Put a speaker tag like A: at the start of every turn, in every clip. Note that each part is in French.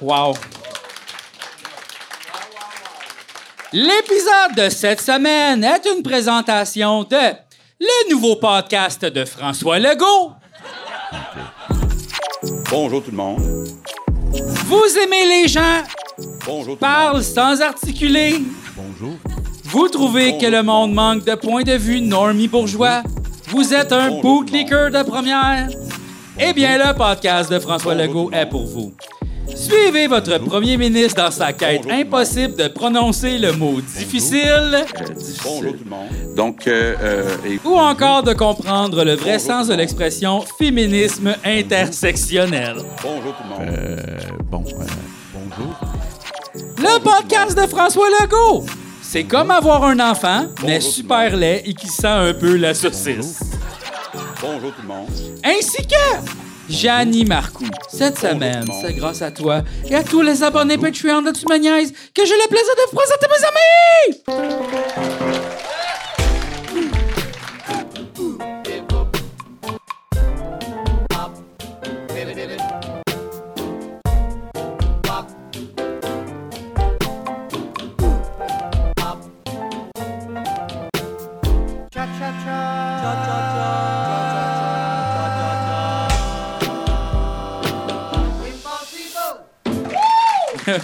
A: Wow. L'épisode de cette semaine est une présentation de le nouveau podcast de François Legault.
B: Bonjour tout le monde.
A: Vous aimez les gens,
B: Bonjour tout le monde.
A: parlent sans articuler.
B: Bonjour.
A: Vous trouvez que le monde manque de points de vue normie bourgeois? Vous êtes un bootlicker de première? Eh bien, le podcast de François Legault est pour vous. Suivez votre premier ministre dans sa quête impossible de prononcer le mot difficile
B: Bonjour tout le monde. Donc, euh, euh, et-
A: ou encore de comprendre le vrai sens de l'expression féminisme intersectionnel.
B: bonjour tout le monde.
C: Euh,
A: Le podcast de François Legault! C'est comme avoir un enfant, mais super laid et qui sent un peu la saucisse.
B: bonjour tout le monde.
A: ainsi que Janie Marcoux. Cette semaine, c'est grâce à toi et à tous les abonnés Patreon de Tu me niaises que j'ai le plaisir de vous présenter mes amis!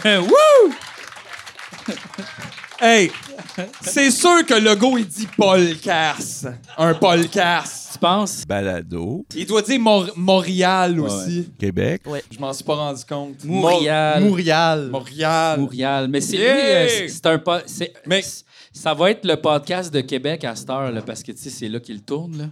A: Wouh!
D: Hey, c'est sûr que le gars, il dit podcast. Un podcast.
A: Tu penses?
C: Balado,
D: Il doit dire Mor- Montréal aussi.
C: Québec.
D: Je m'en suis pas rendu compte.
A: Montréal.
D: Montréal. Montréal.
A: Montréal. Mais c'est lui,
D: Yeah!
A: euh, c'est- c'est un po- c'est-
D: Mais-
A: c'est- Ça va être le podcast de Québec à cette heure, là, parce que tu sais, c'est là qu'il tourne. Là.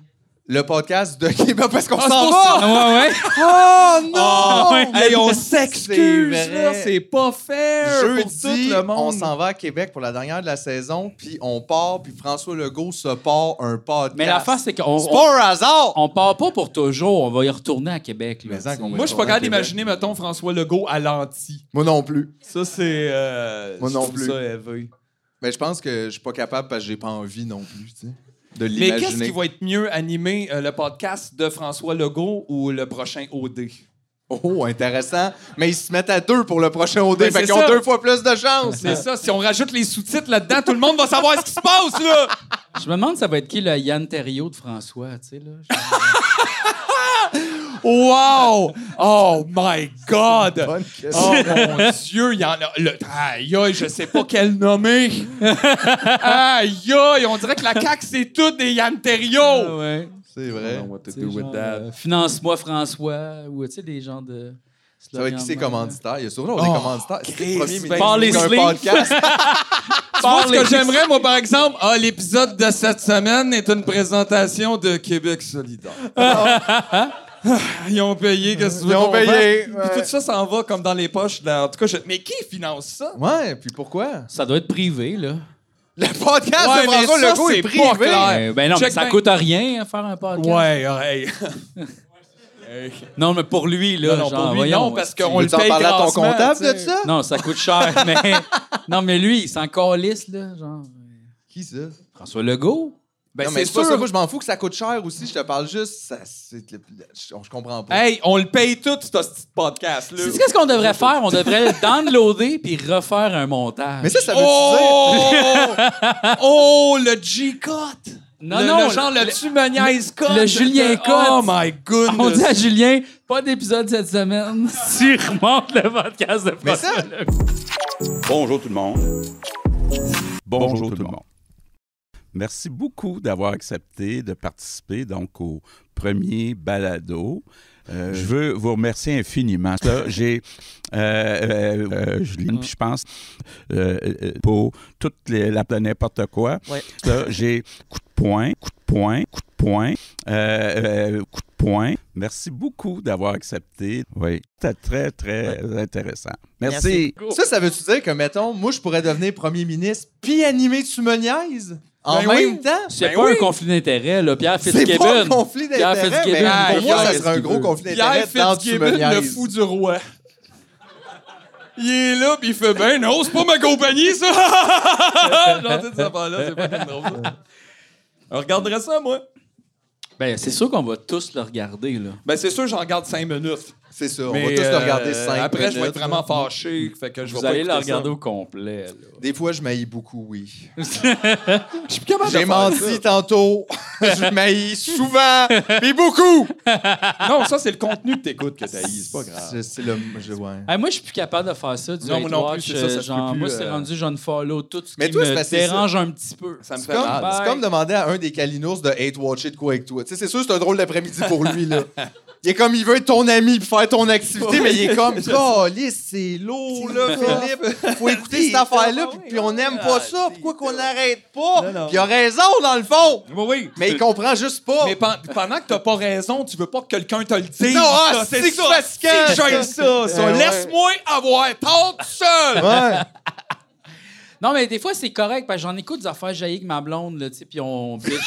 E: Le podcast de Québec parce qu'on
D: Ah, c'est
E: s'en
D: pour
E: va.
D: ça!
A: Ah ouais, ouais.
D: Oh non!
A: Ah, ouais.
D: Hey, on s'excuse,
E: C'est vrai.
D: là. C'est pas fair pour tout
E: Jeudi,
D: le monde.
E: on s'en va à Québec pour la dernière de la saison, puis on part, puis François Legault se part un podcast.
A: Mais l'affaire, c'est qu'on
E: c'est
A: on,
E: pas un hasard.
A: on part pas pour toujours. On va y retourner à Québec. là,
E: Mais ça,
A: tu sais.
E: qu'on va-
D: Moi, je suis pas capable d'imaginer, mettons, François Legault à l'anti.
E: Moi non plus.
D: Ça, c'est... euh,
E: Moi
D: je
E: non
D: trouve
E: plus.
D: ça heavy.
E: Mais je pense que je suis pas capable parce que j'ai pas envie non plus, tu sais, de
D: Mais
E: l'imaginer.
D: qu'est-ce qui va être mieux animé, euh, le podcast de François Legault ou le prochain OD?
E: Oh, intéressant. Mais ils se mettent à deux pour le prochain OD,
D: Ben,
E: fait
D: c'est
E: qu'ils
D: ça.
E: ont deux fois plus de chance.
D: C'est ça, si on rajoute les sous-titres là-dedans, tout le monde va savoir ce qui se passe, là!
A: Je me demande, ça va être qui le Yann Terriot de François, tu sais, là?
D: Wow! Oh my God!
E: Bonne question.
D: Oh mon Dieu, il y en a. le- aïe, aïe, je sais pas quel nommer. Aïe, aïe, on dirait que la CAQ, c'est tout des Yann
A: Ah
D: Terriot.
A: ouais.
E: C'est vrai.
A: Tu sais, genre, euh, Finance-moi François, ou tu sais, des gens de.
E: Ça va être qui ses commanditaires? Il y a sûrement des
D: Oh,
E: commanditaires. C'est
D: Chris,
E: le premier
D: ben,
E: ministre
A: par les
E: qui a un
A: sleeves.
E: podcast.
D: Tu vois, ce que j'aimerais, moi, par exemple, ah, l'épisode de cette semaine est une présentation de Québec solidaire. Ah, Ils ont payé, qu'est-ce que tu veux
E: Ils ont
D: qu'on
E: payé,
D: fasse?
E: ouais.
D: Puis tout ça s'en va comme dans les poches. là. En tout cas, je- mais qui finance ça?
E: Ouais, puis pourquoi?
A: Ça doit être privé, là.
E: Le podcast
D: Ouais,
E: de
D: mais
E: François
D: ça,
E: Legault
D: c'est
E: est privé.
D: pas clair. Ouais.
A: Euh, ben non,
D: Check
A: mais ça
D: bien.
A: coûte rien, hein, faire un podcast.
D: Ouais, ouais.
A: Non, mais pour lui, là,
D: Non, non,
A: Euh, genre,
D: pour lui,
A: voyons,
D: non, parce
A: ouais.
D: qu'on
E: Tu
D: le
E: veux-tu en
D: paye
E: parler à ton
D: grassement,
E: comptable
D: tu sais.
E: de ça?
A: Non, ça coûte cher, mais. Non, mais lui, il s'en calisse, là, genre.
E: Qui ça?
A: François Legault?
D: Ben,
E: non, mais
D: c'est
E: c'est pas ça,
D: sûr.
E: moi, je m'en fous que ça coûte cher aussi. Je te parle juste, ça, c'est le- je, je comprends pas.
D: Hey, on le paye tout, ce petit podcast, là.
A: C'est qu'est-ce qu'on devrait faire? On devrait downloader puis refaire un montage.
E: Mais ça, ça veut dire...
D: Oh! oh, le G-Cut!
A: non,
D: le,
A: non,
D: le genre, le,
A: le-
D: Tumaniaise Cut.
A: le Julien Cut.
D: Oh my goodness.
A: on dit à Julien, pas d'épisode cette semaine. Tu remontes le podcast de
E: Mais
A: François
E: ça,
B: Bonjour tout le monde.
C: Bonjour, tout, le monde. Merci beaucoup d'avoir accepté de participer donc au premier balado. Euh, je veux vous remercier infiniment. Ça, j'ai, euh, euh, euh, Julie, puis je pense euh, euh, pour toute les- la n'importe quoi. Ça, j'ai coup de poing, coup de poing, coup de poing, euh, euh, coup de poing. Merci beaucoup d'avoir accepté. Oui, c'était très très intéressant. Merci.
E: ça, ça veut-tu dire que, mettons, moi, je pourrais devenir premier ministre puis animer Tu me niaises en
D: Ben
E: même
D: oui.
E: temps?
A: C'est
D: Ben
A: pas
D: oui.
A: un conflit d'intérêt, là. Pierre
E: C'est pas un
A: Fitzgibbon.
E: conflit
A: Pierre
E: d'intérêt, mais
A: Fitzgibbon,
E: pour
D: il
E: moi,
D: fait
E: ça
D: ce
E: serait un
A: qu'il
E: gros
A: veut.
E: conflit
D: Pierre
E: d'intérêt dans Tu me
D: Fitzgibbon, le
E: niaises.
D: fou du roi. Il est là, puis il fait ben non, c'est pas ma compagnie, ça! Genre, toute cette affaire-là, c'est pas drôle. On regarderait ça, moi.
A: Ben, c'est sûr qu'on va tous le regarder, là.
D: Ben, c'est sûr, j'en garde cinq minutes.
E: C'est ça, on
D: Mais,
E: va tous le
D: euh,
E: regarder cinq
D: Après, je vais
E: minutes,
D: être vraiment
E: là.
D: fâché. Fait que je vais
A: Vous
D: pas
A: allez
D: écouter
A: la
D: ça.
A: regarder au complet. là.
E: Des fois, je maillis beaucoup, oui.
D: Je suis plus capable de
E: J'ai
D: faire
E: menti tantôt. je maillis souvent, mais beaucoup.
D: ça. Non, ça, c'est le contenu que t'écoutes que t'haïs. C'est pas grave.
E: C'est c'est le... Je, ouais.
A: Hey, moi, je suis plus capable de faire ça. Du
D: Non, moi
A: hate
D: non
A: watch,
D: plus, c'est ça,
A: euh,
D: ça se
A: genre,
D: peut
A: moi,
D: plus,
A: c'est
D: euh,
A: rendu, je ne follow tout ce qui
E: Mais toi, c'est
A: me
E: parce que c'est
A: dérange un petit peu.
D: Ça me fait
E: C'est comme,
D: mal.
E: c'est comme demander à un des Kalinours de hate watcher de quoi avec toi. Tu sais, c'est sûr, c'est un drôle d'après-midi pour lui, là. Il est comme, il veut être ton ami pour faire ton activité, mais il est comme, Calisse, c'est lourd, là, Philippe. Faut écouter cette affaire-là,
D: Ah
E: puis, puis on n'aime pas ça. Pourquoi qu'on n'arrête pas?
D: Non, non.
E: Puis il a raison, dans le fond.
D: Oui, oui.
E: Mais il comprend juste pas.
D: Ah! Mais pen- pendant que t'as pas raison, tu veux pas que quelqu'un te le dise.
E: Non, ah,
D: Ça,
E: c'est
D: ça,
E: fatigant,
D: c'est gênant, ça. ça.
E: Eh ouais.
D: Laisse-moi avoir tort tout seul.
E: Ouais.
A: Non, mais des fois, c'est correct, parce que j'en écoute des affaires jaillies avec ma blonde, là, tu sais, puis on bitch.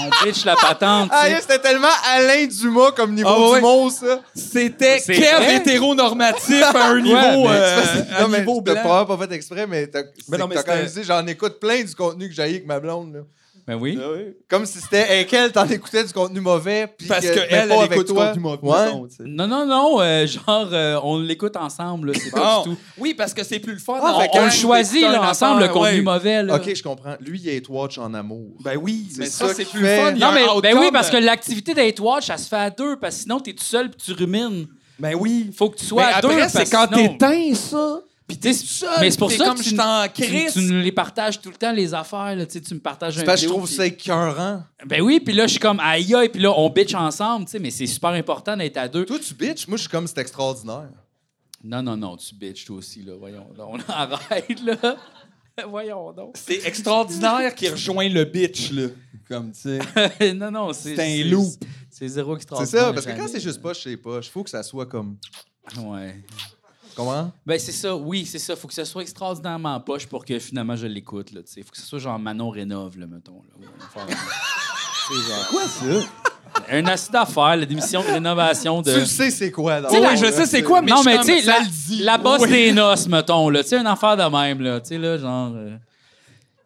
A: on bitch la patente, tu
E: Ah,
A: sais.
E: yeah, c'était tellement Alain Dumas comme niveau
D: Ah, ouais, ouais.
E: Dumont, ça.
D: C'était
A: C'est
D: Kev
A: vrai?
D: hétéronormatif à un niveau,
A: mais
D: euh, à
E: non, mais
D: niveau
E: t'as
D: blanc.
E: probablement pas fait exprès, mais t'as
D: Mais non, mais
E: t'as quand même
D: c'était-
E: dit, j'en écoute plein du contenu que j'ai avec ma blonde, là.
A: Ben oui.
E: Ah Comme si c'était avec elle, t'en écoutais du contenu mauvais. Puis
D: Parce
E: que,
D: que
E: mais
D: elle,
E: pas
D: elle
E: avec
D: écoute
E: toi.
D: du contenu
E: Ouais.
D: mauvais, tu sais.
A: Non, non, non, euh, genre, euh, on l'écoute ensemble, là, c'est pas
D: Bon.
A: du tout.
D: Ah, Oui, parce que c'est plus le fun.
E: Ah,
D: en
E: fait
A: On,
E: que-
A: on
D: gang
A: le choisit,
D: d'écouter
A: là,
D: un
A: ensemble, le
D: affaire,
A: contenu
D: ouais.
A: mauvais, là.
E: Ok, je comprends. Lui, il est watch en amour.
D: Ben oui, mais
E: C'est
D: ça,
E: ça
D: c'est
E: qui
D: plus le
E: fait-
D: fun. Il y a
A: Non, mais
D: un outcome.
A: ben oui, parce que l'activité d'Hate Watch, ça se fait à deux, parce que sinon, t'es tout seul puis tu rumines.
D: Ben oui.
A: Faut que tu sois
D: Mais
A: à deux.
D: après,
A: parce
D: c'est quand
A: que sinon-
D: t'éteins ça. Puis t'es
A: Tu sais,
D: seul.
A: mais c'est pour
D: t'es
A: ça que
D: comme
A: tu-
D: je t'en
A: Tu,
D: crise.
A: tu nous les partages tout le temps, les affaires, là, tu sais, tu me partages un
E: C'est parce que je trouve ça écœurant.
A: Ben oui, puis là, je suis comme aïe, aïe, puis là, on bitch ensemble, tu sais, mais c'est super important d'être à deux.
E: Toi, tu bitches. Moi, je suis comme, c'est extraordinaire.
A: Non, non, non, tu bitches toi aussi, là, voyons, là, on arrête, là. voyons donc.
D: C'est extraordinaire qui rejoint le bitch, là. Comme, tu sais.
A: non, non, c'est.
D: C'est un loop.
A: C'est zéro
E: C'est
A: extraordinaire.
E: ça, parce que quand
A: jamais.
E: c'est juste poche, c'est poche. Faut que ça soit comme.
A: Ouais.
E: Comment?
A: Ben, c'est ça, oui, c'est ça. Faut que ce soit extraordinairement poche pour que finalement je l'écoute, là, tu sais. Faut que ce soit genre Manon Rénove, là, mettons. Là. Ouais, une affaire, là. C'est genre-
E: Quoi ça?
A: Un acide d'affaires, la démission de rénovation de.
E: Tu le sais, c'est quoi, dans
A: Tu sais,
E: le
A: la-
E: fond,
A: je
E: là,
D: sais c'est quoi, mais
A: non,
D: je
A: mais tu
D: suis
A: sais,
D: comme, ça
A: la,
D: le dit.
A: la bosse
D: Oui.
A: des noces, mettons, là. Tu sais, une affaire de même, là. Tu sais, là, genre. euh,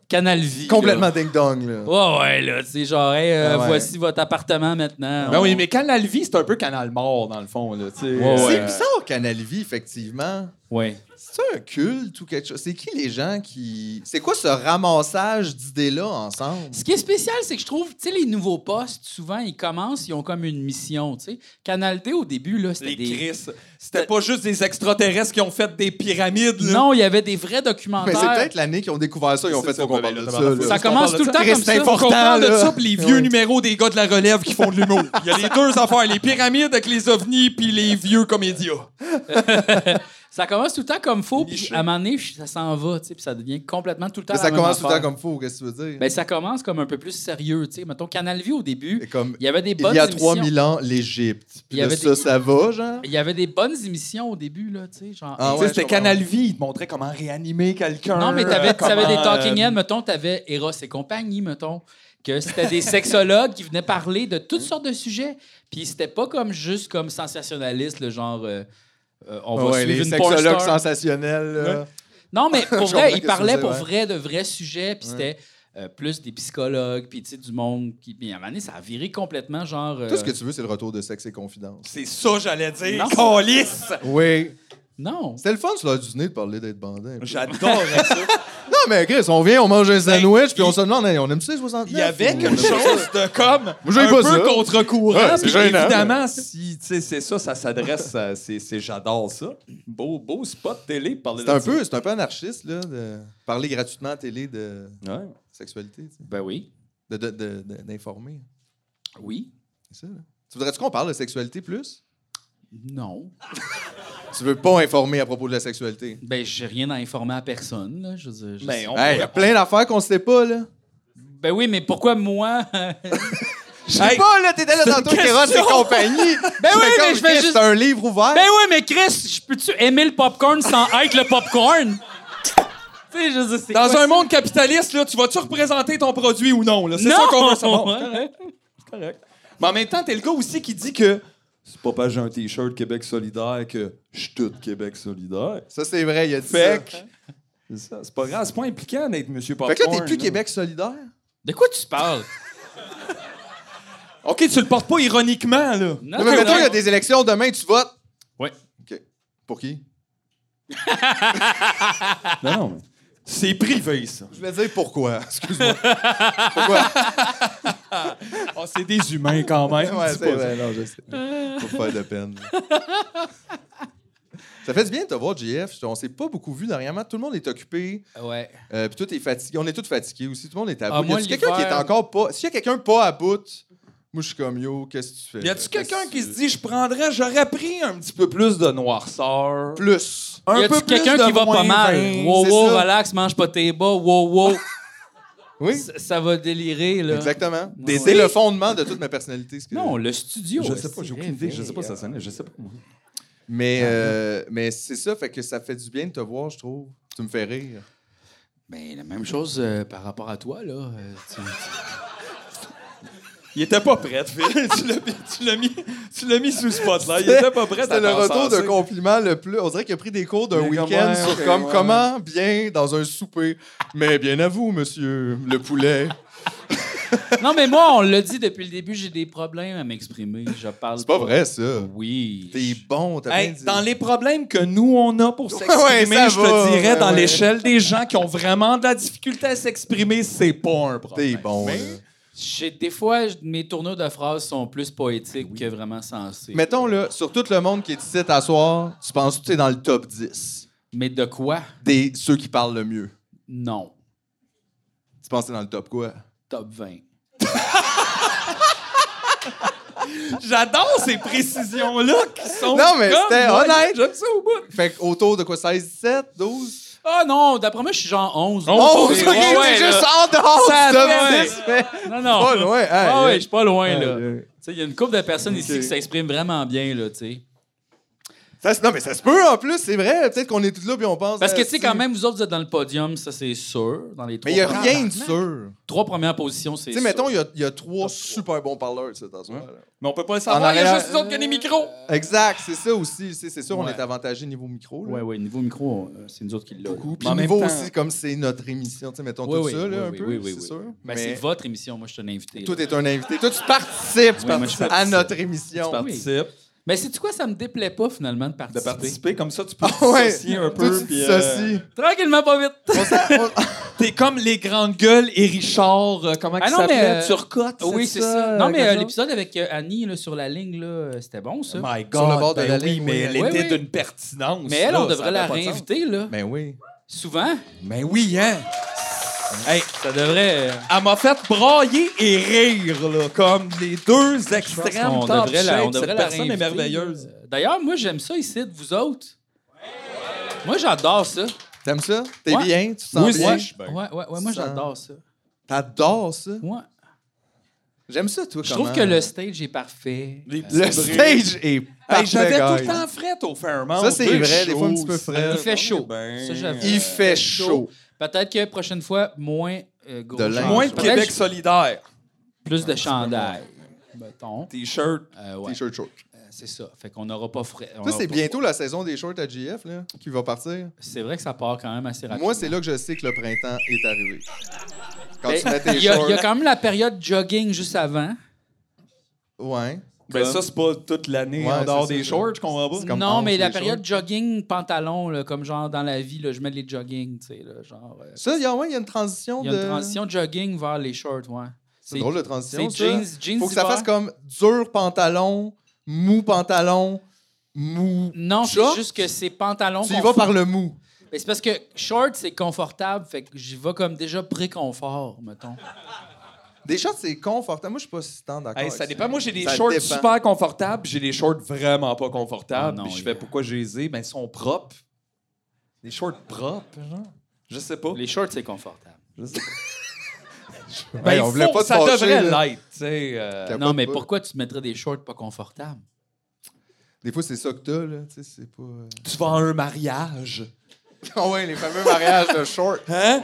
A: Canal Vie. là.
E: Complètement ding-dong, là.
A: Ouais, ouais, là. Tu sais, genre, hey, euh,
E: Ah ouais.
A: voici votre appartement maintenant.
D: Ben
A: On-
D: oui, mais Canal Vie, c'est un peu Canal Mort, dans le fond, là, tu sais.
A: Ouais, ouais.
E: C'est bizarre, Canal Vie, effectivement.
A: Ouais.
E: C'est un culte ou quelque chose? C'est qui les gens qui. C'est quoi ce ramassage d'idées-là ensemble?
A: Ce qui est spécial, c'est que je trouve, tu sais, les nouveaux postes, souvent, ils commencent, ils ont comme une mission, tu sais. Canal D, au début, là, c'était
D: Les
A: des.
D: Chris. C'était pas juste des extraterrestres qui ont fait des pyramides, là.
A: Non, il y avait des vrais
E: Mais
A: documentaires.
E: Ben, c'est peut-être l'année qu'ils ont découvert ça, ils ont fait
D: C'est
E: ça qu'on
D: ça,
E: parle
D: ben,
E: de
D: là,
E: ça.
D: tabarnak,
E: là.
A: ça
D: qu'on
A: commence
D: parle
A: tout le
D: de
A: temps
E: ça.
A: comme
E: C'est
A: ça.
E: important.
D: Qu'on parle de
E: là.
D: ça, puis les vieux
E: Ouais.
D: numéros des gars de la relève qui font de l'humour. Il y a les deux affaires, les pyramides avec les ovnis, puis les vieux comédiens.
A: Ça commence tout le temps comme faux, puis
D: Niché.
A: à un moment donné, ça s'en va, tu sais, puis ça devient complètement tout le temps.
E: Mais
A: la
E: Ben, ça
A: même
E: commence tout le temps
A: affaire.
E: comme faux, qu'est-ce que tu veux dire?
A: Ben, ça commence comme un peu plus sérieux, tu sais. Mettons, Canal Vie, au début,
E: Et comme
A: il y avait des
E: il
A: bonnes
E: y a
A: émissions.
E: 3000 ans, l'Égypte.
A: Il
E: Puis
A: y
E: là,
A: avait
E: ça,
A: des- Ben,
E: ça va, genre?
A: Il y avait des bonnes émissions au début, là, tu sais, genre...
E: Ah
D: Tu sais,
E: ouais,
D: C'était
E: je comprends.
D: Canal Vie, ils te montraient comment réanimer quelqu'un.
A: Non, mais t'avais,
D: euh,
A: t'avais des
D: comment,
A: talking
D: euh,
A: heads, mettons, t'avais Eros et compagnie, mettons, que c'était des sexologues qui venaient parler de toutes sortes de sujets, puis c'était pas comme juste comme sensationnaliste, le genre... euh, euh, on va
E: Ouais,
A: suivre
E: les
A: une porn
E: sexologues
A: star.
E: sensationnels. là.
A: Non, mais pour
E: Je
A: vrai,
E: comprends
A: ils
E: que
A: parlaient
E: ça,
A: pour
E: ouais.
A: vrai de vrais sujets, puis c'était euh, plus des psychologues, puis tu sais, du monde qui... Mais à un moment donné, ça a viré complètement, genre... euh,
E: Tout ce que tu veux, c'est le retour de sexe et confidence.
D: C'est ça, j'allais dire.
A: Non.
D: Calice!
A: Ben,
E: Oui.
A: euh, Non!
E: C'était le fun sur l'heure du dîner de parler d'être bandé.
D: J'adorais ça.
E: Non, Ah, mais Chris, on vient, on mange un sandwich, puis
D: Ben, il-
E: on se demande, hey, on aime ça, les 69?
D: Il y avait
E: ou-
D: quelque chose de comme
E: j'ai
D: un
E: pas
D: peu
E: ça.
D: contre-courant.
E: Ouais, c'est
D: puis
E: gênant.
D: évidemment, si tu sais, c'est ça, ça s'adresse à. c'est- c'est- J'adore ça. Beau, beau spot télé pour parler
E: C'est un,
D: de ça.
E: peu, c'est un peu anarchiste, là, de parler gratuitement à télé de
D: Ouais.
E: sexualité, tu sais.
A: Ben oui,
E: De- de- de- de- d'informer.
A: oui,
E: C'est ça, là. Tu voudrais-tu qu'on parle de sexualité plus?
A: non...
E: Tu veux pas informer à propos de la sexualité?
A: Ben, j'ai rien à informer à personne. Là. Je veux dire, je
D: Mais
A: sais-
D: Ben, on
E: Hey, y a plein d'affaires qu'on sait pas, là.
A: Ben oui, mais pourquoi moi? ben
E: Je sais
D: Hey,
E: pas, là, t'étais là
D: c'est
E: dans
D: une
E: ton Kéros et
D: question.
E: compagnie.
A: Ben oui,
E: J'étais
A: mais
E: comme,
A: je vais
E: Chris,
A: juste-
E: C'est un livre ouvert.
D: Ben
A: oui, mais Chris, je peux-tu aimer le popcorn sans être le popcorn? tu sais, je veux dire, c'est
D: Dans
A: quoi
D: un
A: ça?
D: monde capitaliste, là, tu vas-tu représenter ton produit ou non? là? C'est
A: Non!
D: ça qu'on veut savoir.
A: Ouais.
D: C'est correct. Mais en même temps, t'es le gars aussi qui dit que c'est pas parce que j'ai un T-shirt Québec solidaire que je suis tout Québec solidaire.
E: Ça, c'est vrai, il a dit
D: Fait
E: ça.
D: que- c'est ça, c'est pas grave, c'est pas impliquant d'être Monsieur
E: Fait
D: Popcorn.
E: que là, t'es plus
D: là.
E: Québec solidaire.
A: De quoi tu parles?
D: OK, tu le portes pas ironiquement, là.
A: Non,
E: Non, mais
A: non,
E: mettons, il y a
A: non.
E: des élections demain, tu votes.
A: Ouais.
E: OK. Pour qui?
D: Non, non. mais C'est privé, ça.
E: Je vais dire pourquoi. Excuse-moi. pourquoi?
D: Ah, c'est des humains quand même.
E: Ouais,
D: dis
E: c'est
D: pas
E: vrai, non, je sais. Pour faire de peine. Ça fait du bien de te voir, JF. On s'est pas beaucoup vu dernièrement. Tout le monde est occupé.
A: Ouais.
E: Euh, puis tout est fatigué. On est tous fatigués aussi. Tout le monde est à
A: Ah,
E: bout.
A: moi,
E: y a quelqu'un qui est
A: l'hiver-
E: encore pas. S'il y a quelqu'un pas à bout, moi, je suis comme yo, qu'est-ce que tu fais? Euh,
D: Y a-tu quelqu'un qui se
E: dit
D: dit, je prendrais, j'aurais pris un petit peu plus de noirceur?
E: plus?
D: Un
A: y a-tu
D: peu plus
A: quelqu'un
D: de
A: qui va
D: moins
A: pas mal?
D: 20?
A: wow,
E: c'est
A: wow,
E: ça.
A: relax, mange pas tes bas. Wow, wow.
E: Oui,
A: ça, ça va délirer, là.
E: exactement.
A: Ouais.
E: C'est le fondement de toute ma personnalité. ce que-
A: Non, le studio. euh,
D: Je sais pas,
A: c'est
D: j'ai aucune idée.
A: vrai. euh,
D: Je sais pas, ça sonnait, je sais pas. moi.
E: Mais, euh, mais c'est ça, fait que ça fait du bien de te voir, je trouve. Tu me fais rire.
A: Ben, la même chose euh, par rapport à toi, là. Euh, tu-
D: Il était pas prêt, Phil. tu l'as mis- tu l'as mis, tu l'as mis sous le spotlight. Il était pas prêt.
E: C'était le retour d'un
D: de
E: compliment le plus. On dirait qu'il a pris des cours d'un
D: Mais
E: week-end
D: comment,
E: sur
D: ok,
E: comme
D: ouais.
E: comment bien dans un souper. Mais bien à vous, monsieur, le poulet.
A: non, mais moi, on l'a dit depuis le début, j'ai des problèmes à m'exprimer. Je parle.
E: C'est pas vrai, ça.
A: Oui.
E: T'es bon, t'as
D: Hey,
E: bien dit.
D: dans les problèmes que nous, on a pour s'exprimer,
E: Ouais, ça
D: je te
E: va,
D: dirais,
E: ouais,
D: dans
E: ouais.
D: l'échelle des gens qui ont vraiment de la difficulté à s'exprimer, c'est pas un problème.
E: T'es bon.
D: Mais-
E: là.
A: J'ai- Des fois, j- mes tournures de phrases sont plus poétiques que vraiment sensées. Ah Mais,
E: Mettons, là, sur tout le monde qui est ici à soir, tu penses que t'es dans le top 10
A: de quoi?
E: des ceux qui parlent le mieux.
A: Non.
E: Tu penses que t'es dans le top quoi?
A: Top 20.
D: J'adore ces précisions-là qui sont.
E: Non, mais
D: comme
E: c'était
D: moi.
E: honnête.
D: J'aime ça au bout.
E: Fait que autour de quoi? 16, 17, 12?
A: Ah non, d'après moi, je suis genre 11. là.
E: 11!
A: Ouais,
E: Ok,
A: ouais,
E: t'es
A: là.
E: juste en dehors
A: Ça
E: du top
A: fait-
E: 10, mais-
A: Non, non.
E: Pas loin, hey,
A: Ah ouais,
E: hey.
A: je suis pas loin,
E: Hey,
A: là.
E: hey.
A: Tu sais, il y a une couple de personnes ici
E: Ok.
A: qui s'expriment vraiment bien, là, tu sais.
E: Ça se- non, mais ça se peut en plus, c'est vrai. Peut-être qu'on est tous là puis on pense.
A: Parce que,
E: ah,
A: tu sais, quand même, vous autres, vous êtes dans le podium, ça, c'est sûr. Dans les trois,
E: Mais il n'y a
A: premières-
E: rien de sûr.
A: trois premières positions, c'est
E: Tu
A: sûr.
E: sais, mettons, il y a, il y a trois super bons parleurs de cette soirée.
D: Mais on peut pas le savoir,
E: En
D: il y a
E: arrière-
D: juste nous autres qui a des micros.
E: Exact, c'est ça aussi. tu sais, C'est sûr, on
D: Ouais.
E: est avantagé niveau micro. Là.
A: Ouais, ouais, niveau micro, euh, c'est nous autres qui l'avons.
E: Beaucoup. Puis
D: Mais en même
E: niveau
D: temps-
E: aussi, comme c'est notre émission, tu sais, mettons
A: Oui,
E: tout
A: oui,
E: ça, là,
A: oui,
E: un
A: oui,
E: peu,
A: oui, oui,
E: c'est
A: oui.
E: sûr.
A: Ben, c'est
E: mais
A: votre émission, moi, je suis un invité.
E: toi,
A: là.
E: t'es un invité. Toi, tu participes, tu
A: moi, je
E: participes à
A: participe.
E: notre émission.
A: participe.
D: Participe.
A: Ben Mais sais-tu quoi, ça me déplaît pas, finalement, de participer.
D: De participer, comme ça, tu peux
E: Ah ouais,
D: t'associer un
E: toi,
D: peu.
E: tu
D: puis,
E: dis
D: euh,
E: ceci.
A: Tranquillement, pas vite.
E: On s'en- on-
D: T'es comme les grandes gueules et Richard, euh, comment
A: Ah
D: qu'il
A: non, mais,
D: s'appelait?
A: euh,
D: Turcotte,
A: oui, c'est ça. Non, mais euh,
D: l'épisode...
A: l'épisode avec euh, Annie là, sur la ligne, là, euh, c'était bon, ça.
D: My God,
E: Sur le bord de
D: ben
E: la
D: oui,
E: ligne,
D: mais
E: oui.
D: elle
A: Oui,
D: était
A: oui.
D: d'une pertinence.
A: Mais elle,
D: là,
A: on
D: ça
A: devrait la
D: avait pas de sens.
A: réinviter, là.
E: Ben oui.
A: Souvent.
D: Ben oui, hein. Hey,
A: Ça devrait. euh,
D: elle m'a fait brailler et rire, là, comme les deux extrêmes.
A: on
D: top
A: devrait la,
D: shape.
A: on devrait
D: Cette
A: la
D: personne est
A: réinviter,
D: merveilleuse.
A: là. Euh, D'ailleurs, moi, j'aime ça ici, de vous autres. Moi, j'adore ça.
E: T'aimes ça? T'es
A: Ouais.
E: bien? Tu te sens
D: Moi aussi,
E: bien?
D: je suis
A: Ouais,
D: bien.
A: ouais, ouais, moi,
E: Ça-
A: j'adore ça.
E: T'adores ça?
A: Ouais.
E: J'aime ça, toi,
A: Je
E: quand
A: trouve que le stage est parfait.
D: Les petits
E: Le
D: bruits.
E: stage est
D: Hey,
E: parfait,
D: J'avais tout le
E: guys.
D: temps fret au Fairmont.
E: Ça, c'est
D: Deux
E: vrai, des fois, un
D: shows,
E: petit peu frais.
D: ça,
A: Il fait
D: on est
A: chaud.
D: bien.
A: Ça, j'avoue.
E: Il fait
A: chaud.
E: chaud.
A: Peut-être que prochaine fois, moins euh, gros
E: De linge.
A: chandail.
D: Moins de
A: Peut-être
D: Québec solidaire.
A: Plus de chandail. Mettons.
D: T-shirt.
A: Euh, ouais,
E: T-shirt short.
A: euh, c'est ça. Fait qu'on n'aura pas frais. on
E: Ça,
A: aura
E: c'est
A: pas-
E: bientôt la saison des shorts à GF là, qui va partir.
A: C'est vrai que ça part quand même assez rapidement.
E: Moi, c'est là que je sais que le printemps est arrivé. Quand
A: Ben,
E: tu mets
A: Il
E: tes
A: y, a, il
E: shorts.
A: y a quand même la période jogging juste avant.
E: Ouais.
D: Ben, ça, c'est pas toute l'année
E: Ouais,
D: en dehors
E: c'est
D: des
E: ça,
D: shorts, je comprends pas.
E: C'est comme
A: non,
E: onze,
A: mais la
E: les
A: période jogging pantalon, là, comme genre dans la vie, là, je mets les jogging, tu sais, là, genre. euh,
E: Ça, il y a, ouais, il y a une transition
A: Il y a
E: de.
A: une transition jogging vers les shorts, ouais.
E: C'est une drôle de transition.
A: c'est
E: ça.
A: jeans, jeans.
E: Faut que ça
A: hiver.
E: fasse comme dur pantalon, mou pantalon, mou.
A: Non, c'est
E: Shorts?
A: juste que c'est pantalon.
E: Tu y
A: qu'on
E: vas
A: fait.
E: par le mou.
A: Mais c'est parce que short, c'est confortable, fait que j'y vais comme déjà pré-confort, mettons.
E: Des shorts, c'est confortable. Moi, je suis pas si tant d'accord.
D: Hey, ça
E: avec
D: dépend. Moi, j'ai des
E: Ça
D: shorts
E: dépend.
D: super confortables, j'ai des shorts vraiment pas confortables.
A: Ah non,
D: puis je
A: il-
D: fais pourquoi je les ai? Ben, ils sont propres. Des shorts propres, genre. Je sais pas.
A: Les shorts, c'est confortable.
D: Je sais Ben, pas.
E: Hey,
D: il
E: Ben, on voulait pas te
D: ça
E: fâcher,
D: devrait
E: là.
D: l'être, tu sais. euh,
E: T'as-
A: Non,
E: pas-
A: mais
E: pas-
A: pourquoi tu te mettrais des shorts pas confortables?
E: Des fois, c'est ça que t'as, là. Tu sais, c'est pas. euh.
D: Tu vas à un mariage.
E: Ah ouais, les fameux mariages de shorts.
D: Hein?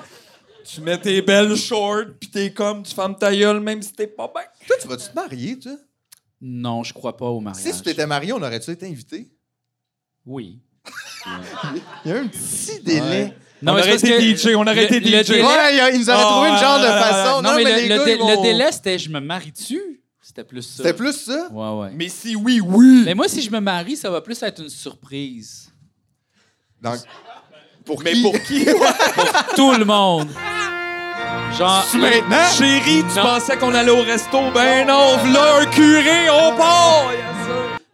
D: Tu mets tes belles shorts, puis t'es comme, tu fermes ta gueule même si t'es pas bien.
E: Toi, tu vas-tu te marier, toi?
A: Non, je crois pas au
E: Si
A: mariage.
E: tu t'étais marié, on aurait-tu été invité?
A: Oui.
E: Il y a eu un petit délai.
A: Non,
D: on
A: mais c'est
D: aurait
A: parce
D: été
A: que
D: DJ, on aurait
A: le-
D: été
A: le
D: DJ.
A: délai-
E: Ouais, il y a- ils nous avaient trouvé
D: Oh,
E: une genre de
D: ouais, ouais, ouais,
E: façon.
A: Non, mais, le,
E: les
A: le
E: gars,
A: dé-
E: ils vont-
A: le délai, c'était je me marie-tu? C'était plus ça.
E: C'était plus ça?
A: Ouais, ouais.
E: Mais si oui, oui!
A: Mais moi, si je me marie, ça va plus être une surprise.
E: Donc, pour
B: Mais
E: qui?
B: pour qui?
A: Tout le monde. Genre,
E: Maintenant?
D: Chérie, tu
A: Non.
D: pensais qu'on allait au resto? Ben non, v'là un curé, on part!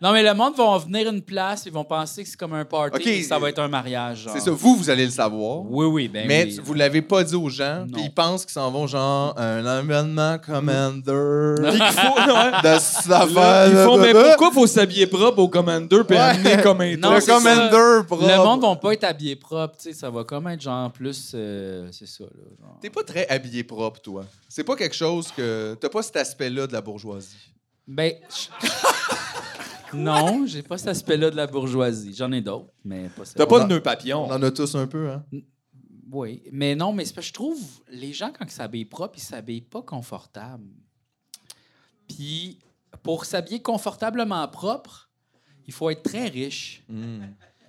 A: non, mais le monde va en venir une place, ils vont penser que c'est comme un party,
E: Ok.
A: mais que ça va être un mariage. genre.
E: C'est ça, vous, vous allez le savoir.
A: Oui, oui, ben
E: mais
A: oui.
E: tu- vous l'avez pas dit aux gens,
A: Non.
E: puis ils pensent qu'ils s'en vont genre à un événement commander.
D: Puis qu'il faut, Mm. ouais.
E: de ça
D: Là,
E: va.
D: ils font, mais
E: blablabla.
D: pourquoi faut s'habiller propre au Commander puis
E: Ouais.
D: amener comme un
A: Non,
E: le
A: c'est ça.
E: commander, propre.
A: Le monde va pas être habillé propre, tu sais, ça va comme être genre plus, euh, c'est ça là. genre.
E: T'es pas très habillé propre, toi. C'est pas quelque chose que. T'as pas cet aspect-là de la bourgeoisie.
A: Ben, je- non, j'ai pas cet aspect-là de la bourgeoisie. J'en ai d'autres, mais pas ça.
D: T'as pas de nœud papillon.
E: On en a tous un peu, hein.
A: Oui, mais non, mais c'est parce que je trouve les gens quand ils s'habillent propre, ils s'habillent pas confortable. Puis pour s'habiller confortablement propre, il faut être très riche.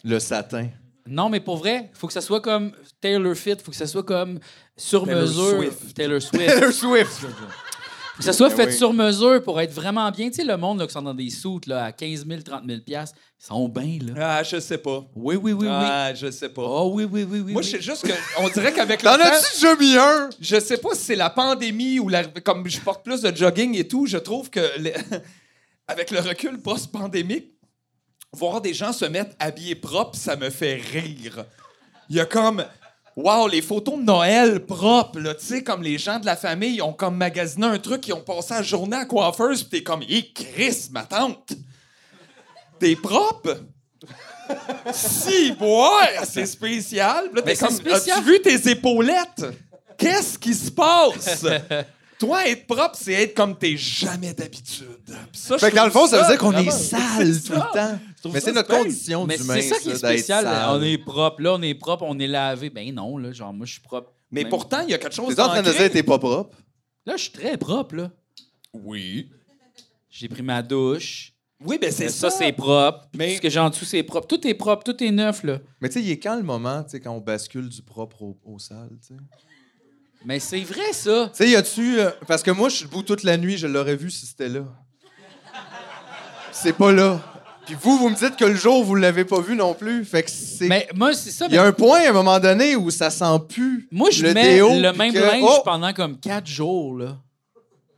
E: Le satin.
A: Non, mais pour vrai, faut que ça soit comme Taylor Fit, faut que ça soit comme sur
D: Taylor
A: mesure.
D: Swift.
A: Taylor Swift.
E: Taylor Swift.
A: Faut que ça soit
E: Ben
A: fait
E: oui.
A: sur mesure pour être vraiment bien. Tu sais, le monde là, qui sont dans des soutes là, à 15 000, 30 000 piastres, ils sont bien, là.
D: Ah, je sais pas.
A: Oui, oui, oui, oui.
D: Ah, je sais pas.
A: Oh oui, oui, oui, oui.
D: Moi,
A: oui.
D: je sais juste que. On dirait qu'avec le
E: T'en
D: temps,
E: as-tu déjà mis un?
D: je sais pas si c'est la pandémie ou la, comme je porte plus de jogging et tout, je trouve que le- avec le recul post-pandémique, voir des gens se mettre habillés propres, ça me fait rire. Il y a comme. Wow, les photos de Noël propres, là, tu sais, comme les gens de la famille ont comme magasiné un truc, ils ont passé la journée à coiffeuse, pis t'es comme, hé, Chris, ma tante! T'es propre? si, ouais, c'est spécial. Puis Là,
A: Mais
D: t'es
A: c'est
D: comme,
A: spécial.
D: as-tu vu tes épaulettes? Qu'est-ce qui se passe? Toi, être propre, c'est être comme t'es jamais d'habitude. Puis ça, je
E: Fait que dans le
D: trouve
E: fond, ça veut dire qu'on est
D: vraiment-
E: sale
D: C'est
E: tout
D: ça.
E: le temps.
D: trouve
E: Mais
D: ça
E: c'est notre
D: space.
E: condition
A: Mais
E: d'humain,
A: c'est ça qui est
E: ça, d'être
A: spécial.
E: sale.
A: On est propre. Là, on est propre, on est lavé. Ben non, là, genre, moi, je suis propre.
D: Mais
A: Même-
D: pourtant, il y a quelque chose
E: T'es en train de
D: d'ancré.
E: dire que t'es pas propre?
A: Là, je suis très propre, là.
D: Oui.
A: J'ai pris ma douche.
D: Oui, ben c'est
A: Mais
D: ça.
A: Ça, c'est propre.
D: Mais-
A: Mais... Ce que j'ai en dessous, c'est propre. Tout est propre, tout est neuf, là.
E: Mais tu sais, il est quand le moment, tu sais, quand on bascule du propre au, au sale, tu sais?
A: Mais c'est vrai, ça.
E: Tu sais, y a-tu. euh, parce que moi, je suis debout toute la nuit, je l'aurais vu si c'était là. C'est pas là. Puis vous, vous me dites que le jour, vous l'avez pas vu non plus. Fait que c'est.
A: Mais moi, c'est ça.
E: Il y a un point à un moment donné où ça sent plus.
A: Moi, je
E: le
A: mets
E: déo,
A: le
E: puis
A: même
E: que-
A: linge
E: oh!
A: pendant comme quatre jours, là.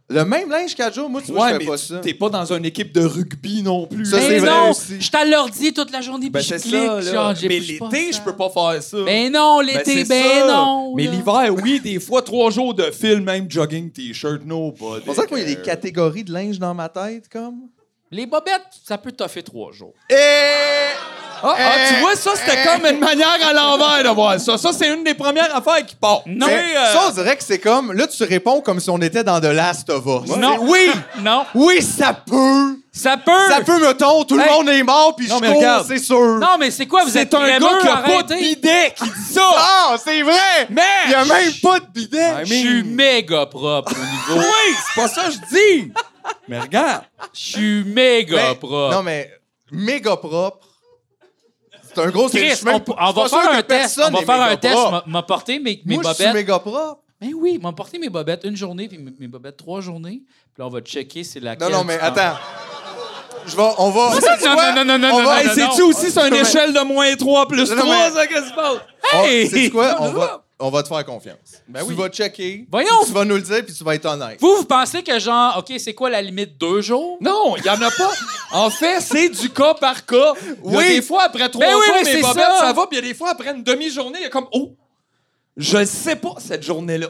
E: Le même linge quatre jours, moi, tu vois,
D: Ouais,
E: je fais pas
D: mais
E: ça.
D: t'es pas dans une équipe de rugby non plus.
E: Ça,
A: Mais
E: c'est vrai
A: non,
E: aussi.
A: je suis à l'ordi toute la journée,
D: Ben,
A: puis je
D: c'est
A: clique.
D: ça, là.
A: genre, j'ai
D: Mais
A: plus pas
D: l'été,
A: ça.
D: je peux pas faire ça.
A: Ben non,
D: Ben,
A: l'été,
D: c'est
A: ben,
D: ça.
A: non.
D: Mais
A: là.
D: l'hiver, oui, des fois, trois jours de fil, même jogging, t-shirt, no body.
E: C'est pour ça que moi, il
A: euh,
E: y a des catégories de linge dans ma tête, comme.
A: Les bobettes, ça peut toffer trois jours.
E: Et.
D: Eh! Ah, ah, tu vois, ça, c'était
E: Eh!
D: comme une manière à l'envers de voir ça. Ça, c'est une des premières affaires qui part.
A: Non,
D: Tu sais,
E: Mais
D: euh,
E: Ça, on dirait que c'est comme. Là, tu réponds comme si on était dans The Last of Us.
A: Non.
E: Oui!
A: Non,
E: Oui, ça peut!
A: ça peut.
E: Ça peut, mettons, tout
A: Hey.
E: le monde est mort, puis je
D: Non, mais
E: cours,
D: regarde.
E: c'est sûr.
A: Non, mais c'est quoi, vous
D: c'est
A: êtes
D: un gars
A: crémeux,
D: qui a pas de
A: arrêtez.
D: bidet qui dit ça.
E: Ah, c'est vrai!
D: Mais
E: Il y a même pas de bidet!
D: I
A: Je suis
D: mean-
A: Ah, méga propre au niveau.
D: Oui, c'est pas ça que je dis. Mais regarde.
A: Je suis méga
E: Mais-
A: propre.
E: Non, mais méga propre. C'est un gros
A: Chris,
E: je suis même-
A: on,
E: je suis
A: on va
E: pas sûr
A: faire
E: que
A: un test. On
E: personne
A: va
E: est
A: faire un
E: méga
A: test.
E: propre.
A: M'a- M'a porté mes, mes
E: Moi, je suis
A: bobettes.
E: méga propre.
A: Ben oui, m'a porté mes bobettes une journée, puis mes, mes bobettes trois journées. Puis là, on va checker c'est laquelle.
E: Non, non, mais
A: tu prends.
E: attends. Je vais, on va.
A: non,
E: Tu vois,
A: non, non, non,
E: on
A: non,
E: va-
A: non,
D: Hey,
A: non,
D: c'est-tu aussi sur une
E: Mais-
D: échelle de moins 3 plus 3,
E: Non, non, mais-
D: ça, qu'est-ce qui se passe?
E: on-
A: Hey!
E: sais-tu quoi? On va, on va te faire confiance. tu vas checker.
A: Ben Voyons.
E: Tu vas nous le dire, puis tu vas être honnête.
A: Vous, vous pensez que genre, OK, c'est quoi la limite? Deux jours?
D: Non, il y en a pas. En fait, c'est du cas par cas. Il y a
E: Oui.
D: des fois, après trois
A: Ben oui,
D: jours,
A: mais
D: mes
A: c'est
D: bobettes,
A: ça.
D: ça. va. Puis il y a des fois, après une demi-journée, il y a comme, oh, je sais pas cette journée-là.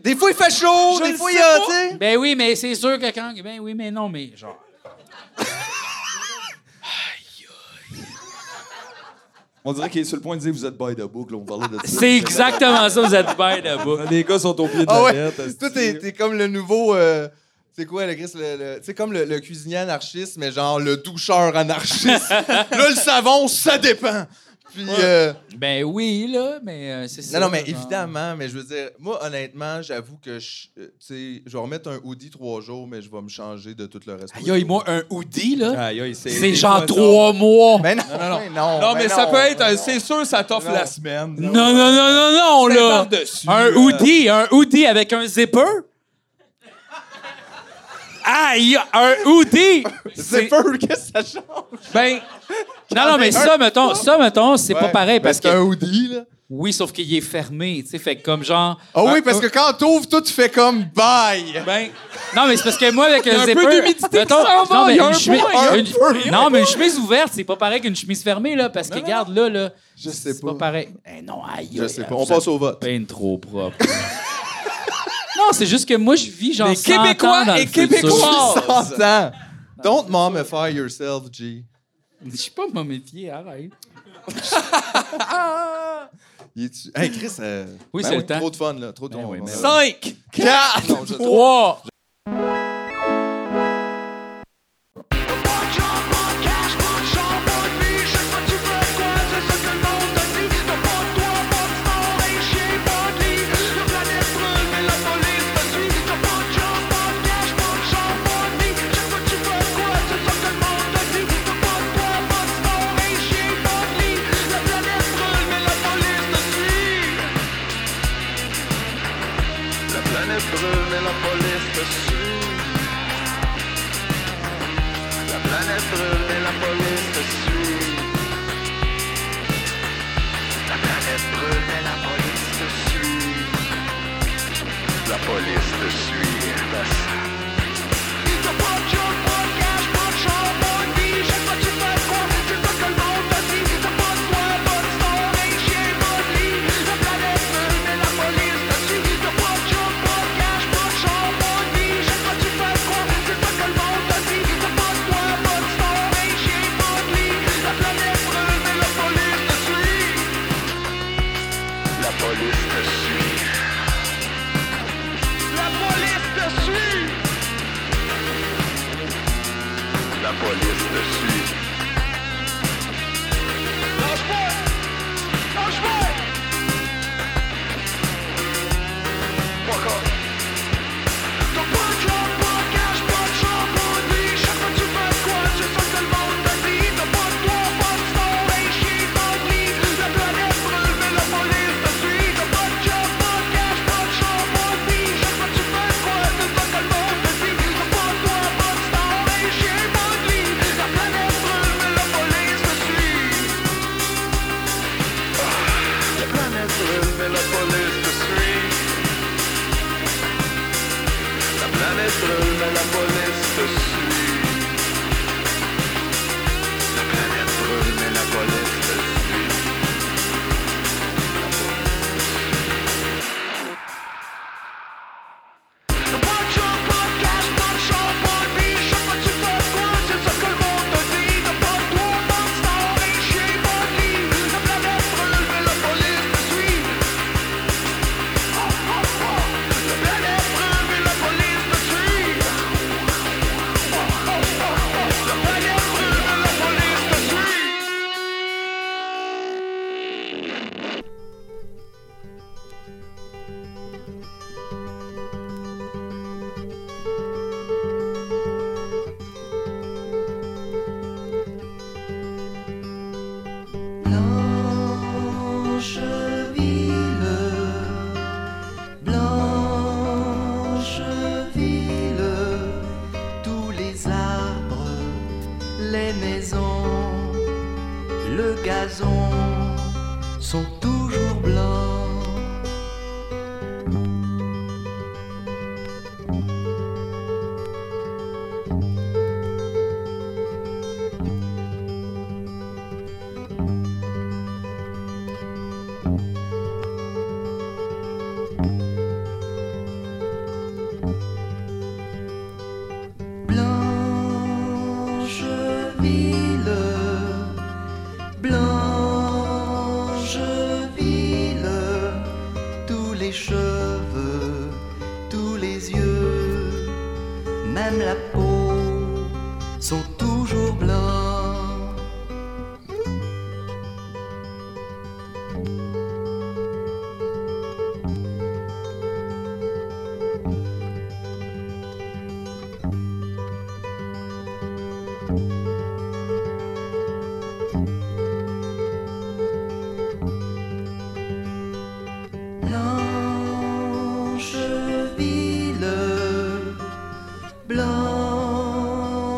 E: Des fois, il fait chaud,
D: Je
E: des
D: le
E: fois, il
D: sais
E: y a.
D: pas.
E: tu sais.
A: Ben oui, mais c'est sûr que quand. Ben oui, mais non, mais genre.
D: On dirait qu'il est sur le point de dire, vous êtes by the book, là, on parlait de
A: C'est exactement ça, vous êtes bien là-bas.
D: Les gars sont au pied de
E: Ah
D: la
E: ouais.
D: lettre.
E: Toi, t'es t'es comme le nouveau. euh, C'est quoi, le Chris? le- le- C'est comme le, le cuisinier anarchiste, mais genre le doucheur anarchiste. là, le savon, ça dépend. Puis. euh,
A: Ben oui, là, mais euh, c'est ça.
E: Non, non, mais
A: genre.
E: évidemment, mais je veux dire, moi, honnêtement, j'avoue que je, euh, tu sais, je vais remettre un hoodie trois jours, mais je vais me changer de tout le reste.
A: Aïe, aïe, moi, un hoodie, là,
D: Aïe, aïe,
A: c'est
D: des
A: genre
D: fois, ça.
A: trois mois.
E: Mais non,
D: non, non.
E: mais Ben non. ben
D: Non, mais ça
E: non,
D: peut être,
E: mais
D: euh,
E: non.
D: c'est sûr, ça t'offre
E: Non.
D: la semaine. là.
A: Non, non, non, non, non,
D: C'est
A: là.
D: par-dessus,
A: Un
D: euh.
A: hoodie, un hoodie avec un zipper. Aïe, un hoodie!
E: C'est peu que ça change.
D: Ben,
A: Non, non, mais ça, mettons, ça, mettons, c'est pas
E: Ouais,
A: pareil
E: ben,
A: parce
E: c'est un
A: que. Ah
E: hoodie, là.
A: Oui, sauf qu'il est fermé, tu sais, fait que comme genre.
E: Ah oui, parce que quand t'ouvres, tout fait comme bye.
D: ben,
A: Non, mais c'est parce que moi, avec
D: y a
A: le
D: un
A: zipper.
D: peu d'humidité qui
A: mettons-
D: s'en va,
A: non, mais
D: il y a
A: une
D: un
A: chemise-
D: point, il y a
E: un
A: une-
E: peu, il y a
A: Non, mais une chemise ouverte, c'est pas pareil qu'une chemise fermée, là, parce que regarde, là, là.
E: Je sais
A: C'est pas
E: pas.
A: pareil. Eh non, aïe.
E: Je
A: aïe,
E: sais
A: aïe,
E: pas. On
A: vous
E: passe au vote.
A: peine trop propre. non, c'est juste que moi, je vis genre
D: les
A: 100 ans dans
D: Québécois
A: le
D: et
A: futur.
D: Québécoises.
E: Attends. Don't mummify yourself, G.
A: Je suis pas momifié, arrête.
E: Il est-tu- Hey, Chris, euh,
A: Oui,
E: ben
A: c'est le temps.
E: Trop de fun, là. Trop de
A: Ben
E: fun.
A: oui,
E: On
A: ben
E: va-
A: oui.
D: Cinq,
E: Quatre! Non, je-
A: Trois.
F: La planète brûle, mais la police te suit. La planète brûle, mais la police te suit. La planète brûle, mais la police te suit. La police te suit. La police te suit. La police te suit. La police te suit. Lâche-moi! Lâche-moi! Fuck off. T'as pas de job, pas de cash, pas de chambre, pas de vie. Chaque fois que tu fais de quoi, c'est ça que le monde te dit. T'as pas de toit, pas de store, et chier dans le lit. La planète brûle, mais la police te suit. T'as pas de job, pas de cash, pas de chambre, pas de vie. Chaque fois que tu fais de quoi, c'est ça que le monde te dit. T'as pas de toit, pas de store, et chier dans le lit. La planète brûle, mais la police te suit. La planète brûle, mais la police te suit. La planète brûle, mais la police te suit. La planète brûle, mais la police te suit. Watch your podcast, watch your body, chaque fois que tu fais quoi, c'est ça que le monde te dit. T'as pas de toi, pas de star, et chier dans le lit. La planète brûle, mais la police te suit. La planète brûle, mais la police te suit. La planète brûle, mais la police te suit.
G: Blanche ville, blanche ville, tous les arbres, les maisons, le gazon sont toujours blancs. Blanche ville, blanche ville, tous les cheveux, tous les yeux, même la peau sont toujours blancs. Blanche ville, blanche.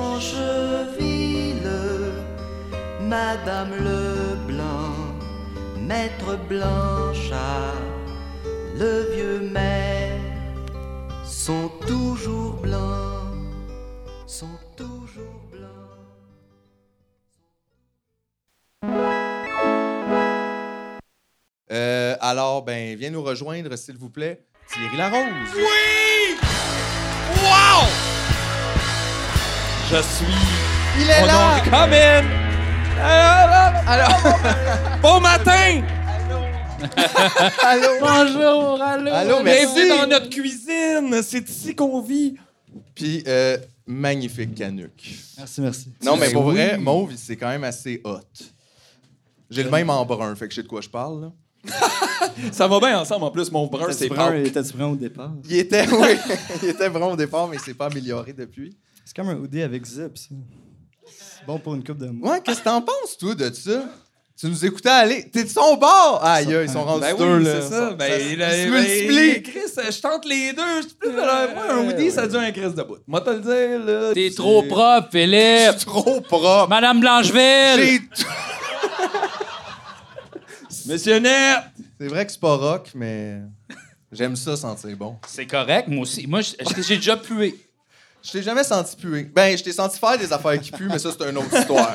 H: Maître Blanchard, le vieux maire, sont toujours blancs, sont toujours blancs.
E: Euh, alors, ben, viens nous rejoindre, s'il vous plaît, Thierry Larose.
D: Wow! Je suis.
E: Il est
D: On
E: là!
D: est come in! Alors, bon matin!
E: Allô?
A: Bonjour, allô.
E: Allô,
D: Bienvenue
E: merci!
D: dans notre cuisine! C'est ici qu'on vit!
E: Puis, euh, magnifique Ben canuc.
A: Merci, merci.
E: Non, mais pour
D: oui.
E: vrai, Mauve, c'est quand même assez hot. Euh, J'ai le même embrun, fait que je sais de quoi je parle. là.
D: Ça va bien ensemble en plus, mon brun, c'est pas.
G: T'as-tu brun au départ?
E: Il était, oui, il était vraiment au départ, mais il s'est pas amélioré depuis.
G: C'est comme un hoodie avec zip, ça. C'est Bon pour une coupe de mois.
E: Ouais, qu'est-ce que t'en penses, toi, de ça? Tu nous écoutais aller. T'es de son bord! Aïe, aïe, ils sont rendus
D: Ben
E: deux,
D: oui,
E: là.
D: c'est ça. Ben, il
E: ils se
D: ben,
E: multiplient.
D: il- Chris, euh, je tente les deux. C'est plus de la- Moi, un hoodie, ça dure un Chris de bout. Moi, te le dire, là.
A: T'es
D: tu-
A: trop propre,
E: C'est
A: Philippe.
E: trop propre.
A: Madame Blancheville.
E: J'ai-
D: Monsieur Net!
E: C'est vrai que c'est pas rock, mais j'aime ça sentir bon.
A: C'est correct, moi aussi. Moi, je- je- j'ai déjà pué.
E: Je t'ai jamais senti puer. Ben, je t'ai senti faire des affaires qui puent, mais ça, c'est une autre histoire.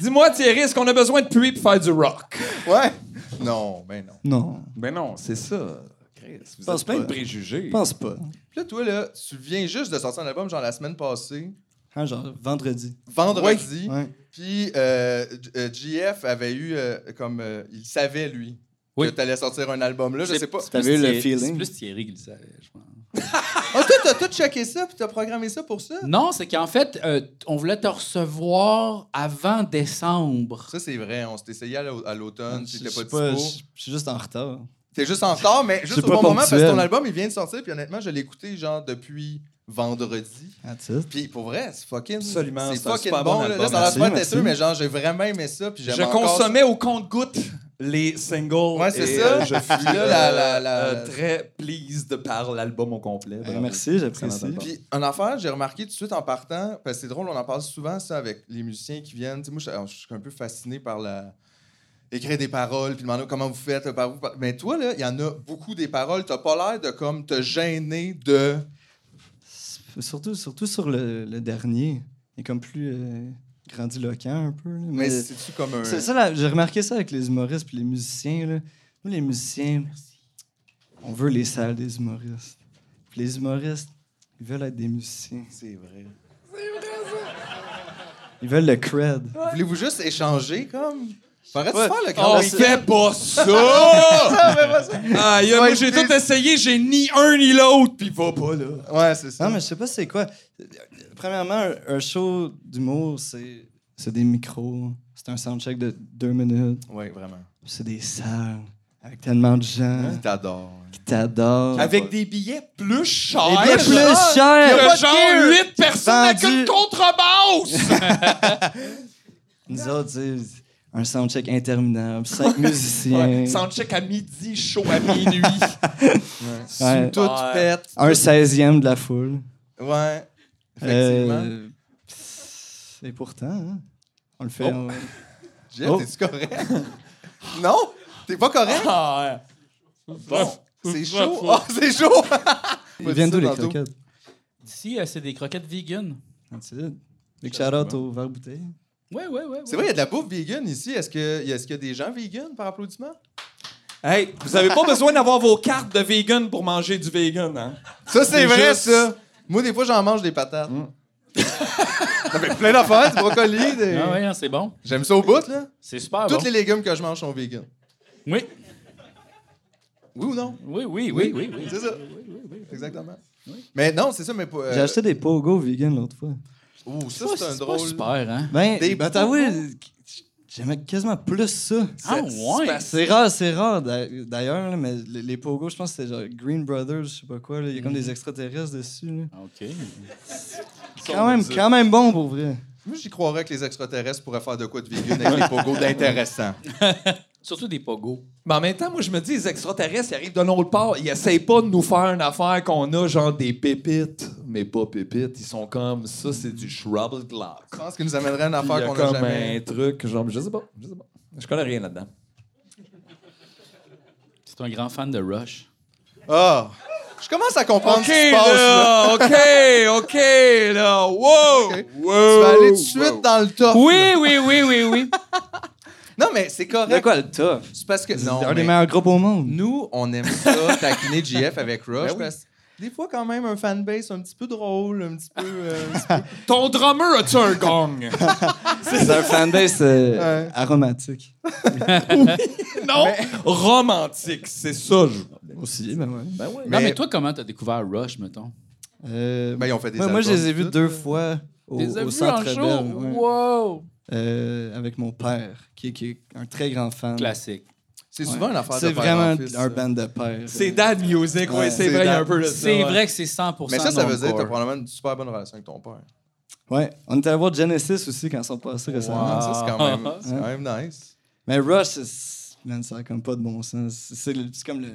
D: Dis-moi, Thierry, est-ce qu'on a besoin de puer pour faire du rock?
E: Ouais? Non, ben non.
G: Non,
D: Ben non, c'est ça. Chris, vous
G: Pense
D: êtes pas
G: pas.
D: de préjugés.
G: je pense pas.
E: Puis là, toi, là, tu viens juste de sortir un album, genre la semaine passée,
G: Hein, genre vendredi.
E: vendredi.
G: Ouais.
E: Puis euh, G- euh, GF avait eu, euh, comme, euh, il savait, lui,
A: Oui.
E: que t'allais sortir un album. Là, je sais pas.
G: T'avais eu le
A: C'est
G: feeling.
A: plus Thierry qui le savait, je pense.
E: Ah, toi, t'as tout checké ça, puis t'as programmé ça pour ça?
A: Non, c'est qu'en fait, euh, on voulait te recevoir avant décembre.
E: Ça, c'est vrai, on s'est essayé à l'au- à l'automne,
G: Je
E: si
G: Ah, je
E: t'étais
G: suis
E: pas
G: pas-
E: dispo.
G: je- je suis juste en retard.
E: T'es juste en retard, mais juste
G: suis
E: au
G: pas
E: bon moment, parce que ton
G: ponctuel.
E: album, il vient de sortir, puis honnêtement, je l'ai écouté, genre, depuis vendredi.
G: That's it.
E: Puis pour vrai, c'est fucking.
D: Absolument,
E: c'est
D: c'est un
E: fucking
D: super
E: bon.
D: bon
E: là,
D: album.
E: là, ça a l'air
G: Merci,
E: pas
G: merci.
E: têteux, mais genre, j'ai vraiment aimé ça. Puis j'aime
D: Je
E: encore
D: consommais au compte-goutte les singles.
E: ça. Ouais, c'est
D: et,
E: ça.
D: euh,
E: je suis là, la. la, la-
D: euh, très pleased de par l'album au complet.
G: Euh,
D: Bravo.
G: merci,
D: Ça
G: j'apprécie.
D: m'entend
E: Puis en affaire, j'ai remarqué tout de suite en partant, parce que c'est drôle, on en parle souvent, ça, avec les musiciens qui viennent. Tu sais, moi, je alors, je suis un peu fasciné par la. Écrire des paroles, puis demander comment vous faites, euh, par vous. par- Mais toi, là, il y en a beaucoup des paroles. T'as pas l'air de comme te gêner de.
G: Surtout, surtout sur le, le dernier. Il est comme plus euh, grandiloquent un peu. là,
E: Mais
G: Mais
E: c'est-tu comme un.
G: c'est ça, là, j'ai remarqué ça avec les humoristes puis les musiciens. Là. Nous, les musiciens, on veut les salles des humoristes. Puis les humoristes, ils veulent être des musiciens.
E: C'est vrai.
G: Ils veulent le cred.
E: Voulez-vous juste échanger, comme? Faudrait-tu
G: Ouais. Ah,
E: faire le grand
D: On fait pas ça! Aïe,
E: Ça va
D: moi,
E: être
D: j'ai
E: plus-
D: tout essayé, j'ai ni un ni l'autre, puis va pas là.
E: Ouais, c'est ça.
G: Non, mais je sais pas c'est quoi. Euh, Premièrement, un, un show d'humour, c'est c'est des micros, c'est un soundcheck de deux minutes,
E: Oui, vraiment.
G: c'est des salles avec tellement de gens
E: Il t'adore.
G: qui t'adorent.
D: Avec des billets plus chers. Ah!
G: Des billets plus
D: genre, que
G: chers. Y a pas de
D: genre 8 personnes avec
G: Vendu.
D: une contrebasse!
G: Nous autres, tu sais, un soundcheck interminable, cinq musiciens,
D: Ouais, Soundcheck à midi, chaud à minuit.
G: Ouais.
E: Tout pète.
G: un 16e de la foule.
E: Ouais. Effectivement.
G: Euh, et pourtant, hein, on le fait.
E: Oh.
G: on-
E: Jeff,
G: oh.
E: t'es-tu correct? non? T'es pas correct?
D: Ah, ouais. Bon.
E: C'est chaud. Oh, c'est chaud!
G: Ils viennent d'où les
E: Tantôt.
G: croquettes?
A: D'ici, euh, c'est des croquettes vegan.
G: That's it. Big shout-out au verre bouteille.
A: Oui, oui, oui.
E: C'est vrai, il y a de la bouffe vegan ici. Est-ce que- est-ce qu'il y a des gens vegan par applaudissement?
D: Hey, vous avez pas besoin d'avoir vos cartes de vegan pour manger du vegan, hein?
E: Ça, c'est
D: C'est
E: vrai,
D: juste-
E: ça. Moi, des fois, j'en mange des patates. Avec plein d'affaires, du brocoli. des-
A: Ah ouais, hein, c'est bon.
E: J'aime ça au bout, là.
A: C'est super
E: Tous
A: bon.
E: les légumes que je mange sont vegan.
A: Oui.
E: Oui ou non?
A: Oui, oui, oui, oui, oui.
E: C'est ça. Exactement. Mais non, c'est ça, mais pas.
G: J'ai acheté des pogo vegan l'autre fois.
E: Oh, ça,
A: Pas-
E: c'est un
A: pas
E: drôle.
A: super, hein?
G: Ben,
E: Des
G: ben t'as vu, j'aimais quasiment plus ça.
A: Ah ouais!
G: C'est rare, c'est rare d'a- d'ailleurs, là, mais les, les pogos, je pense que c'est genre Green Brothers, je sais pas quoi, là, il y a comme
E: Mhm.
G: des extraterrestres dessus. là.
A: Ah, OK.
G: Quand même, quand même bon pour vrai.
E: Moi, j'y croirais que les extraterrestres pourraient faire de quoi de vegan avec les pogos d'intéressant.
A: Surtout des pogos.
D: Mais en même temps, moi, je me dis, les extraterrestres, ils arrivent de l'autre part, ils essayent pas de nous faire une affaire qu'on a, genre des pépites. mais pas pépite. Ils sont comme ça, c'est du shrubble glass.
E: Je pense qu'il nous amènerait une
D: Puis Il y
E: affaire
D: a
E: qu'on n'a
D: comme
E: jamais.
D: un truc, genre, je sais pas, je sais pas. Je connais rien là-dedans.
A: C'est un grand fan de Rush.
E: Ah! Je commence à comprendre
D: OK,
E: ce qui se passe, là.
D: là, OK, OK,
A: Ah,
D: là, wow!
E: Tu
G: Oh.
E: vas aller tout de suite dans le top.
A: Oui, oui, oui, oui, oui.
E: Non, mais c'est
G: De
E: correct.
G: quoi le tough?
E: C'est parce que. Non,
G: C'est un des
E: mais-
G: meilleurs groupes au monde.
E: Nous, on aime ça, taquiner GF avec Rush.
D: Ben oui.
E: parce que des fois, quand même, un fanbase un petit peu drôle, un petit peu. euh, un petit
D: Ton drummer a-tu un gong?
G: C'est un fanbase euh,
E: Ouais.
G: aromatique.
D: non! Romantique, c'est ça, je
G: Aussi, ben ouais.
D: Ben ouais.
A: Non,
E: Mais-
A: mais toi, comment t'as découvert Rush, mettons?
G: Euh,
E: peu- Ben, ils ont fait des
G: moi, moi, je
E: albums,
G: les ai vus
E: tout.
G: deux fois au,
A: Les as
G: au
A: vus
G: Centre
A: en show?
G: Bell. ouais.
A: Wow!
G: Euh, avec mon père, qui, qui est un très grand fan.
A: Classique.
E: C'est
G: Ouais.
E: souvent une affaire de
G: C'est
E: père
G: vraiment
E: en fils, euh.
G: un
E: ça.
G: band de père.
D: C'est dad music, oui,
E: Ouais,
D: c'est
E: c'est
D: vrai, il y a
E: dad.
D: un peu de ça.
A: C'est
D: ouais.
A: vrai que c'est 100
E: Mais ça, ça veut
A: non-core.
E: dire que t'as probablement une super bonne relation avec ton père.
G: Ouais, on était allé voir Genesis aussi quand ils sont passés récemment.
E: Ah, Ça, c'est quand même, c'est quand même nice.
G: Mais Rush, c'est- man, ça a comme pas de bon sens. C'est- C'est le- c'est comme le.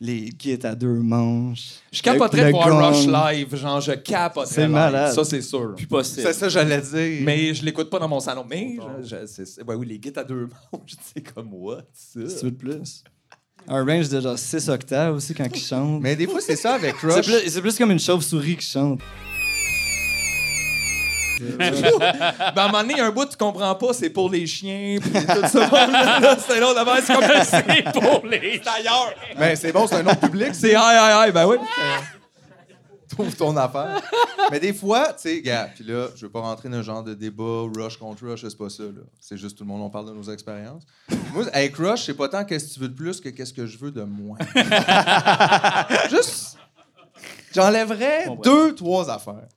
G: Les guides à deux manches.
D: Je capoterais
G: Le-
D: pour
G: le
D: un Rush
G: gong.
D: live, genre, je capoterais.
G: C'est
D: live.
G: malade.
D: Ça, c'est sûr.
A: Plus possible.
E: C'est ça, j'allais dire.
D: Mais je l'écoute pas dans mon salon. Mais, je, je- c'est- c'est- ouais, oui, les guides à deux manches, c'est comme, what, ça?
G: Si tu veux de plus. Un range de genre 6 octaves aussi quand ils chantent.
E: Mais des fois, c'est ça avec
G: C'est
E: Rush.
G: plus, c'est plus comme une chauve-souris qui chante.
D: Ben, à un moment donné, il y a un bout, tu comprends pas, c'est pour les chiens, puis tout ça. Là, là, c'est l'autre avant, c'est comme c'est pour les C'est ailleurs.
E: Mais Ben, c'est bon, c'est un autre public.
D: C'est aïe, aïe, aïe, ben oui.
E: trouve ton affaire. Mais des fois, tu sais, gars, puis là, je veux pas rentrer dans un genre de débat rush contre rush, c'est pas ça, là. C'est juste tout le monde, on parle de nos expériences. Moi, avec rush, c'est pas tant qu'est-ce que tu veux de plus que qu'est-ce que je veux de moins. juste, j'enlèverais deux, trois affaires.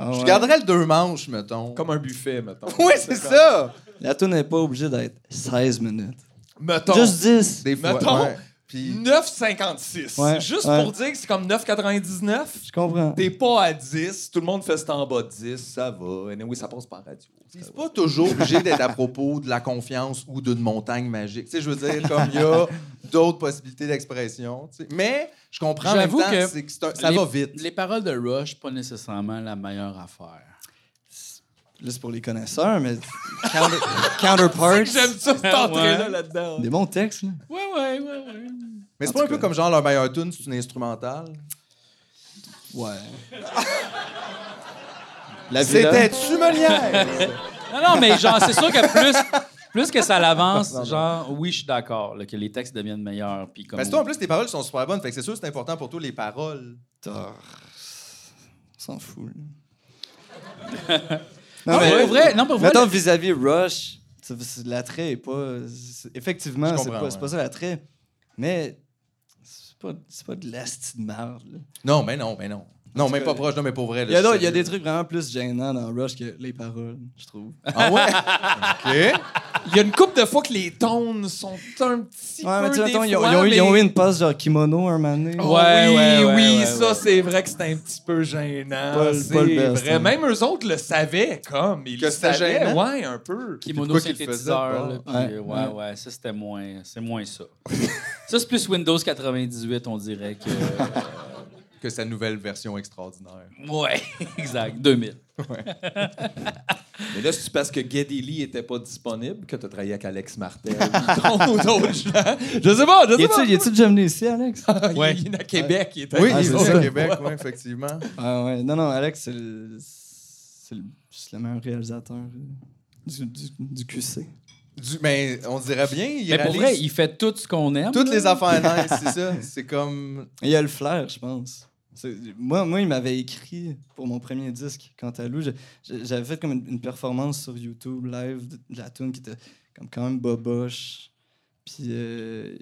G: Ah
E: Je
G: ouais.
E: garderais le deux manches, mettons.
D: Comme un buffet, mettons.
E: Oui, c'est ça!
G: La tune n'est pas obligée d'être 16 minutes.
D: Mettons.
G: Juste 10.
E: Des fois,
D: Mettons.
E: ouais. Puis,
D: 9,56.
G: Ouais,
D: Juste
G: ouais.
D: pour dire que c'est comme 9,99.
G: Je comprends.
D: T'es pas à 10, tout le monde fait c'est en bas de 10, ça va. Et oui, ça passe par radio.
E: c'est pas toujours obligé d'être à propos de la confiance ou d'une montagne magique. Tu sais, je veux dire, comme il y a d'autres possibilités d'expression. tu sais. Mais je comprends en même
A: J'avoue
E: temps,
A: que
E: c'est que c'est un- ça
A: les-
E: va vite.
A: Les paroles de Rush, pas nécessairement la meilleure affaire.
G: Là, c'est pour les connaisseurs, mais. Counter- Counterparts.
D: J'aime ça, cette
E: Ah
D: entrée-là, là-dedans.
G: Des bons textes, là.
A: Ouais, ouais, ouais, ouais.
E: Mais c'est
G: En
E: pas un
G: tout
E: peu
G: cas.
E: comme genre leur meilleur tune, c'est une instrumentale.
G: Ouais. La
E: C'était
G: villa.
E: tu Molière.
A: Non, non, mais genre, c'est sûr que plus, plus que ça l'avance, genre, oui, je suis d'accord, là, que les textes deviennent meilleurs. Puis comme...
E: Parce que Ben, toi en plus tes paroles sont super bonnes, fait que c'est sûr que c'est important pour toi les paroles.
G: Tard. On s'en fout. là.
A: Non, mais pour vrai, non, pour vrai,
G: Mettons
A: le-
G: vis-à-vis Rush, c'est- c'est- l'attrait est pas. c'est- Effectivement,
E: Je
G: c'est
E: comprends,
G: pas, c'est pas
E: ouais.
G: ça l'attrait. Mais c'est pas, c'est pas de l'asti de merde. là.
E: Non, mais non, mais non. Non, même
G: cas,
E: pas proche, non, mais pour vrai. là,
G: Il
E: je
G: y a,
E: suis
G: d'autres- il y a des
E: sérieux.
G: trucs vraiment plus gênants dans Rush que les paroles, je trouve.
E: Ah ouais? OK.
D: Il y a une couple de fois que les tones sont un petit
G: Ouais, mais
D: peu
G: tu sais,
D: des
G: mettons, ils ont,
D: fois,
G: ils ont eu- ils ont
D: mais-
G: eu une passe genre kimono un moment donné.
D: Oh
A: Ouais,
D: oui,
A: ouais, ouais,
D: oui,
A: ouais,
D: ça
A: ouais.
D: c'est vrai que c'était un petit peu gênant.
G: Pas le-
D: c'est
G: pas le best,
D: vrai.
G: hein.
D: Même eux autres le savaient, comme. Ils
E: Que
D: le
E: c'était
D: savaient,
E: gênant?
D: Ouais, un peu.
A: Kimono
E: pourquoi qu'il
A: synthétiseur,
E: le
A: là,
E: faisait
A: puis,
G: Ouais,
A: euh, ouais, ouais, ça c'était moins, c'est moins ça. ça c'est plus Windows 98, on dirait que,
E: Que sa nouvelle version extraordinaire.
A: ouais, exact, 2000.
D: Mais là, c'est parce que Geddy Lee était pas disponible que t'as travaillé avec Alex Martel ou d'autres gens. Je sais pas, je
G: Y
D: sais pas.
G: a-tu- y a-tu déjà venu ici, Alex?
D: Ouais. Il est à Québec, il était
E: Oui,
G: Ah,
E: ils
G: c'est
E: sont
G: ça.
E: au Québec, oui, effectivement.
G: Ah ouais, non, non, Alex, c'est le, c'est le, c'est le meilleur réalisateur euh, du, du, du QC.
E: Du- mais on dirait bien, il
A: Mais pour
E: réalise
A: vrai, il fait tout ce qu'on aime.
E: toutes les
A: là.
E: affaires nice, c'est ça. C'est comme
G: Et il y a le flair, je pense. C'est- Moi, moi, il m'avait écrit pour mon premier disque, quant à Lou. je- je- J'avais fait comme une, une performance sur YouTube live de, de la tune qui était comme quand même boboche. Puis euh,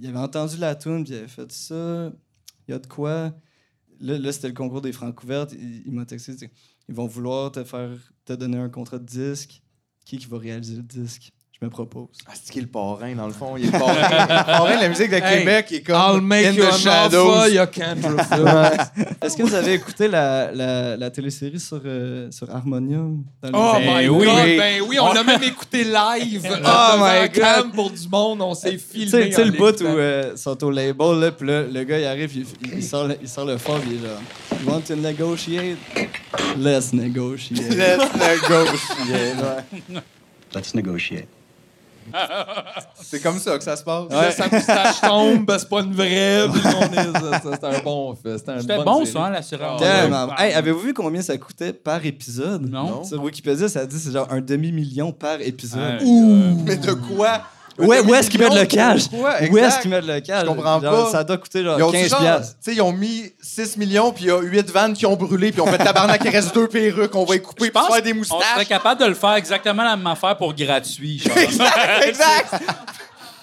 G: il avait entendu la tune, puis il avait fait ça. Il y a de quoi. Là, là, c'était le concours des francs couvertes. Il, il m'a texté, il dit, ils vont vouloir te faire te donner un contrat de disque. Qui qui va réaliser le disque? je me propose.
E: Ah, c'est qui le parrain, dans le fond? Il est le parrain. le parrain de la musique de
D: Hey,
E: Québec il est comme
D: I'll make
E: In
D: you
E: the
D: an
E: Shadows.
D: offer you
G: Ben
D: can't refuse.
G: Est-ce que vous avez écouté la, la, la télésérie sur, euh, sur Harmonium? dans le-
D: Oh my
A: Ben
D: god,
A: oui.
D: ben oui, on a même écouté live oh my
G: my
D: god. cam pour du monde, on s'est
G: Tu
D: filmé.
G: sais, tu sais
D: en
G: le bout où
D: l'écoutant.
G: euh, ils sont au label, là, puis là, le gars, il arrive, il, il- il sort, le, il sort le fort, puis il est genre « You want to negotiate? Let's negotiate. »
E: Let's negotiate.
I: Let's negotiate.
E: C'est comme ça que ça se passe.
D: Là, sa moustache tombe, c'est pas une vraie. puis on est- ça- ça, C'était un bon fait. C'était un
A: C'était
D: bon,
A: bon, ça, hein, l'assurance.
G: Tellement.
A: Ouais.
G: Hey, avez-vous vu combien ça coûtait par épisode?
A: Non.
G: Sur Wikipédia, ça dit c'est genre un demi-million par épisode.
A: Ouais.
E: Mais de quoi?
G: Ouais, où est-ce qu'ils mettent le
E: cash?
G: cash? Où est-ce qu'ils mettent le cash?
E: Je comprends
G: Genre,
E: pas.
G: Ça doit coûter genre
E: Ils ont,
G: 15
E: genre,
G: piastres.
E: tu sais, ils ont mis 6 millions, puis il y a 8 vannes qui ont brûlé, puis on fait tabarnak, il reste deux perruques, on va les couper, puis faire des
A: On serait
E: moustaches.
A: capable de le faire exactement la même affaire pour gratuit. genre.
E: exact!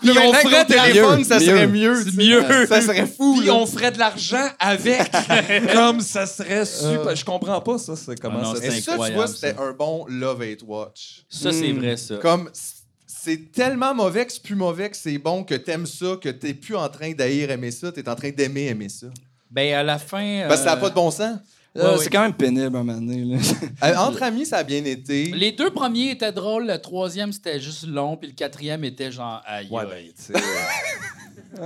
E: Puis
D: Puis on
E: maintenant,
D: ferait
E: avec nos téléphones,
G: mieux,
E: ça
G: mieux.
E: serait mieux.
A: C'est
E: tu sais.
A: mieux.
E: Ça serait fou.
D: Puis
E: là.
D: on ferait de l'argent avec, comme ça serait
E: Euh.
D: super. Je comprends pas ça, c'est comment
A: Ah non,
D: ça
A: c'est
E: Et ça, tu
A: incroyable,
E: vois, c'était
A: ça.
E: un bon Love Hate Watch.
A: Ça, c'est vrai, ça.
E: Comme, c- c'est tellement mauvais que c'est plus mauvais que c'est bon, que t'aimes ça, que t'es plus en train d'haïr aimer ça, t'es en train d'aimer aimer ça.
A: Ben, à la fin.
E: Parce que ça
A: euh,
E: n'a pas de bon sens.
G: Euh,
A: Ouais,
G: c'est
A: ouais.
G: quand même pénible à un moment donné, là.
E: Euh, Entre amis, ça a bien été.
A: Les deux premiers étaient drôles, le troisième c'était juste long, puis le quatrième était genre aïe.
D: Ouais,
A: aïe.
D: ben, tu sais. euh,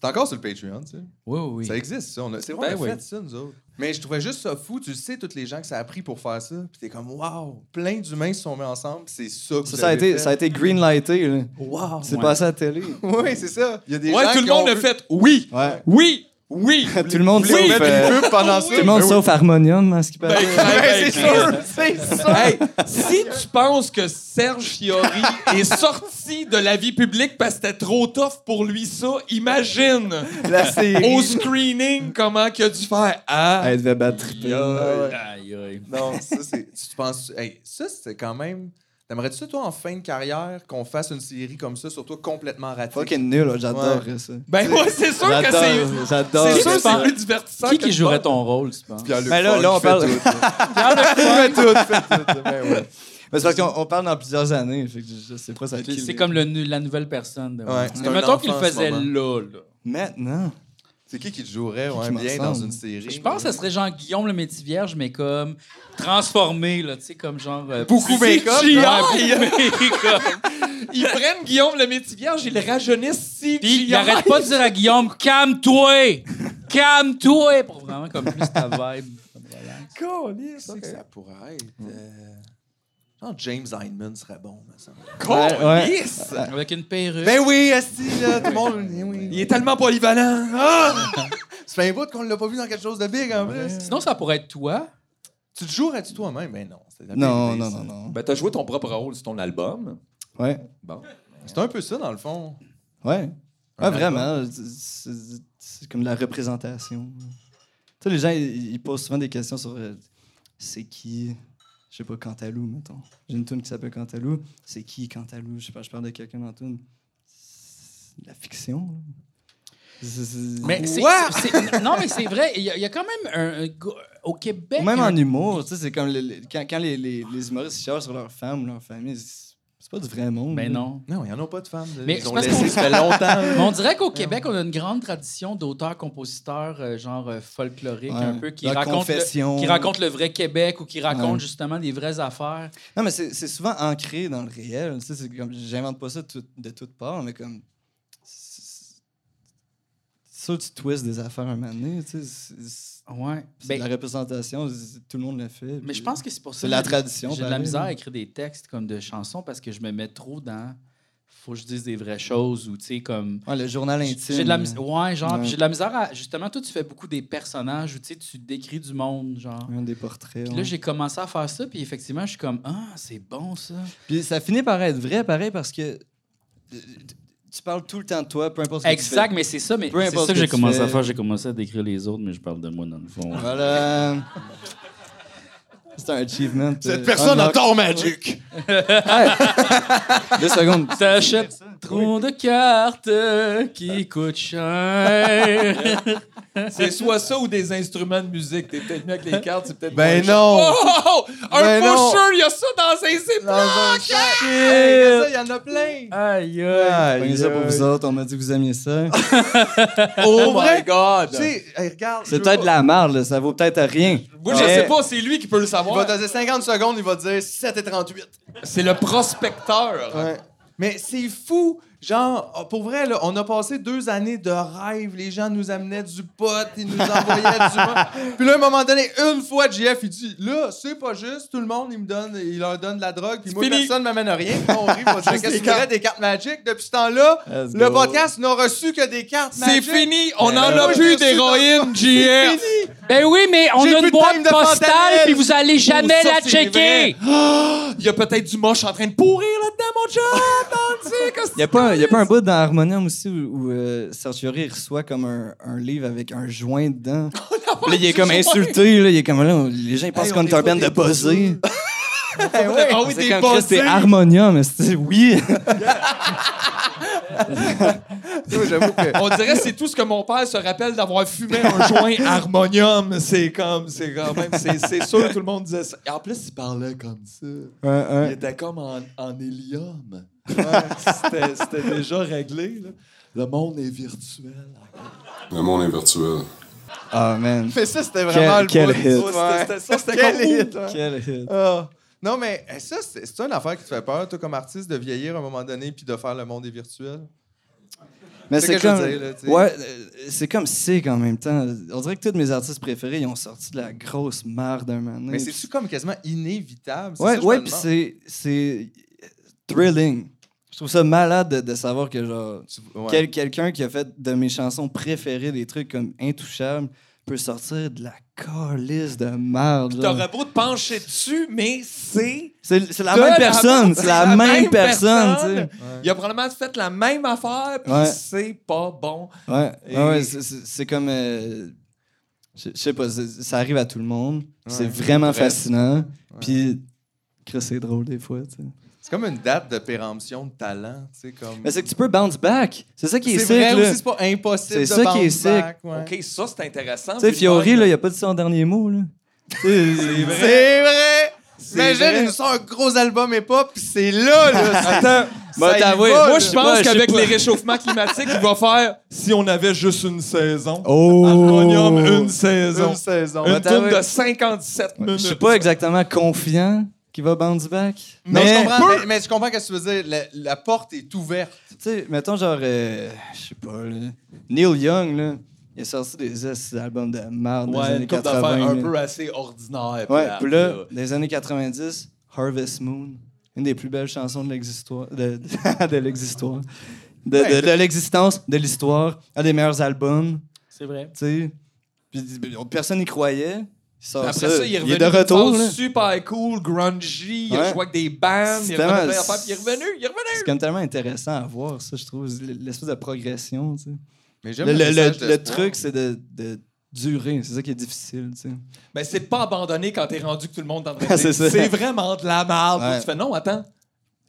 E: C'est encore sur le Patreon, tu sais.
A: oui, oui,
E: Ça
A: oui.
E: existe, ça. On a- C'est vrai,
D: Ben
E: on a
D: oui.
E: fait ça, nous autres. Mais je trouvais juste ça fou. Tu sais, toutes les gens que ça a pris pour faire ça. Puis t'es comme, waouh, plein d'humains se sont mis ensemble. puis C'est ça que
G: Ça,
E: vous
G: ça a
E: avez
G: été,
E: fait.
G: ça a été greenlighté, là.
E: Wow.
G: C'est passé à la télé.
E: Oui, c'est ça. Il y a des
D: Ouais,
E: gens
D: tout le
E: qui ont
D: monde a
E: vu-
D: fait oui,
G: Ouais.
D: oui, oui.
G: Tout le monde
E: Ils ont
G: sauf,
E: fait
G: euh,
E: une pub pendant
G: tout le monde sauf Harmonium, à ce qui paraît.
E: Ben, c'est sûr, c'est sûr.
D: Hey, si tu penses que Serge Fiori est sorti de la vie publique parce que c'était trop tough pour lui ça, imagine
E: La série.
D: au screening comment qu'il a dû faire. Ah,
G: Elle devait battre triper.
E: Ouais.
A: Aïe, aïe.
E: Non, ça, c'est. Tu penses. Hey, ça, c'est quand même. T'aimerais-tu, toi, en fin de carrière, qu'on fasse une série comme ça sur toi complètement ratée?
G: Fucking nul, là, j'adorerais ça.
D: ben moi c'est sûr que c'est
G: J'adore, j'adore.
D: c'est
A: Qui tu
D: sûr que c'est
A: penses-
D: plus divertissant.
A: Euh, Qui
D: que
A: qui
D: le
A: jouerait
D: bon.
A: ton rôle, tu penses?
E: Pierre-Luc
G: Mais là,
E: Funk
G: là, on
E: fait
G: parle-
E: tout.
G: Mais
E: tout, fait tout. Ben ouais.
G: c'est parce qu'on on parle dans plusieurs années, fait que je, je sais pas ça va être
A: C'est
G: qui,
A: c'est
G: là.
A: comme le nu- la nouvelle personne. de-
E: Ouais, c'est
A: Mais
E: un
A: mettons
E: enfant,
A: qu'il le
E: en ce
A: faisait là, là.
G: Maintenant.
E: C'est qui qui te jouerait ouais,
G: qui me
E: bien
G: ressemble?
E: dans une série?
A: Je pense que ce serait genre Guillaume le métier vierge, mais comme transformé, là, tu sais, comme genre. euh,
E: Beaucoup
A: plus-
E: make-up,
A: CGI,
E: là.
A: comme-
D: Ils prennent Guillaume le métier vierge, ils le rajeunissent si
A: Puis il arrête pas de dire à Guillaume, calme-toi! Calme-toi! Pour vraiment comme plus ta vibe. Comme voilà.
D: Ah,
E: ça, que ça pourrait être. euh, Non, James Einman serait bon, me semble.
G: Ouais, ouais.
A: Avec une perruque.
E: Ben oui, Asti, là, tout le monde. eh oui.
D: Il est tellement polyvalent. Ah!
E: Ça fait un bout qu'on l'a pas vu dans quelque chose de big en plus.
A: Sinon, ça pourrait être toi.
E: Tu te jouerais-tu toi-même? Ben non. c'est la
G: Non,
E: vérité,
G: non,
E: ça.
G: non, non.
D: Ben t'as joué ton propre rôle sur ton album.
G: Ouais,
D: Bon.
E: C'est un peu ça, dans le fond.
G: ouais.
E: Un
G: Ouais, vraiment. C'est c'est comme la représentation. Tu sais, les gens, ils, ils posent souvent des questions sur euh, c'est qui, je sais pas, Cantalou, mettons. J'ai une tune qui s'appelle Cantalou. C'est qui, Cantalou? Je sais pas, je parle de quelqu'un dans la tune. C'est de La fiction, là. C'est- c'est-
A: Mais c'est- c'est- c'est- non, mais c'est vrai, il y, a- il y a quand même un, un go- au Québec.
G: Ou même
A: un-
G: en humour, tu sais, c'est comme le- le- quand, quand les, les, les humoristes chialent sur leur femme ou leur famille, c'est c'est pas du vrai monde.
A: Ben
G: là.
A: non.
E: Non, il n'y en a pas de femmes. là.
A: Mais
E: Ils
A: c'est
E: ont
A: parce
E: laissé,
A: qu'on-
E: ça fait longtemps.
A: Mais on dirait qu'au Québec, on a une grande tradition d'auteurs-compositeurs, euh, genre euh, folkloriques,
G: Ouais.
A: un peu, qui
G: Leur
A: racontent,
G: confession.
A: le, qui racontent le vrai Québec ou qui racontent
G: Ouais.
A: justement des vraies affaires.
G: Non, mais c'est c'est souvent ancré dans le réel. Tu sais, c'est comme- j'invente pas ça tout- de toutes parts, mais comme. c'est- c'est- C'est sûr, tu twists des affaires un moment donné, tu sais. c'est- c'est-
A: Ouais.
G: c'est de la représentation, c'est- tout le monde le fait.
A: Ben mais je pense que c'est pour ça
G: C'est
A: que
G: la
A: j'ai-
G: tradition,
A: J'ai de la
G: pareil,
A: misère
G: là.
A: à écrire des textes comme de chansons parce que je me mets trop dans. Faut que je dise des vraies choses ou, tu sais, comme.
G: Ouais, le journal intime.
A: J'ai de la
G: là.
A: mis- ouais, genre,
G: Ouais.
A: puis j'ai de la misère à... Justement, toi, tu fais beaucoup des personnages où, tu sais, tu décris du monde, genre.
G: euh, Un des portraits.
A: Puis
G: ouais.
A: là, j'ai commencé à faire ça, puis effectivement, je suis comme, ah, c'est bon, ça.
G: Puis ça finit par être vrai, pareil, parce que euh, tu- tu parles tout le temps de toi, peu importe ce que tu
A: Exact, mais c'est ça, mais
G: Peu
A: c'est
G: importe
A: ça que
G: ce
A: j'ai
G: que tu
A: commencé à
G: fais. Ah,
A: faire. J'ai commencé à décrire les autres, mais je parle de moi, dans le fond.
G: fais. Voilà. C'est un achievement. euh,
E: Ah, Cette personne
G: a
E: adore Magic.
G: Deux secondes.
A: T'achètes... Trop de cartes qui coûtent cher.
D: C'est soit ça ou des instruments de musique. T'es peut-être mieux avec les cartes, c'est peut-être
E: Ben
D: moins
E: non.
D: cher. Oh, oh, oh! Un
E: Ben non.
D: pusher, il y a ça dans un zip.
E: Dans un chat.
A: Shit.
E: il y en a plein.
A: Aïe,
E: Aïe,
G: Prenez ça pour
E: aïe.
G: vous autres, on m'a dit que vous aimiez ça.
E: Ah,
D: Oh
E: vrai?
D: my God!
E: Tu sais, hey, regarde. je
G: C'est
E: veux
G: peut-être de
E: pas-
G: la merde, là, ça vaut peut-être à rien.
D: Moi, je
G: Mais-
D: sais pas, c'est lui qui peut le
E: Il
D: savoir.
E: va dans 50 secondes, il va dire 7 et 38.
D: C'est le prospecteur.
E: Ouais. Mais c'est fou. Genre, oh, pour vrai, là, on a passé deux années de rêve. Les gens nous amenaient du pot, ils nous envoyaient du pot. Puis là, à un moment donné, une fois, JF, il dit Là, c'est pas juste, tout le monde, il me donne, il leur donne de la drogue, puis moi,
D: fini.
E: personne ne m'amène rien. Puis on rit, on dit Qu'est-ce que tu fais des cartes Magic Depuis ce temps-là,
G: Let's
E: le
G: go.
E: podcast n'a reçu que des cartes
D: C'est
E: Magic.
D: fini, on en
E: moi,
D: a
E: je
D: plus
E: suis
D: d'héroïne, JF.
E: Fini.
A: Ben oui, mais on
E: J'ai
A: a
E: plus
A: une
E: de
A: boîte
E: time de
A: postale
E: fontanelle.
A: puis vous allez jamais
D: Oh, ça,
A: la
D: c'est
A: checker.
D: vrai. Ah, Il y a peut-être du moche en train de pourrir là-dedans, mon chum. dans le
G: Il n'y a, pas un- y a pas un bout dans Harmonium aussi où, où, euh, Serge Fiori, il reçoit comme un, un livre avec un joint dedans.
E: Oh,
G: Puis là, il est comme insulté, là, il est comme là, les gens ils pensent
E: Hey,
G: qu'on
E: on
G: est un
E: est pas
G: band de
E: des
G: buzzés.
D: Ah oui,
G: C'est
D: des
G: comme Chris, c'est
D: bossés.
G: Harmonium, mais c'est oui.
E: Ouais, J'avoue que.
D: On dirait c'est tout ce que mon père se rappelle d'avoir fumé un joint harmonium. C'est comme, c'est quand même, c'est c'est sûr, tout le monde disait ça. Et en plus, il parlait comme ça. Il était comme en, en hélium. Ouais, C'était c'était déjà réglé. là. Le monde est virtuel.
J: Le monde est virtuel.
G: Ah man.
E: Mais ça, c'était vraiment le
G: quel
E: bout.
G: hit.
E: Ouais.
D: C'était- c'était ça, c'était
E: Quel
D: comme, ouh.
E: hit, ouais.
G: Quel hit.
E: Ah. Non, mais eh, ça, c'est c'est une affaire qui te fait peur, toi, comme artiste, de vieillir à un moment donné puis de faire le monde est virtuel.
G: Mais
E: C'est
G: c'est
E: que je
G: comme.
E: veux dire, là, tu sais.
G: ouais, euh, c'est comme sick en même temps. On dirait que tous mes artistes préférés, ils ont sorti de la grosse merde un moment donné.
E: Mais c'est-tu comme quasiment inévitable? C'est
G: Mm. Ouais,
E: ça que je
G: ouais,
E: me
G: puis
E: demande.
G: c'est. C'est. Thrilling. Je trouve ça malade de, de savoir que, genre,
E: Tu- ouais.
G: quel- quelqu'un qui a fait de mes chansons préférées des trucs comme Intouchables peut sortir de la calice de merde. genre.
D: T'aurais beau te pencher dessus, mais c'est.
G: C'est c'est la
D: de
G: même personne, c'est la même personne, tu sais.
D: Il a probablement fait la même affaire, puis
G: Ouais.
D: c'est pas bon.
G: Ouais,
D: Et-
G: ouais, ouais, c'est- c'est c'est comme. euh, je je sais pas, c'est- ça arrive à tout le monde. c'est vraiment
D: Bref.
G: fascinant. Puis, Chris, c'est drôle des fois. tu sais.
E: C'est comme une date de péremption de talent, tu sais, comme...
G: Mais c'est que tu peux bounce back. C'est ça qui est,
E: C'est
G: sick.
E: vrai
G: là.
E: aussi, c'est pas impossible
G: C'est
E: de
G: ça qui est
E: bounce
G: sick.
E: back, ouais.
D: OK, ça, c'est intéressant.
G: Tu sais,
D: Puis
G: Fiori,
D: le-
G: là, il a pas dit son dernier mot. là. c'est vrai.
E: C'est vrai! Imagine,
G: vrai.
E: ils nous sort un gros album et pop, puis c'est là, là! ça-
G: bah,
E: ça y
G: t'avoues,
E: va,
G: moi,
E: là.
D: Je
G: sais pas,
D: pense
G: je sais
D: qu'avec
G: pas.
D: les réchauffements climatiques, il va faire si on avait juste une saison. Harmonium,
G: Oh!
D: une saison.
E: Une saison.
D: Une
G: Attends,
D: tourne
G: ouais.
D: de 57
G: Ouais, Je
D: minutes.
G: suis pas exactement confiant qu'il va bounce back.
E: Non,
G: mais,
E: je comprends, mais, mais je comprends ce que tu veux dire. La, la porte est ouverte.
G: tu sais, mettons, genre, euh, je sais pas, là, Neil Young, là, il a sorti des esti d'albums de merde dans les
D: Ouais,
G: années
D: une couple d'affaires
G: 80.
D: un
G: là.
D: peu assez Ben, ordinaire.
G: Ouais,
D: plate,
G: puis là,
D: là.
G: dans les années 90, Harvest Moon, une des plus belles chansons de l'existoire. De, de, de l'existoire. De, de- de l'existence, de l'histoire, un des meilleurs albums,
A: C'est vrai.
G: tu sais. Puis puis, personne n'y croyait. Il sort
D: Après ça, il est revenu.
G: de retour.
D: il
G: là.
D: passe super cool, grungy, il
G: Ouais.
D: a joué avec des bands, il
G: C'est
D: a fait
G: tellement-
D: plein d'affaires, puis il est revenu, il est revenu.
G: C'est comme tellement intéressant à voir, ça, je trouve. L'espèce de progression, tu sais.
E: Mais j'aime
G: Le, le-
E: message
G: le- le
E: d'espoir.
G: truc, c'est de, de durer. C'est ça qui est difficile, tu sais.
D: Ben, c'est pas abandonné quand t'es rendu que tout le monde est en train de
G: Ah,
D: dire,
G: c'est ça.
D: C'est vraiment de la merde.
G: Ouais.
D: Tu fais non, attends.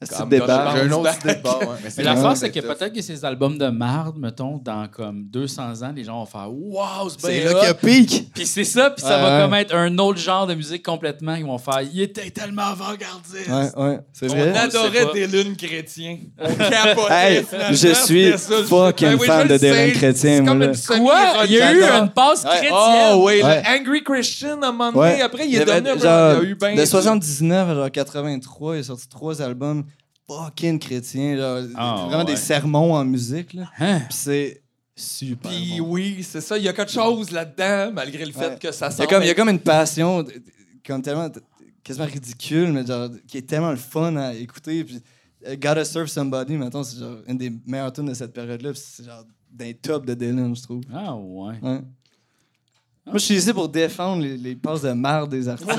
G: C'est
D: Comme
G: le débat.
E: J'ai un autre
D: Bounce
E: débat, ouais. Mais c'est
A: Mais la
E: vrai,
A: force, c'est que
E: tough.
A: peut-être que ces albums de marde, mettons, dans comme 200 ans, les gens vont faire Waouh, c'est
G: C'est
A: bien
G: là qu'il y a
A: hot.
G: pique.
A: Puis c'est ça, puis ça
G: Ouais,
A: va
G: ouais.
A: comme être un autre genre de musique complètement. Ils vont faire Il était tellement avant-gardiste.
G: Ouais, ouais, c'est
D: On
G: vrai.
A: sait
D: adorait
A: pas.
D: des lunes chrétiens. On capotait.
G: Hey,
D: finalement,
G: je suis
D: c'était ça.
G: fucking
D: Ben oui,
G: fan
D: je
G: de
D: le sais.
G: Derek Chrétien,
D: C'est
G: moi,
D: comme
G: là.
D: une semi-
A: Quoi? Il y a eu
G: J'adore.
A: une passe
G: Ouais. Ah
A: chrétienne.
D: Oh oui,
G: Ouais.
D: le Angry Christian à un moment donné,
G: Ouais.
D: après il est
G: avait
D: devenu un peu-
G: genre,
D: il y a eu ben
G: De
D: du-
G: 79 à genre 83, il a sorti trois albums fucking chrétiens. Genre,
A: Ah,
G: vraiment
A: ouais.
G: des sermons en musique. Là.
A: Hein?
G: Puis c'est super.
D: Puis
G: bon.
D: oui, c'est ça, il y a quelque chose là-dedans malgré le fait
G: Ouais.
D: que ça
G: il, y a
D: semble
G: comme, il y a
D: être-
G: comme une passion de- de- comme tellement de- quasiment ridicule, mais genre qui est tellement le fun à écouter. Puis euh, Gotta Serve Somebody, maintenant c'est genre une des meilleures tunes de cette période-là. Puis c'est genre d'un top de Dylan, je trouve.
A: Ah ouais.
G: Ouais. Moi, je suis ici pour défendre les, les passes de marre des artistes.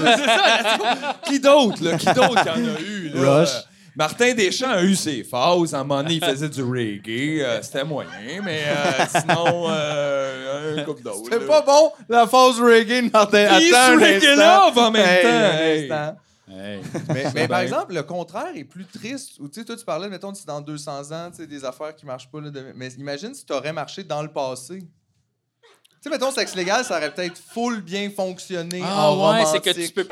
D: qui d'autre là, qui d'autre qu'il y en a eu là?
G: Rush.
D: Euh, Martin Deschamps a eu ses phases. À un moment donné, il faisait du reggae. euh, C'était moyen, mais euh, sinon, euh, un couple d'autres.
E: C'est
D: là.
E: pas bon, la phase reggae, Martin.
D: Puis
E: Attends un
D: ce reggae-là
E: instant.
D: va en même
E: Hey,
D: temps,
E: un
D: hey.
E: instant.
A: Hey.
E: Mais, mais par
A: Ben.
E: exemple, le contraire est plus triste. Ou, tu sais, toi, tu parlais, mettons, si dans 200 ans, tu sais, des affaires qui marchent pas. là, de- Mais imagine si tu aurais marché dans le passé. Tu sais, mettons, sexe légal, ça aurait peut-être full bien fonctionné.
A: Ah
E: en
A: ouais, c'est que
E: romantique.
A: tu peux.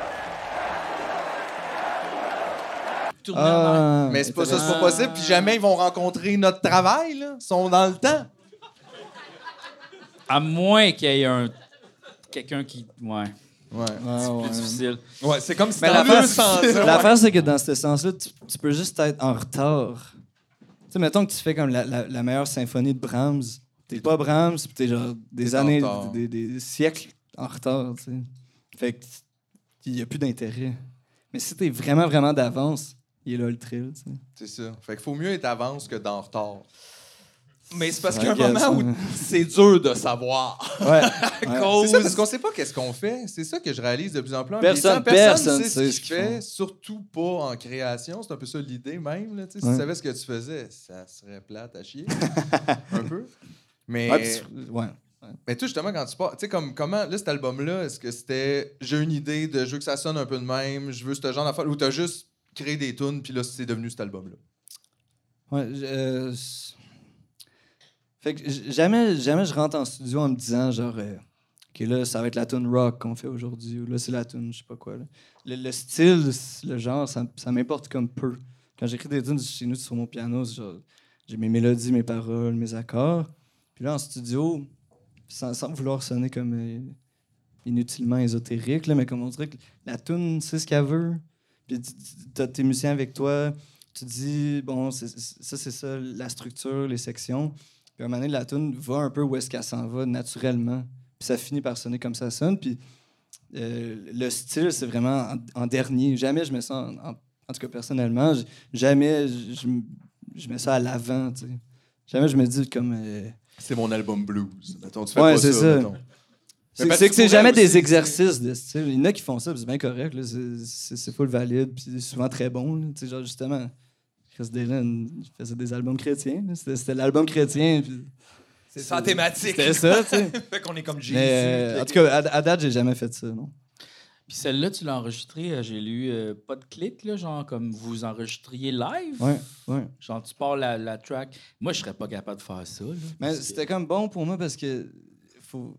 A: Tourner en arrière.
G: Ah,
E: Mais c'est pas ça, c'est
G: intéressant.
E: pas possible. Puis jamais ils vont rencontrer notre travail, là. Ils sont dans le temps.
A: À moins qu'il y ait un. Quelqu'un qui. Ouais.
E: Ouais.
A: C'est
G: Ah,
A: plus
G: ouais.
A: difficile.
D: Ouais, c'est comme si
E: Mais
D: dans
E: la face-
D: 200 ans.
G: L'affaire, c'est que dans ce sens-là, tu, tu peux juste être en retard. Tu sais, mettons que tu fais comme la, la- la meilleure symphonie de Brahms. T'es pas Brahms, pis t'es genre des
E: T'es en
G: années,
E: retard.
G: des, des- des siècles en retard, tu sais. Fait que il y a plus d'intérêt. Mais si t'es vraiment, vraiment d'avance, il est là le thrill, tu sais.
E: C'est ça. Fait qu'il faut mieux être avance que dans retard.
D: Mais c'est parce
G: C'est
D: qu'il y a
G: vrai
D: un
G: que
D: moment où c'est dur de savoir.
G: Ouais.
E: C'est ça, parce qu'on sait pas qu'est-ce qu'on fait. C'est ça que je réalise de plus en plus. en vieillissant.
G: Personne-
E: personne,
G: personne
E: sait ce
G: sait
E: qu'il
G: ce qu'ils
E: fait,
G: font.
E: surtout pas en création. C'est un peu ça l'idée même. Là, tu sais, Si
G: Ouais.
E: tu savais ce que tu faisais, ça serait plate à chier. un peu. Mais,
G: Ouais, pis tu- ouais.
E: mais toi, justement, quand tu pars, tu sais, comme, comment, là, cet album-là, est-ce que c'était j'ai une idée de je veux que ça sonne un peu de même, je veux ce genre d'affaire, ou t'as juste créé des tunes, puis là, c'est devenu cet album-là?
G: Ouais, j- euh, s- fait que j- jamais, jamais je rentre en studio en me disant genre euh, OK là ça va être la tune rock qu'on fait aujourd'hui ou là c'est la tune je sais pas quoi. là. Le, le style, c- le genre, ça, ça m'importe comme peu. Quand j'écris des tunes chez nous sur mon piano, c'est genre, j'ai mes mélodies, mes paroles, mes accords. Puis là en studio, sans, sans vouloir sonner comme euh, inutilement ésotérique là, mais comme on dirait que la tune c'est ce qu'elle veut. Puis tu- tu- t'as tes musiciens avec toi tu dis, bon, c'est- c'est- ça, c'est ça, la structure, les sections. Puis à un moment donné, la tune va un peu où est-ce qu'elle s'en va naturellement. Puis ça finit par sonner comme ça sonne. Puis euh, le style, c'est vraiment en, en dernier. Jamais je mets ça, en, en- en tout cas personnellement, j- jamais je, je m- je mets ça à l'avant, tu sais. Jamais je me dis comme. euh,
E: C'est mon album blues. Mettons, tu fais
G: Ouais,
E: pas
G: c'est
E: ça,
G: ça.
E: mettons.
G: c'est
D: ben,
E: parce
G: c'est
E: que
G: que c'est
E: pour
G: jamais
E: elle aussi,
G: des exercices de style. Il y en a qui font ça, puis c'est bien correct. là. C'est- C'est c'est full valide, puis c'est souvent très bon. là. Tu sais, genre, justement, Chris Dillon il faisait des albums chrétiens. là. C'était c'était l'album chrétien, puis
D: C'est sans thématique.
G: c'était ça, tu sais.
D: fait qu'on est comme Jésus.
G: Mais euh, en tout cas, à, à date, j'ai jamais fait ça, non.
A: Puis celle-là, tu l'as enregistrée, euh, j'ai lu euh, pas de clic, là, genre comme vous enregistriez live.
G: Ouais, ouais.
A: Genre, tu pars la, la track. Moi, je serais pas capable de faire ça. là,
G: Mais
A: parce que-
G: c'était comme bon pour moi parce que faut...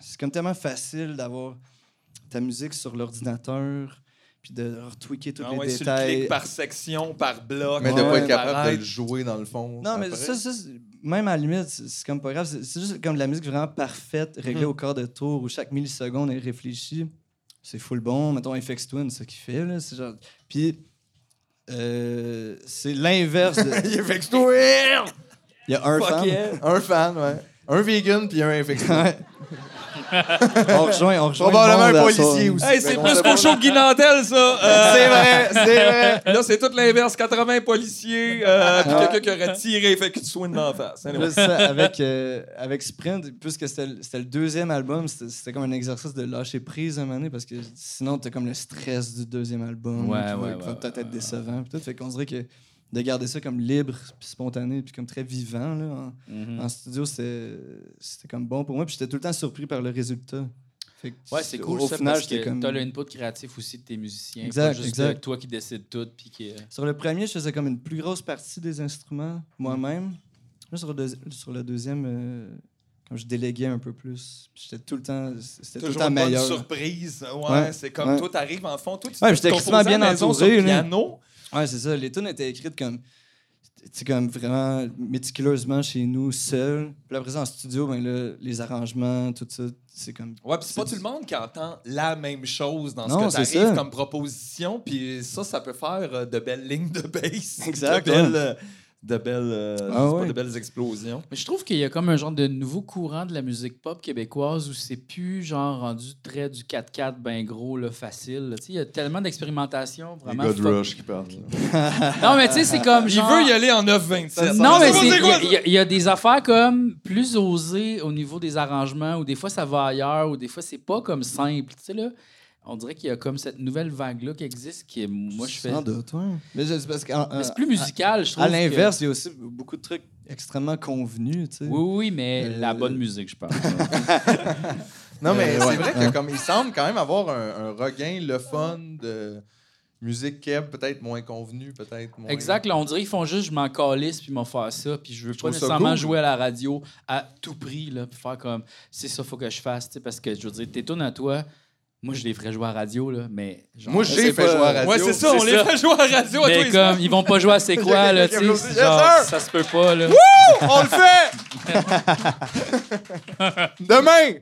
G: c'est comme tellement facile d'avoir ta musique sur l'ordinateur, puis de retweaker tous
D: Ah
G: les
D: ouais, tu le
G: détails.
D: cliques par section, par bloc.
E: Mais de pas
G: Ouais,
E: être
D: par
E: capable de
D: règle.
E: le jouer dans le fond.
G: Non, mais
E: après.
G: ça, ça, c'est- même à la limite, c'est c'est comme pas grave. C'est c'est juste comme de la musique vraiment parfaite,
E: Mm-hmm.
G: réglée au quart de tour, où chaque milliseconde est réfléchie. C'est full bon. Mettons, FX Twin, c'est ce qu'il fait. Là, c'est genre... Puis, euh, c'est l'inverse. De...
E: Il est fait que je-
G: Il y a un fan.
E: Un fan, ouais. Un vegan puis un infecté.
G: Ouais. on rejoint, on rejoint.
E: Probablement
G: le
E: un
G: monde à
E: policier
G: soir.
E: aussi.
D: Hey, c'est
E: Fait
D: plus
E: qu'on
D: qu'au
E: sait
D: show de Guy Nantel, ça. Euh,
E: C'est vrai, c'est vrai.
D: Là, c'est tout l'inverse. 80 policiers, euh, puis quelqu'un qui aurait tiré, fait que tu swings d'en face. Anyway.
G: Là, c'est ça, avec, euh, avec Sprint, puisque c'était le c'était le deuxième album, c'était c'était comme un exercice de lâcher prise à un moment donné, parce que sinon, t'as comme le stress du deuxième album
A: Ouais,
G: qui va-
A: ouais,
G: qui
A: ouais,
G: va peut-être
A: ouais,
G: être décevant. puis tout. fait qu'on dirait que de garder ça comme libre, puis spontané, puis comme très vivant là, en,
A: Mhm.
G: en studio, c'était c'était comme bon pour moi. Puis j'étais tout le temps surpris par le résultat. Fait que
A: Ouais, Ah, c'est
G: au-
A: cool
G: Au
A: ça,
G: final,
A: parce
G: j'étais
A: que
G: comme...
A: t'as l'input créatif aussi de tes musiciens.
G: Exact,
A: pas juste
G: exact.
A: euh, toi qui décides tout, puis qui... euh,
G: Sur le premier, je faisais comme une plus grosse partie des instruments moi-même. Là, sur le, deuxi- sur le deuxième, euh, comme je déléguais un peu plus. Puis J'étais tout le temps, c'était tout le
D: Toujours
G: temps
D: une bonne
G: meilleur.
D: surprise. Ouais,
G: Ouais.
D: c'est comme
G: Ouais.
D: toi, t'arrives en fond. Toi, tu
G: Ouais,
D: tu
G: j'étais
D: composais
G: extrêmement bien
D: à la maison
G: entouré,
D: sur
G: là.
D: piano.
G: Ouais, c'est ça. Les tunes étaient écrites comme, c'est comme vraiment méticuleusement chez nous, seul. Puis après ça, en studio, ben là, les arrangements, tout ça, c'est comme.
D: Ouais, puis c'est pas tout le monde qui entend la même chose dans
G: Non,
D: ce
G: c'est
D: que t'arrives
G: ça.
D: comme proposition. Puis ça, ça peut faire euh, de belles lignes de bass.
G: Exact,
D: De
G: hein.
D: belles, euh, de belles, euh, je
G: Ah
D: sais pas,
G: ouais.
D: de belles explosions.
A: Mais je trouve qu'il y a comme un genre de nouveau courant de la musique pop québécoise où c'est plus genre rendu très du 4-4 ben gros, là, facile. là. Tu sais, Il y a tellement d'expérimentation, vraiment.
E: God
A: fuck-
E: Rush qui partent. là.
A: Non, mais tu sais, c'est comme genre...
D: Il veut y aller en 9-27.
A: Non, mais
D: Je
A: c'est-
D: sais
A: il
D: pas
A: y
D: quoi,
A: a- il y, a- il y a des affaires comme plus osées au niveau des arrangements, ou des fois ça va ailleurs, ou des fois c'est pas comme simple. Tu sais, là, on dirait qu'il y a comme cette nouvelle vague-là qui existe, qui est, moi, je fais.
G: Sans doute, ouais. Mais je- c'est parce qu'en-
A: Mais c'est plus musical, je trouve.
G: à
A: que-
G: l'inverse, il y a aussi beaucoup de trucs extrêmement convenus, tu sais.
A: Oui, oui, mais
G: Euh,
A: la bonne musique, je parle.
E: Non, mais
G: Euh,
E: c'est
G: ouais.
E: vrai que
G: Hein.
E: comme il semble quand même avoir un, un regain le fun de. Musique keb, peut-être moins convenue, peut-être moins.
A: Exact, là, on dirait qu'ils font juste je m'en calisse puis ils m'ont faire ça, puis je veux pas
E: trouves ça
A: nécessairement
E: cool?
A: jouer à la radio à tout prix, là, puis faire comme c'est ça, faut que je fasse, tu sais, parce que je veux dire, tes tunes à toi, moi je les ferais jouer à la radio, là, mais. genre-
E: Moi, j'ai fait jouer à la radio.
D: Ouais, c'est ça, on
A: C'est
D: les
A: ça.
D: fait jouer à la radio à tous
A: Mais
D: les
A: comme, ils vont pas jouer à c'est quoi, là, tu
E: Quelqu'un
A: sais,
E: qui
A: c'est
E: applaudit.
A: genre,
E: Yes,
A: ça
E: sir!
A: se peut pas, là.
E: On le fait! Demain!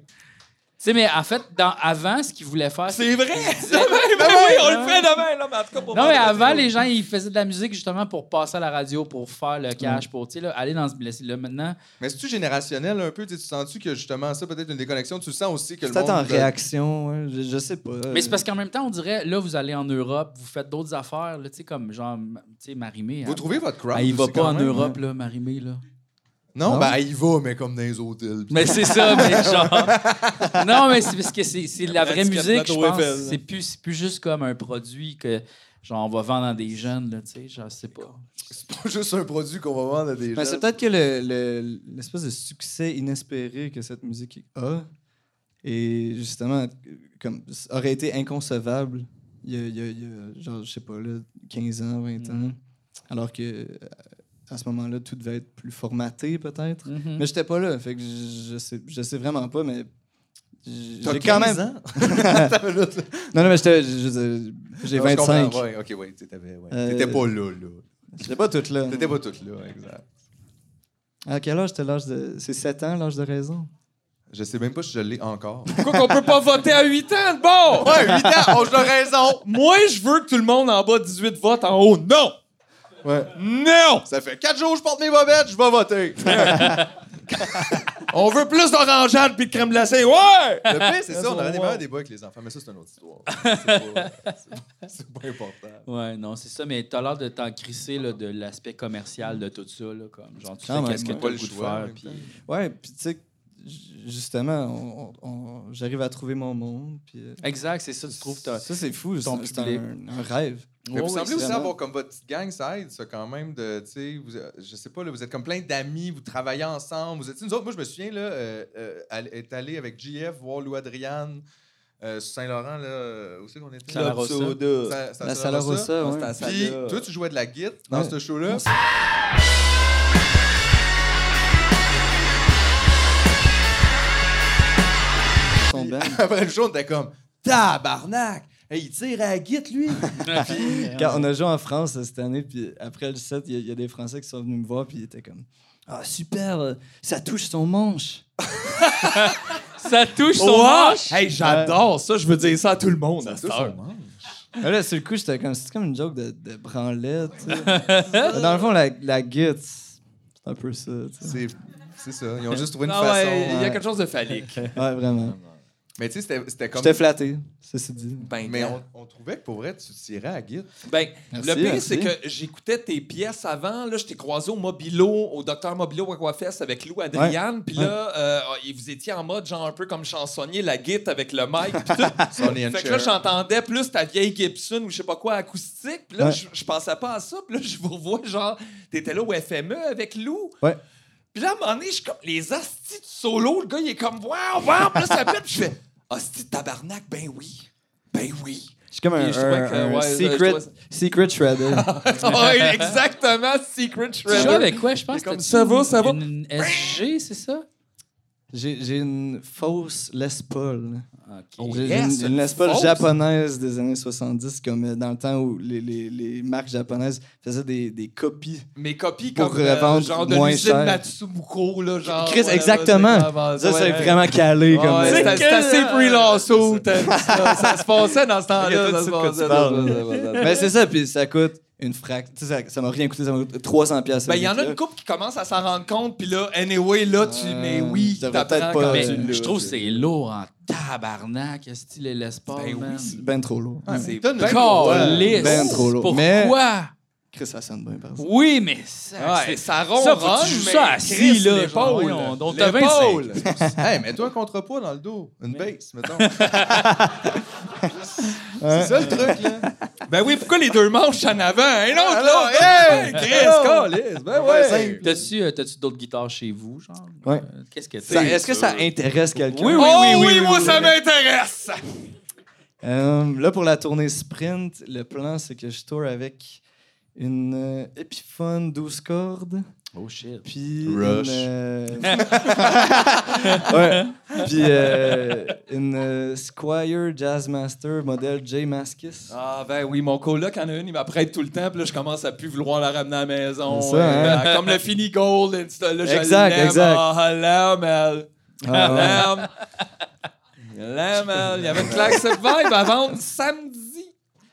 A: Tu sais, mais en fait, dans, avant, ce qu'ils voulaient faire.
D: C'est vrai! Demain, ben oui, on le fait demain, là, mais en tout cas, pour
A: hein. Non, mais
D: vendredi.
A: avant, les gens, ils faisaient de la musique justement pour passer à la radio, pour faire le cash, pour, tu sais, là, aller dans ce blessé-là. Maintenant,
E: Mais c'est-tu générationnel un peu? Tu sais, tu sens-tu que justement ça, peut-être une déconnexion? Tu sens aussi que le monde. euh,
G: Peut-être en réaction, ouais, je, je sais pas.
A: Mais c'est parce qu'en même temps, on dirait, là, vous allez en Europe, vous faites d'autres affaires, là, tu sais, comme genre, tu sais, Marimé.
E: Vous
A: elle-
E: trouvez votre crowd?
A: elle y Ah, va
E: aussi,
A: pas
E: quand
A: en
E: même?
A: Europe, là, Marimé, là.
E: Non,
G: Non?
E: ben, elle y va, mais comme dans les hôtels.
A: Mais c'est ça, mais genre. Non, mais c'est parce que c'est c'est la vraie
D: Handicap
A: musique, je
D: Plateau
A: pense.
D: Eiffel.
A: C'est plus, c'est plus juste comme un produit que, genre, on va vendre à des jeunes, là, tu sais, genre, c'est pas.
E: C'est pas juste un produit qu'on va vendre à
A: Ben,
E: des gens.
G: Mais Ben, c'est peut-être que le- le- l'espèce de succès inespéré que cette musique a, et justement, comme, aurait été inconcevable il y a, il y a- il y a, genre, je sais pas, là, 15 ans, 20 ans. Alors que euh, à ce moment-là, tout devait être plus formaté, peut-être.
A: Mhm.
G: Mais j'étais pas là, fait que je, je sais, je sais vraiment pas, mais. j-
E: T'as
G: J'ai quand
E: 15
G: même.
E: ans? Attends une minute.
G: Non, non, mais j'étais- je veux dire, j'ai
E: Non, je
G: 25.
E: comprends, ouais, ok, ouais, tu sais, t'avais- ouais.
G: Euh,
E: T'étais pas là, là.
G: J'étais pas toute là.
E: T'étais pas toute là, exact.
G: À quel âge t'as l'âge de. C'est 7 ans, l'âge de raison?
E: Je sais même pas si je l'ai encore.
D: Pourquoi qu'on peut pas voter à 8 ans, le bon?
E: ouais, 8 ans, on a raison!
D: Moi, je veux que tout le monde en bas de 18 vote en haut. Non!
E: Ouais.
D: Non!
E: Ça fait 4 jours que je porte mes bobettes, je vais voter. on veut plus d'orangeade
D: Puis de crème glacée, ouais!
E: Le pire, c'est ça,
D: Raison,
E: on aurait des
D: wow.
E: meilleurs débats avec les enfants, mais ça, c'est une autre histoire. C'est pas, c'est pas- c'est pas important.
A: Ouais, non, c'est ça, mais t'as l'air de t'en crisser, là, de l'aspect commercial de tout ça, là, comme, genre, tu
G: Quand
A: fais
G: même,
A: qu'est-ce que
G: ouais.
A: t'as le
E: Pas
A: goût
E: le
A: de
D: Ah,
E: choix, en
A: faire,
E: même
A: puis.
E: temps.
G: Ouais, puis tu sais, j- justement, on- on- on- j'arrive à trouver mon monde. Puis, euh,
A: Exact, c'est ça, tu trouves. t'as-
G: ça, c'est fou.
A: ton
G: c'est- C'est
A: public.
G: un, un rêve.
E: Mais vous semblez aussi
G: vraiment.
E: avoir comme votre petite gang, ça aide, ça, quand même, de, tu sais, vous- euh, je sais pas, là, vous êtes comme plein d'amis, vous travaillez ensemble, vous êtes, nous autres, moi, je me souviens, là, euh, euh, elle est allé avec JF voir Lou Adrian euh, sur Saint-Laurent, là, euh, où c'est qu'on était?
A: Club Salarossa. Soda.
E: Sa- sa-
D: Ben,
G: La
E: Salarossa.
G: Salarossa, ouais.
E: Puis, toi, tu jouais de la guitare dans
G: Ouais.
E: ce show-là.
G: Ton band.
E: Après le show, on était comme Tabarnak! Hey, il tire à la guite, lui!
G: Quand on a joué en France euh, cette année, puis après le set, il y a- il y, a des Français qui sont venus me voir, puis ils étaient comme Ah, super, euh, ça touche son manche.
A: Ça touche son
D: Wow!
A: manche!
D: Hey, j'adore ça, je veux dire ça à tout le monde. à cette heure. Ah
G: Mais Ah, là, sur le coup, j'étais comme C'est comme une joke de, de branlette. tu sais. Dans le fond, la, la guitare, c'est un peu ça. tu sais.
E: C'est c'est ça, ils ont juste trouvé une
D: Ah
E: façon. hein.
D: ouais, il y a
G: ouais.
D: quelque chose de phallique.
G: Ouais, vraiment.
E: Mais tu sais, c'était- c'était comme.
G: J'étais flatté, ceci dit.
E: Mais on, on trouvait que pour vrai, tu tirais à la guite.
D: Ben,
G: Merci,
D: le pire,
G: merci.
D: c'est que j'écoutais tes pièces avant. Là, je t'ai croisé au Mobilo, au Docteur Mobilo Aquafest avec Lou Adriane. Puis là, euh, et vous étiez en mode genre un peu comme chansonnier, la guitare avec le mic. Puis tout.
E: Sonny and
D: fait que là,
E: Cher.
D: j'entendais plus ta vieille Gibson ou je sais pas quoi acoustique. Puis là,
G: Ouais.
D: je, je pensais pas à ça. Puis là, je vous revois genre, t'étais là au FME avec Lou.
G: Ouais.
D: Puis là, à un moment donné, je suis comme, les astis du solo, le gars, il est comme, waouh, waouh, puis là, ça pète. Puis je fais, hostie de tabarnak, ben oui, ben oui.
G: Je suis comme un,
D: Puis je trouvais
G: un-
D: que,
G: un
D: ouais, je
G: secret,
D: trouvais ça-
G: secret shredder.
D: Ouais, exactement, Secret
A: Tu joues
D: Shredder.
A: avec quoi, je pense?
D: comme,
A: T'as-tu
D: ça va, ça va.
A: Une, une SG, c'est ça?
G: J'ai j'ai une fausse Les Paul.
A: Ok.
G: J'ai
D: yes,
G: une,
D: une
G: une Les Paul
D: fausse?
G: japonaise des années 70, comme euh, dans le temps où les, les- les marques japonaises faisaient des, des copies.
D: Mes copies
G: Pour
D: comme euh,
G: revendre
D: genre de
G: moins
D: l'usine
G: cher.
D: Matsumoko, là, genre.
G: Chris,
D: ouais,
G: exactement.
D: là, comme,
G: Ça,
D: ouais,
G: c'est
D: ouais.
G: vraiment
D: Ouais,
G: calé. comme
D: ouais,
G: euh,
D: c'était- c'était assez Brie Lasso, t'as- ça, ça se passait dans ce temps-là.
G: Ok,
D: ça
G: tu
D: se
G: sais de quoi tu
D: passait,
G: parles.
D: ça se passait, ça se passait.
G: Mais c'est ça, puis ça coûte une frac. tu sais, ça- Ça m'a rien coûté, ça m'a coûté 300$. piastres,
D: Ben, il y en a
G: cette
D: une
G: musique-là.
D: couple qui commence à s'en rendre compte, puis là, anyway, là, tu.
G: Euh,
D: mais oui,
G: t'aurais peut-être
D: t'apprends
G: pas-
D: quand
A: Mais
D: tu l'as.
A: je trouve que c'est lourd en tabarnak, style et l'espace.
D: Ben oui,
A: man.
G: C'est Ben trop lourd.
D: C'est
E: Donne
D: ben-
A: Calisse.
G: Ben trop lourd.
A: Pourquoi?
G: Mais- Chris, ça sonne bien, par exemple.
A: Oui, mais
G: euh,
A: ça.
D: Ouais,
A: c'est-
D: ça
A: Ça, faut que
D: ronronne,
A: tu joues
D: mais
A: ça assis,
D: Chris,
A: là,
D: l'épaule,
A: genre, voyons, donc t'as
D: l'épaule.
E: hey, mets-toi un contrepoids dans le dos, une base, mettons. c'est ça le truc, là.
D: Ben oui, pourquoi les deux manches en avant? Hein, l'autre,
E: Alors,
G: Eh
D: l'autre,
E: hey,
D: Chris,
E: calisse, ben ouais.
A: T'as-tu euh, t'as-tu d'autres guitares chez vous, genre?
G: Ouais.
A: Euh, Qu'est-ce que
G: Ça-
A: c'est?
G: Est-ce que ça intéresse quelqu'un?
A: Oui, oui,
D: Oh
A: oui,
D: oui,
A: oui,
D: moi,
A: oui,
D: ça
A: oui.
D: m'intéresse!
G: Euh, là, pour la tournée sprint, le plan, c'est que je tourne avec une euh, Epiphone 12 cordes.
E: Oh shit.
G: Puis
E: Rush.
G: Une, euh, ouais. Puis euh, une euh, Squire Jazzmaster modèle J Maskis.
D: Ah, ben oui, mon coloc en a une, il m'apprête tout le temps, puis là, je commence à plus vouloir la ramener à la maison.
G: C'est ça, hein?
D: Euh, ben, Comme le Fini Gold, et tout ça, là, je
G: Exact,
D: l'aime.
G: exact.
D: Ah, elle l'aime, elle.
G: Ah, ouais.
D: L'aime. Elle l'aime, elle. Il y avait une claque cette vibe à vendre samedi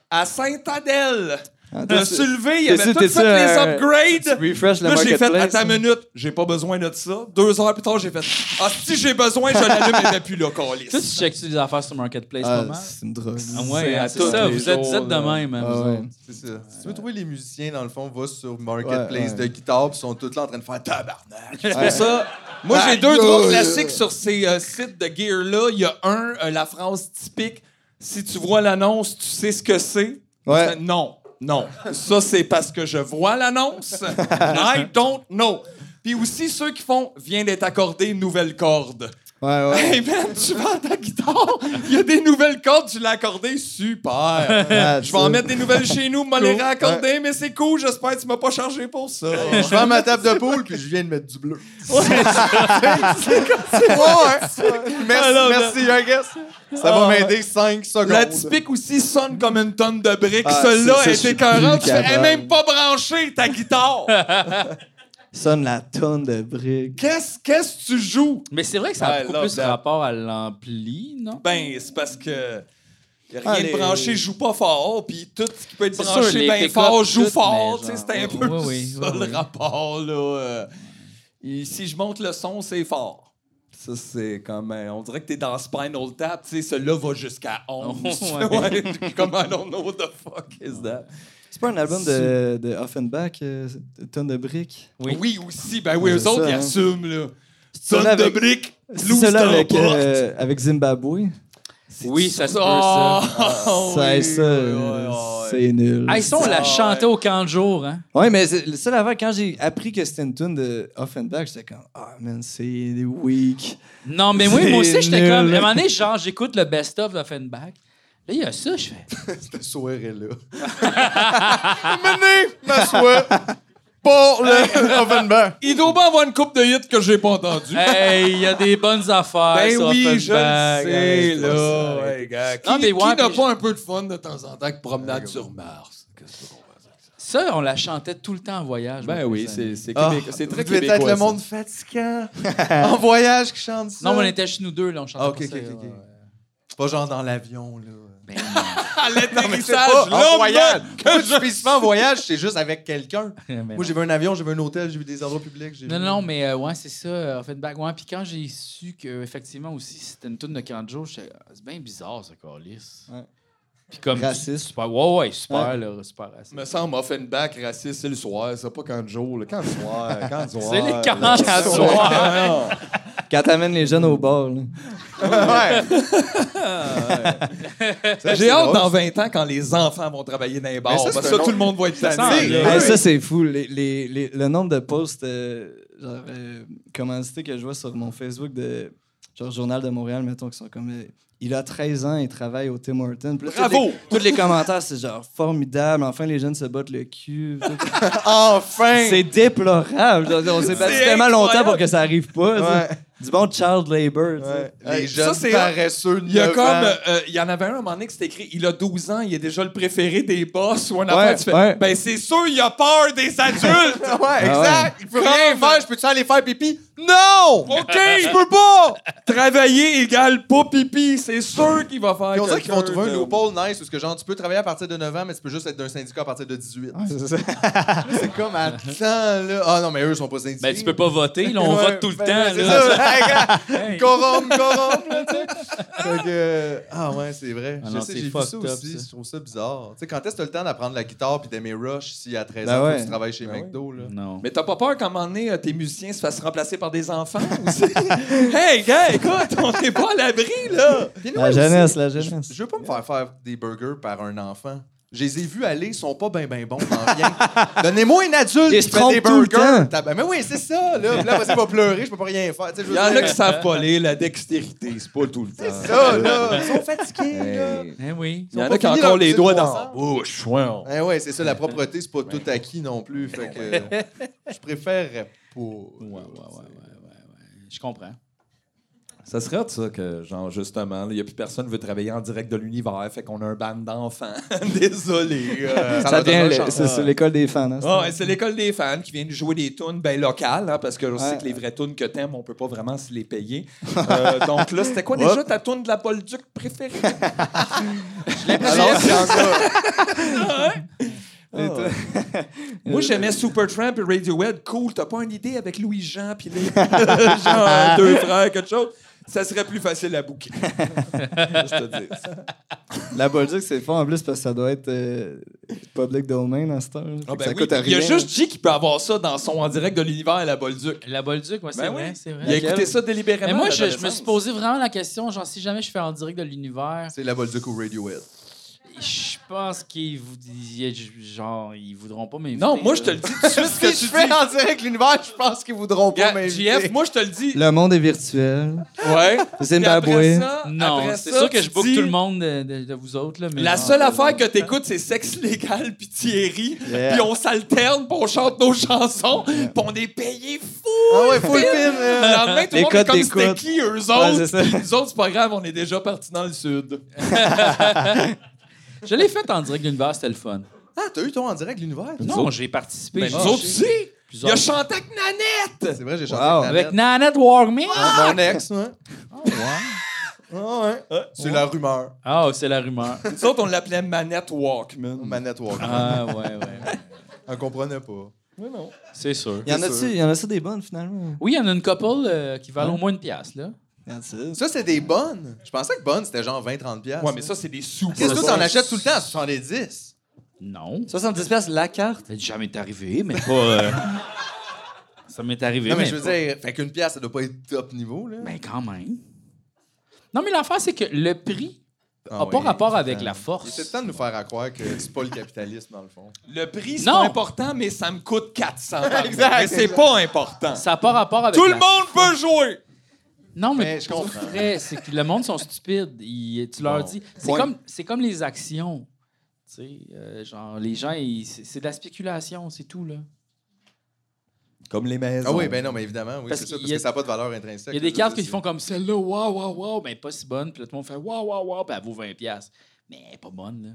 D: à Sainte-Adèle.
G: Ah,
D: De
G: t'as-
D: se lever, il
G: t'es
D: avait
G: sûr,
D: tout
G: t'es
D: fait
G: sûr,
D: les
G: euh,
D: upgrades.
G: tu refresh le
D: Là, j'ai fait,
G: marketplace.
D: attends une minute, j'ai pas besoin de ça. Deux heures plus tard, j'ai fait, ah, si j'ai besoin, je l'allume, elle n'est plus là, câlisse.
A: Toi, tu checkes-tu des affaires sur Marketplace
G: Ah,
A: pas mal?
G: c'est une drogue.
A: Ah
D: c'est
A: ouais,
D: à
A: c'est
D: tous
A: ça,
D: les
A: vous êtes,
D: jours,
A: vous êtes de
D: là.
A: même. hein,
G: Ah,
A: vous
G: ouais.
A: autres.
E: C'est ça. Si tu veux trouver les musiciens, dans le fond, va sur
G: Ouais,
E: Marketplace
G: ouais.
E: de guitare, puis ils sont tous là en train de faire tabarnak.
D: C'est pour ça. Moi, j'ai
E: Aïe,
D: deux, trois
E: aïe.
D: classiques sur ces euh, sites de gear-là. Il y a un, euh, la phrase typique si tu vois l'annonce, tu sais ce que c'est.
G: Ouais.
D: Ça, Non, non. Ça, c'est parce que je vois l'annonce. I don't know. Puis aussi, ceux qui font vient d'être accordé nouvelle corde.
G: Ouais, ouais.
D: Hey man, tu vends ta guitare? Il y a des nouvelles cordes, tu l'as accordée? Super! Je vais en mettre des nouvelles chez nous, m'en les raccorder, mais c'est cool, j'espère que tu m'as pas chargé pour ça.
E: Je vends ma table de poule, puis je viens de mettre du bleu. Ouais, ouais. Merci,
D: Alors,
E: merci, I guess. Ça
D: Ah,
E: va m'aider 5 secondes.
D: La typique aussi sonne comme une tonne de briques.
E: Ah,
D: Celle-là
E: c'est-
D: est
E: ça,
D: écœurante. Tu fais,
G: capable.
D: elle est même pas branchée, ta guitare.
G: Sonne la tonne de briques.
D: qu'est-ce, qu'est-ce que tu joues?
A: Mais c'est vrai que ça
D: Ouais,
A: a beaucoup
D: là,
A: plus
D: là.
A: rapport à l'ampli, non?
D: Ben, c'est parce que y a rien
G: Ah,
D: de
G: les-
D: branché joue pas fort, puis tout ce qui peut être
A: C'est
D: branché
A: sûr, les
D: bien
A: pick-up,
D: fort
A: tout,
D: joue
A: mais
D: fort.
A: genre-
D: Tu sais, C'était un
A: Oui,
D: peu
A: oui,
D: ça
A: oui,
D: le
A: oui.
D: rapport. Là. Euh, et si je monte le son, c'est fort. Ça, c'est comme. euh, on dirait que t'es dans Spinal Tap. Tu sais, celui-là va jusqu'à 11.
A: Oh, ouais.
D: Ouais, comme I don't know what the fuck is that.
G: C'est pas un album de, de Offenbach, euh, de tonne de briques?
A: Oui.
D: Oui. aussi. Ben oui,
G: C'est
D: eux autres,
G: ça,
D: ils
G: hein.
D: assument, là.
G: C'est
D: Sonne
G: là
D: de
G: avec-
D: briques,
G: C'est
D: loose
G: celle
D: dans
G: avec,
D: la porte.
G: euh, avec Zimbabwe.
A: Oui, ça se peut,
D: Ah,
A: ça.
D: oui,
G: ça,
D: oui,
G: ça,
D: oui, oui, oui.
G: c'est nul.
A: Ah, ils sont
D: Ah,
A: la
D: ouais.
A: chanter au camp de jour, hein?
G: Ouais, mais c'est- le seul avant, quand j'ai appris que c'était une tune de Offenbach, j'étais comme, ah man, c'est weak.
A: Non, mais moi,
G: C'est
A: moi aussi, j'étais
G: nul.
A: comme. À un moment donné, genre, j'écoute le best-of de Fenback. Là, il y a ça, je fais.
E: Le soir est là. Menez ma soie pour le Offenbach.
D: Il doit bien avoir une coupe de hits que j'ai pas entendu.
A: Hey, il y a des bonnes affaires.
D: ben
A: sur
D: oui, je
A: Offenbach.
D: le sais,
A: Arrête pas
D: là.
A: ça, arrête.
D: ouais, gars. Qui,
A: Non, mais
D: qui
A: ouais,
D: n'a
A: puis-
D: pas un peu de fun de temps en temps que promenade sur Mars?
A: Ça, on la chantait tout le temps en voyage.
E: Ben
A: moi, personnellement.
D: c'est
E: Québec-
D: c'est
E: Ah, Vous devez être le monde fatigant en voyage qui chante ça.
A: Non, mais on était chez nous deux, là, on chantait
E: Ah, ok,
A: pas
E: ok,
A: ça,
E: ok.
A: ouais.
E: ok. Pas genre dans l'avion, là.
D: À
E: pas
D: l'atterrissage,
E: en
D: là,
E: voyage. Moi, je suis souvent en voyage, c'est juste avec quelqu'un.
A: Mais non.
E: Moi, j'ai vu un avion, j'ai vu un hôtel, j'ai vu des endroits publics. j'ai
A: Non,
E: vu-
A: non, mais euh, ouais, c'est ça, euh, Offenbach. Ouais, puis quand j'ai su qu'effectivement aussi c'était une toune de Kanjo, j'étais, Ah, c'est bien bizarre ce Carlis.
G: Ouais.
A: Puis comme.
G: Raciste.
A: Super, ouais, ouais, super, là, super raciste.
D: me semble Offenbach, raciste, c'est le soir, c'est pas quand le jour, là. quand le soir, quand le soir.
A: C'est les 40 à soir.
D: soir.
G: Quand t'amènes les jeunes au bar, là.
E: Ouais. Ça,
D: J'ai
E: c'est
D: hâte
E: drôle.
D: dans 20 ans quand les enfants vont travailler dans les bars.
E: ça,
D: parce
E: c'est
D: que
E: un
D: ça,
E: autre-
D: tout le monde va être
E: Ça
D: tanné.
E: sent,
G: Hey,
E: Ouais.
G: ça, c'est fou. Les- les- les- le nombre de posts euh, genre, euh, commandités que je vois sur mon Facebook de genre Journal de Montréal, mettons, qui sont comme euh, Il a 13 ans et travaille au Tim Hortons. Puis là, tous
D: Bravo!
G: les- Tous les commentaires, c'est genre formidable. Enfin, les jeunes se battent le cul.
E: Enfin!
G: c'est déplorable. Je veux dire, On s'est battu
D: Hein. C'est
G: tellement longtemps
D: incroyable.
G: pour que ça arrive pas. tu sais.
E: Ouais.
G: Du bon child labor. tu sais.
E: Ouais. Les
D: Hey, ça,
E: jeunes
D: c'est-
E: paresseux de
D: Il y a
E: 9
D: comme.
E: ans.
D: euh, Il y en avait un à un moment donné qui c'était écrit il a 12 ans, il est déjà le préféré des boss ou un enfant.
G: Ouais,
D: tu fais,
G: ouais.
D: Ben, c'est sûr, il a peur des adultes.
E: Ah Ouais, exact. Il peut rien
D: Comme-
E: faire. Je peux-tu aller faire pipi? Non!
D: OK, je peux pas. Travailler égale pas pipi. C'est sûr qu'il va faire.
E: Puis on dirait qu'ils
D: quelqu'un
E: vont trouver un
D: de-
E: loophole nice parce que genre tu peux travailler à partir de 9 ans mais tu peux juste être d'un syndicat à partir de 18. c'est comme attends là. Ah non mais eux ils sont pas syndiqués.
A: Ben, tu peux pas voter, là, on
E: Ouais,
A: vote tout le
E: ben,
A: temps.
E: C'est
A: là.
E: ça. Hey, gars,
A: Hey.
E: Corrompre, corrompre, là, tu sais. Fait que, euh, ah ouais, c'est vrai.
A: Ah
E: je
A: non,
E: sais,
A: c'est
E: j'ai vu
A: fucked
E: ça
A: up,
E: aussi.
A: ça.
E: Je trouve ça bizarre. Tu sais, quand est-ce que t'as le temps d'apprendre la guitare puis d'aimer Rush si à 13
G: Ben
E: ans
G: ouais.
E: tu travailles chez
D: Ben
E: McDo, là?
A: Non.
D: Mais t'as pas peur qu'à un moment donné, euh, tes musiciens se fassent remplacer par des enfants aussi? hey, gars, écoute, on n'est pas à l'abri, là.
E: Puis
G: La
E: anyway,
G: jeunesse, la
E: je-
G: jeunesse.
E: Je veux pas me faire faire des burgers par un enfant. Je les ai vus aller, ils sont pas bien ben bons dans rien. Donnez-moi une adulte
G: Ils
E: qui
G: se
E: fait
G: trompent
E: des
G: tout le temps.
E: burgers. T'as- Ben, mais oui, c'est ça. Là, Puis là vas-y, va pleurer, je peux pas rien faire. Tu sais, je veux
D: Il y en
E: dire,
D: a qui savent pas lire la dextérité, c'est pas tout le temps.
E: C'est ça, là. Ils sont fatigués, là.
A: Ben oui.
D: Il y en
E: pas
D: a qui
E: fini
D: ont encore
E: leur
D: les
E: petite
D: doigts dans
E: moisson.
D: la bouche. ouais.
E: Eh ouais, c'est ça, la propreté, c'est pas tout acquis non plus. Fait que euh, je préfère pas.
A: Ouais, ouais, ouais, ouais, ouais, ouais. Je comprends.
D: Ça serait hot, ça que, genre, justement, il n'y a plus personne qui veut travailler en direct de l'univers, fait qu'on a un band d'enfants. Désolé. euh.
E: Ça leur donne leur chance.
G: C'est c'est l'école des fans. hein,
D: Ah,
G: ça.
D: ouais, c'est l'école des fans qui viennent jouer des tunes ben, locales, hein, parce que je sais
G: Ouais.
D: que les vraies tunes que t'aimes, on peut pas vraiment se les payer. Euh, donc là, c'était quoi déjà ta tune de la Paul Duc préférée?
E: Alors, c'est encore.
G: Et toi-
D: Moi, j'aimais Supertramp et Radiohead. Cool, t'as pas une idée avec Louis-Jean puis les genre, deux frères, quelque chose? Ça serait plus facile à bouquer. je te dis.
G: La Bolduc, c'est fort en plus parce que ça doit être euh, public domain à cette heure. Fait
D: Ah,
G: que
D: ben
G: ça
D: oui.
G: coûte à
D: Il y
G: rien.
D: a juste J qui peut avoir ça dans son en direct de l'univers à la Bolduc.
A: La Bolduc, moi, c'est
D: Ben
A: vrai,
D: oui.
A: c'est
D: Il a
A: vrai.
G: Laquelle?
D: écouté ça délibérément.
A: Mais moi,
D: à
A: je, je me
D: l'adolescence.
A: suis posé vraiment la question, genre, si jamais je fais en direct de l'univers,
E: C'est la Bolduc ou Radiohead.
A: je pense qu'ils vous ils- genre, ils voudront pas m'inviter.
D: Non, moi, je te
A: là.
E: euh,
D: le dis tout de suite. ce que
E: Si
D: tu
E: je fais
D: dis.
E: en direct l'univers, je pense qu'ils voudront pas
D: Gars,
E: m'inviter.
D: JF, moi, je te le dis.
G: Le monde est virtuel.
D: Ouais.
G: Zimbabwe.
A: Non, c'est sûr que je boucle tout le monde de, de- de vous autres, là, mais...
D: La
A: non.
D: seule affaire que t'écoutes, c'est Sexe Légal puis Thierry.
G: Yeah.
D: Puis on s'alterne, puis on chante nos chansons, puis on est payé fou.
E: Ah ouais, full pin.
D: Le
E: euh.
D: lendemain, tout le
G: Les
D: monde est
G: codes
D: comme c'était
G: d'écoute.
D: qui, eux
G: Ouais,
D: autres.
G: c'est ça.
D: Puis nous autres, c'est pas grave, on est déjà partis dans le
A: Ben,
D: sud.
A: Je l'ai faite en direct de l'univers, c'était le fun.
E: Ah, t'as eu ton en direct l'univers?
A: Non, j'ai participé.
D: Mais
A: j'ai
D: nous Ben, autres, tu
A: touché
D: sais, il
A: plusieurs-
D: a chanté avec Nanette.
E: C'est vrai, j'ai chanté
G: Wow.
E: avec,
A: Avec Nanette Warming.
E: Nanette. Mon ex, Ah! ouais.
A: Oh, ouais.
E: Ah ouais. C'est la rumeur.
A: Ah, c'est la rumeur.
D: Nous autres, on l'appelait Manette Walkman.
E: Manette Walk.
A: Ah, ouais, ouais. ouais.
E: On comprenait pas.
D: Oui, non.
A: C'est sûr.
G: Il y en a-tu? Il y en a ça des bonnes finalement.
A: Oui, il y en a une couple euh, qui valent au moins une pièce, là.
E: Ça, c'est des bonnes. Je pensais que bonnes, c'était genre 20-30$. piastres.
D: Ouais, mais ça, c'est des super.
E: Qu'est-ce que toi, t'en
D: bonnes.
E: achètes tout le temps? 70.
A: Non.
G: 70 pièces la carte.
A: Ça m'est jamais arrivé, mais pas... euh, Ça m'est arrivé,
E: Non, mais je veux
A: pas-
E: dire, fait qu'une pièce, ça doit pas être top niveau, là.
A: Mais quand même. Non, mais l'affaire, c'est que le prix n'a
E: Ah
A: pas
E: oui.
A: rapport avec la
E: Il était
A: force.
E: temps de nous faire à croire que c'est pas le capitalisme, dans le fond.
D: Le prix, c'est
A: Non.
D: pas important, mais ça me coûte 400 Exact. Mais c'est pas important.
A: Ça n'a pas rapport avec
D: Tout le
A: la-
D: monde peut jouer.
A: Non, mais,
E: Mais je comprends.
A: pour vrai, c'est que le monde sont stupides. Ils- tu leur dis. C'est
E: Point.
A: comme, c'est comme les actions. Tu sais, euh, genre, les gens, ils- c'est c'est de la spéculation, c'est tout, là.
D: Comme les maisons.
E: Ah oui, ben non, mais évidemment, oui,
A: Parce
E: c'est ça,
A: qu'il
E: parce
A: y a-
E: que ça n'a pas de valeur
A: Il
E: intrinsèque.
A: y a des cartes qui font comme celle-là, waouh, waouh, waouh, mais pas si bonne. Puis là, tout le monde fait waouh, waouh, waouh, puis elle vaut 20$. piastres. Mais elle est pas bonne, là.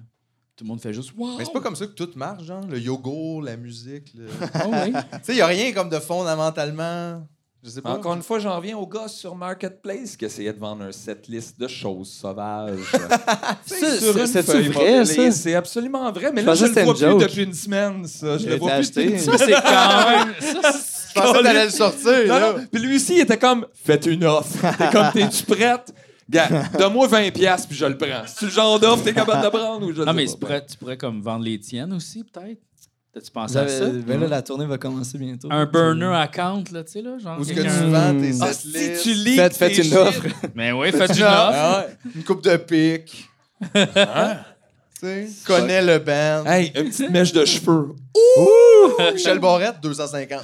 A: Tout le monde fait juste waouh.
E: Mais c'est pas comme ça que tout marche, genre, le yogourt, la musique. le- tu
A: Ah oui.
E: sais, il n'y a rien comme de fondamentalement. Je
A: Ah,
E: sais pas.
D: Encore une fois, j'en reviens au gars sur Marketplace qui essayait de vendre un setlist de choses sauvages.
G: Ça,
D: Sur une
G: c'est-
D: feuille
G: c'est-tu vrai,
D: mobilée,
G: ça?
D: C'est absolument vrai, mais
G: Je
D: là,
G: pensais
D: je le
G: que c'était
D: vois
G: une
D: plus
G: joke.
D: depuis une semaine, ça. Je
G: Je
D: le
G: l'ai
D: vois plus depuis
G: acheté.
D: une
A: Ça, c'est quand même. Ça, c'est-
E: Je pensais que t'allais le sortir,
D: Non,
E: là.
D: non. Puis lui aussi, il était comme Faites une offre. T'es comme T'es-tu prête Gars, donne-moi 20$ puis je le prends. C'est le genre d'offre t'es capable de prendre ou je
A: non,
D: sais
A: mais
D: pas.
A: tu pourrais, tu pourrais comme vendre les tiennes aussi, peut-être. T'as-tu pensé à ça?
G: Ben là, la tournée va commencer bientôt.
A: Un burner account, là, tu sais, là. Genre,
E: Ou ce que
A: quelqu'un-
E: tu vends, tes
D: Ah,
E: sept
D: si
E: listes,
D: tu lis.
G: Faites- faites
D: tes
G: une
D: shit,
G: offre.
A: Mais oui, faites une offre.
E: Ah ouais, une coupe de pique. Tu sais, connais le band.
D: Ah. Hey, une petite mèche de cheveux.
E: Michel Barrette, 250.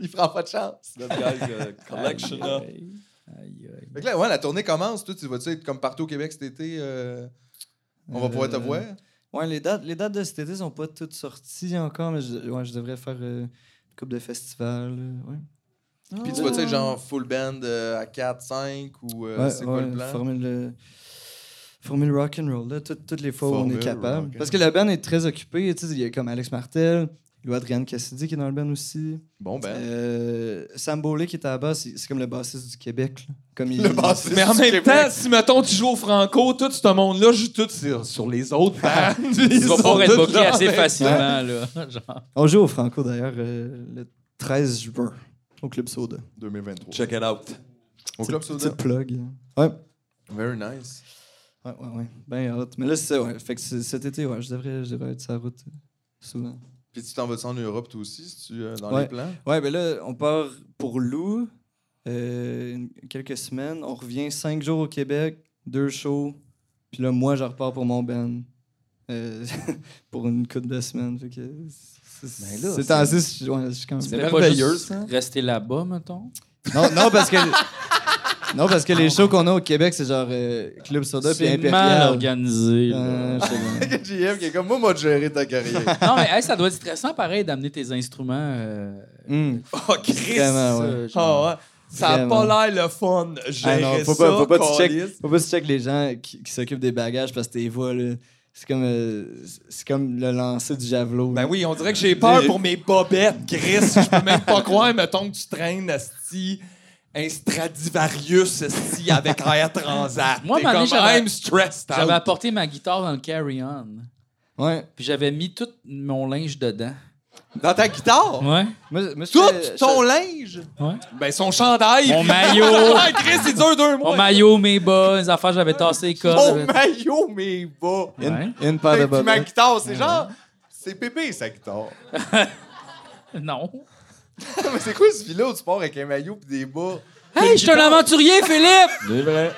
E: Il prend pas de chance.
D: collection.
A: Aïe, aïe, aïe.
E: Fait que là, ouais, la tournée commence. Toi, tu vas-tu être comme partout au Québec cet été? euh, On va pouvoir te
G: Euh,
E: voir.
G: Ouais, les dates, les dates de cet été sont pas toutes sorties encore, mais je, ouais, je devrais faire euh, une coupe de festival. euh, ouais.
E: Puis tu vas-tu être genre full band euh, à 4, 5 ou euh,
G: Ouais,
E: c'est quoi
G: ouais,
E: le plan?
G: Formule, euh, formule rock'n'roll, là, tout- toutes les fois où on
E: Formule
G: est capable.
E: rock'n'roll.
G: Parce que la band est très occupée. tu sais, Il y a comme Alex Martel, il y a Adrian Cassidy qui est dans le band aussi.
E: Bon ben.
G: Euh, Sam Beaulé qui est à la basse, il- c'est comme le bassiste du Québec. là. Comme il,
E: Le bassiste.
D: Mais en
E: du
D: même
E: Québec.
D: temps, si mettons tu joues au Franco, tout ce monde-là joue tout sur, sur les autres
G: Ah,
D: bandes. Ils
A: Tu vas
D: sont
A: pouvoir être
D: tous
A: booké
D: là.
A: assez facilement, là. Genre.
G: On joue au Franco d'ailleurs euh, le 13 juin au Club Soda.
E: 2023.
D: Check it out.
E: Au Club Soda.
G: Petite plug. Ouais.
E: Very nice.
G: Ouais, ouais, ouais. Ben hot. Mais là, c'est ça, ouais. Fait que c'est- cet été, ouais, je devrais, je devrais être sur la route euh, souvent.
E: Puis tu t'en vas en Europe toi aussi, si tu euh, dans
G: Ouais.
E: les plans?
G: Ouais, ben là, on part pour Lou euh, une- quelques semaines. On revient cinq jours au Québec, deux shows, Puis là, moi, je repars pour mon band euh, pour une coupe de semaines. Fait que c'est
K: Ben là,
G: c'est
K: c'est-
G: temps-ci, je suis- ouais, je suis quand même.
A: C'était pas
D: merveilleux,
A: juste
D: ça.
A: rester là-bas, mettons.
G: Non, non, parce que. Non, parce que les shows qu'on a au Québec, c'est genre euh, Club Soda puis
A: C'est mal
G: Impérial.
A: organisé. là.
G: Euh, je sais pas.
E: JF qui est comme moi, m'a géré ta carrière.
A: non, mais hey, ça doit être stressant, pareil, d'amener tes instruments. euh,
G: Hum.
D: Oh, Chris!
G: Vraiment, ouais.
A: euh, genre.
D: Ah ouais. Ça a
G: Vraiment.
D: pas l'air le fun.
G: Ah
D: Gérer
G: non,
D: Ben,
G: faut
D: ça,
G: pas, faut pas que tu
D: câlisse.
G: check, faut pas que tu check les gens qui, qui s'occupent des bagages parce que t'es vois, là. C'est comme, euh, c'est comme le lancer du javelot.
D: Ben
G: là.
D: oui, on dirait que j'ai peur pour mes bobettes, Chris. Je peux même pas croire, mettons, que tu traînes, asti, un Stradivarius, asti, avec Air Transat.
A: Moi,
D: T'es
A: à un moment
D: comme,
A: donné, j'avais-
D: I'm stressed out.
A: J'avais apporté ma guitare dans le carry-on.
G: Ouais.
A: Puis j'avais mis tout mon linge dedans.
D: Dans ta guitare?
A: Ouais.
G: Moi, moi, je
D: Tout
G: fais-
D: ton linge?
A: Ouais.
D: Ben, son chandail.
A: Mon
D: puis-
A: maillot.
D: Ah, Chris, il dure deux
A: Mon
D: mois.
A: maillot, mes bas, les affaires, j'avais tassé les cordes.
E: Mon
A: j'avais-
E: maillot, mes bas.
G: je-
A: Ouais.
G: Une, une paire de
E: Puis ma
G: bobettes.
E: guitare, c'est genre. C'est pépé, sa guitare.
A: Non.
E: Mais c'est quoi ce fil-là où tu pars avec un maillot pis des bas?
A: Hey, je suis un aventurier, Philippe!
E: C'est vrai.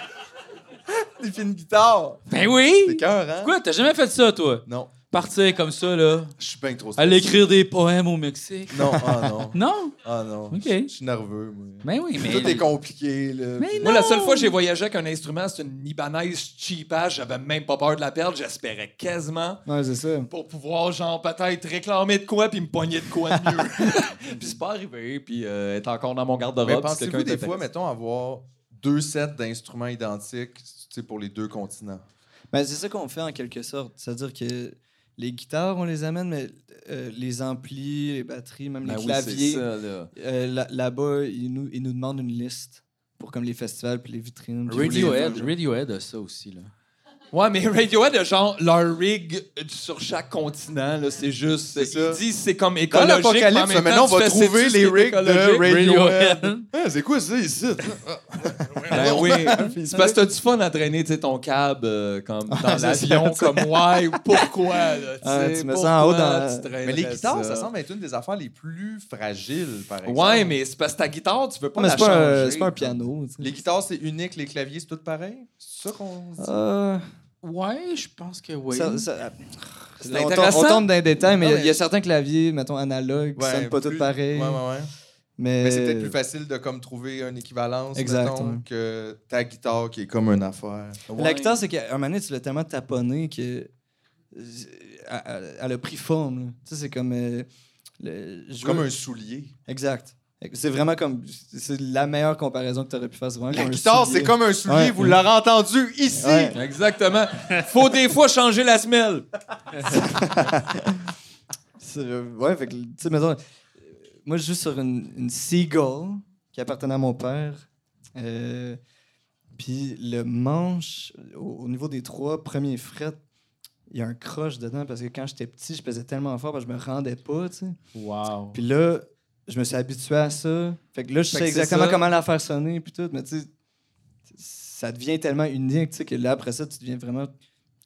E: Des fines guitares.
A: Ben
E: C'est
A: oui!
E: cœur, hein?
A: Quoi, t'as jamais fait ça, toi?
E: Non,
A: Partir comme ça, là.
E: je suis bien trop stressé.
A: Aller écrire des poèmes au Mexique.
E: Non, ah non.
A: Non?
E: Ah non.
A: Ok.
E: Je je suis nerveux, moi.
A: Ben oui, mais.
E: Tout est compliqué, là.
A: Mais
D: Moi, la seule
A: non!
D: fois que j'ai voyagé avec un instrument, c'est une Libanaise cheapage. J'avais même pas peur de la perdre. J'espérais quasiment
G: Ouais, c'est ça.
D: pour pouvoir, genre, peut-être réclamer de quoi puis me pogner de quoi de mieux. puis c'est pas arrivé. Puis euh, être encore dans mon
E: Mais
D: garde-robe. si
E: pensez-vous
D: quelqu'un
E: des
D: est
E: fois,
D: intéressé.
E: mettons, avoir deux sets d'instruments identiques tu sais, pour les deux continents?
G: Ben, c'est ça qu'on fait en quelque sorte. C'est-à-dire que les guitares, on les amène, mais euh, les amplis, les batteries, même
K: Ben
G: les
K: oui,
G: claviers,
K: c'est ça, là.
G: euh, là- là-bas, ils, nous, ils nous demandent une liste pour comme les festivals puis les vitrines. puis
A: Radiohead,
G: les-
A: Radiohead a ça aussi, là.
D: Ouais, mais Radiohead a genre leur rig sur chaque continent. là, C'est juste.
E: ça.
D: Ils disent c'est comme
E: Dans
D: écologique. mais en
E: l'apocalypse,
D: même
E: maintenant, on
D: temps, tu fais,
E: va
D: c'est-tu
E: trouver
D: ce qui
E: les
D: est
E: rigs de
D: écologique?
E: Radiohead. Hein, c'est quoi ça, ici?
D: Ben oui. C'est parce que t'as du fun à traîner tu sais, ton cab euh, comme
E: Ah,
D: dans
G: c'est
D: l'avion,
G: ça,
D: comme ouais, ou pourquoi. Là,
G: Ah,
D: sais,
G: tu me sens en haut
D: pourquoi
G: dans-
D: tu traînerais
E: Mais les guitares, ça semble être une des affaires les plus fragiles, par exemple.
D: Ouais, mais c'est parce que ta guitare, tu veux pas
G: Mais
D: la
G: c'est pas, un-
D: changer.
G: c'est pas un piano. tu sais.
E: Les guitares, c'est unique, les claviers, c'est tout pareil? C'est ça qu'on dit?
G: Ah.
A: Ouais, je pense que oui.
G: Ça- ça-
D: C'est
G: on, tombe,
D: intéressant.
G: on tombe dans les détails, mais il y a-
D: Ouais.
G: il y, a certains claviers, mettons, analogues, qui
E: Ah Ouais,
G: sonnent pas
E: plus-
G: tous pareils.
E: Ouais, ouais, ouais.
G: Mais,
E: Mais c'est peut-être plus facile de comme trouver une équivalence,
G: Exact,
E: mettons,
G: ouais.
E: que ta guitare qui est comme une affaire.
G: La guitare, c'est qu'à un moment donné, tu l'as tellement taponné que euh, elle elle a pris forme. là. Tu sais, c'est comme... euh, le- jouer-
E: Comme un soulier.
G: Exact. C'est vraiment comme... C'est la meilleure comparaison que tu aurais pu faire. c'est vraiment
E: La
G: comme un
E: guitare,
G: soulier.
E: c'est comme un soulier,
G: Ouais.
E: vous l'aurez entendu ici.
G: Ouais.
D: Exactement. Faut des fois changer la semelle.
G: C'est- euh, ouais, fait que, tu sais, mettons, euh, moi, je joue sur une, une Seagull qui appartenait à mon père. Euh, Puis le manche, au, au niveau des trois premiers frets, il y a un croche dedans parce que quand j'étais petit, je pesais tellement fort parce que je me rendais pas, tu sais.
A: Wow.
G: Puis là, je me suis habitué à ça. Fait que là, je
D: Fait que
G: sais
D: c'est
G: exactement
D: ça.
G: comment la faire sonner, puis tout. Mais tu sais, ça devient tellement unique, tu sais, que là, après ça, tu deviens vraiment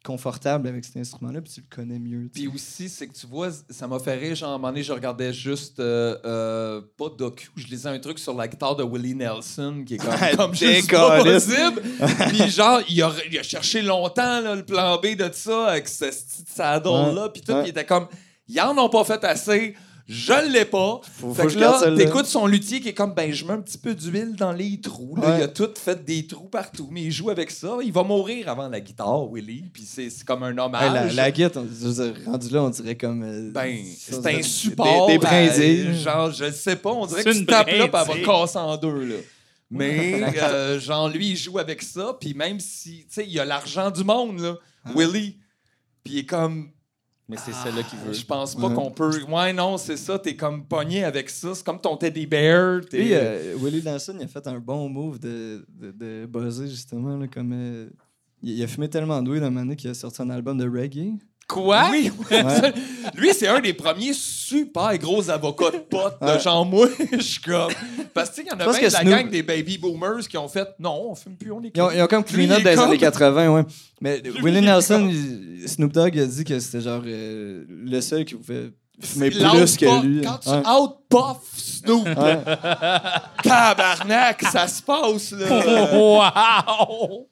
G: confortable avec cet instrument-là, puis tu le connais mieux. tu sais.
D: Puis aussi, c'est que tu vois, ça m'a fait rire. Genre, à un moment donné, je regardais juste, euh, euh, pas docu, je lisais un truc sur la guitare de Willie Nelson, qui est comme, comme juste pas
G: Décaliste.
D: possible. Puis genre, il a, il a cherché longtemps là, le plan B de ça, avec ce petit saddle-là, puis tout.
G: ouais.
D: Puis il était comme, ils en ont pas fait assez, je l'ai pas.
G: Faut-
D: fait
G: faut
D: que
G: que je garde
D: là,
G: celle-là.
D: t'écoutes son luthier qui est comme, ben, je mets un petit peu d'huile dans les trous. là.
G: Ouais.
D: Il a tout fait des trous partout, mais il joue avec ça. Il va mourir avant la guitare, Willie. Puis c'est c'est comme un hommage.
G: Hey, la, la guette, on- je veux dire, rendu là, on dirait comme. euh,
D: Ben,
G: ça,
D: c'est
G: ça-
D: un support.
G: Des, des brindilles.
D: euh, genre, je le sais pas, on dirait
A: C'est
D: que tu
A: une
D: tapes là, puis elle
A: brindille.
D: va casser en deux, là. Mais, euh, genre, lui, il joue avec ça, puis même si, tu sais, il a l'argent du monde, là,
G: Ah.
D: Willy, puis il est comme,
K: Mais c'est celle-là qui veut.
D: je pense pas
G: Ouais.
D: qu'on peut... Ouais, non, c'est ça, t'es comme pogné avec ça, c'est comme ton teddy bear, t'es...
G: Lui, euh, Willie Nelson, il a fait un bon move de, de, de buzzer, justement. Là, comme, euh, il, il a fumé tellement de weed un moment donné qu'il a sorti un album de reggae.
A: Quoi?
D: Oui, ouais. lui, c'est un des premiers super gros avocats de potes de
G: Ouais.
D: genre moi, je suis comme... Parce que, tu sais, il y en a
G: Je pense
D: même
G: que
D: de la
G: Snoop-
D: gang des baby boomers qui ont fait « Non, on fume plus, on est
G: Ils ont,
D: clean.
G: ils ont comme
D: Lui,
G: clean
D: il
G: up
D: est
G: dans les
D: comme-
G: années 80, ouais. Mais Willie
D: il est
G: Nelson,
D: comme-
G: il- Snoop Dogg a dit que c'était genre euh, le seul qui pouvait fumer
D: Il outpuff.
G: plus que lui. hein.
D: Quand tu
G: Ouais.
D: outpuff Snoop,
E: Ah,
G: Ouais.
D: tabarnak, ça se passe, là.
A: Wow!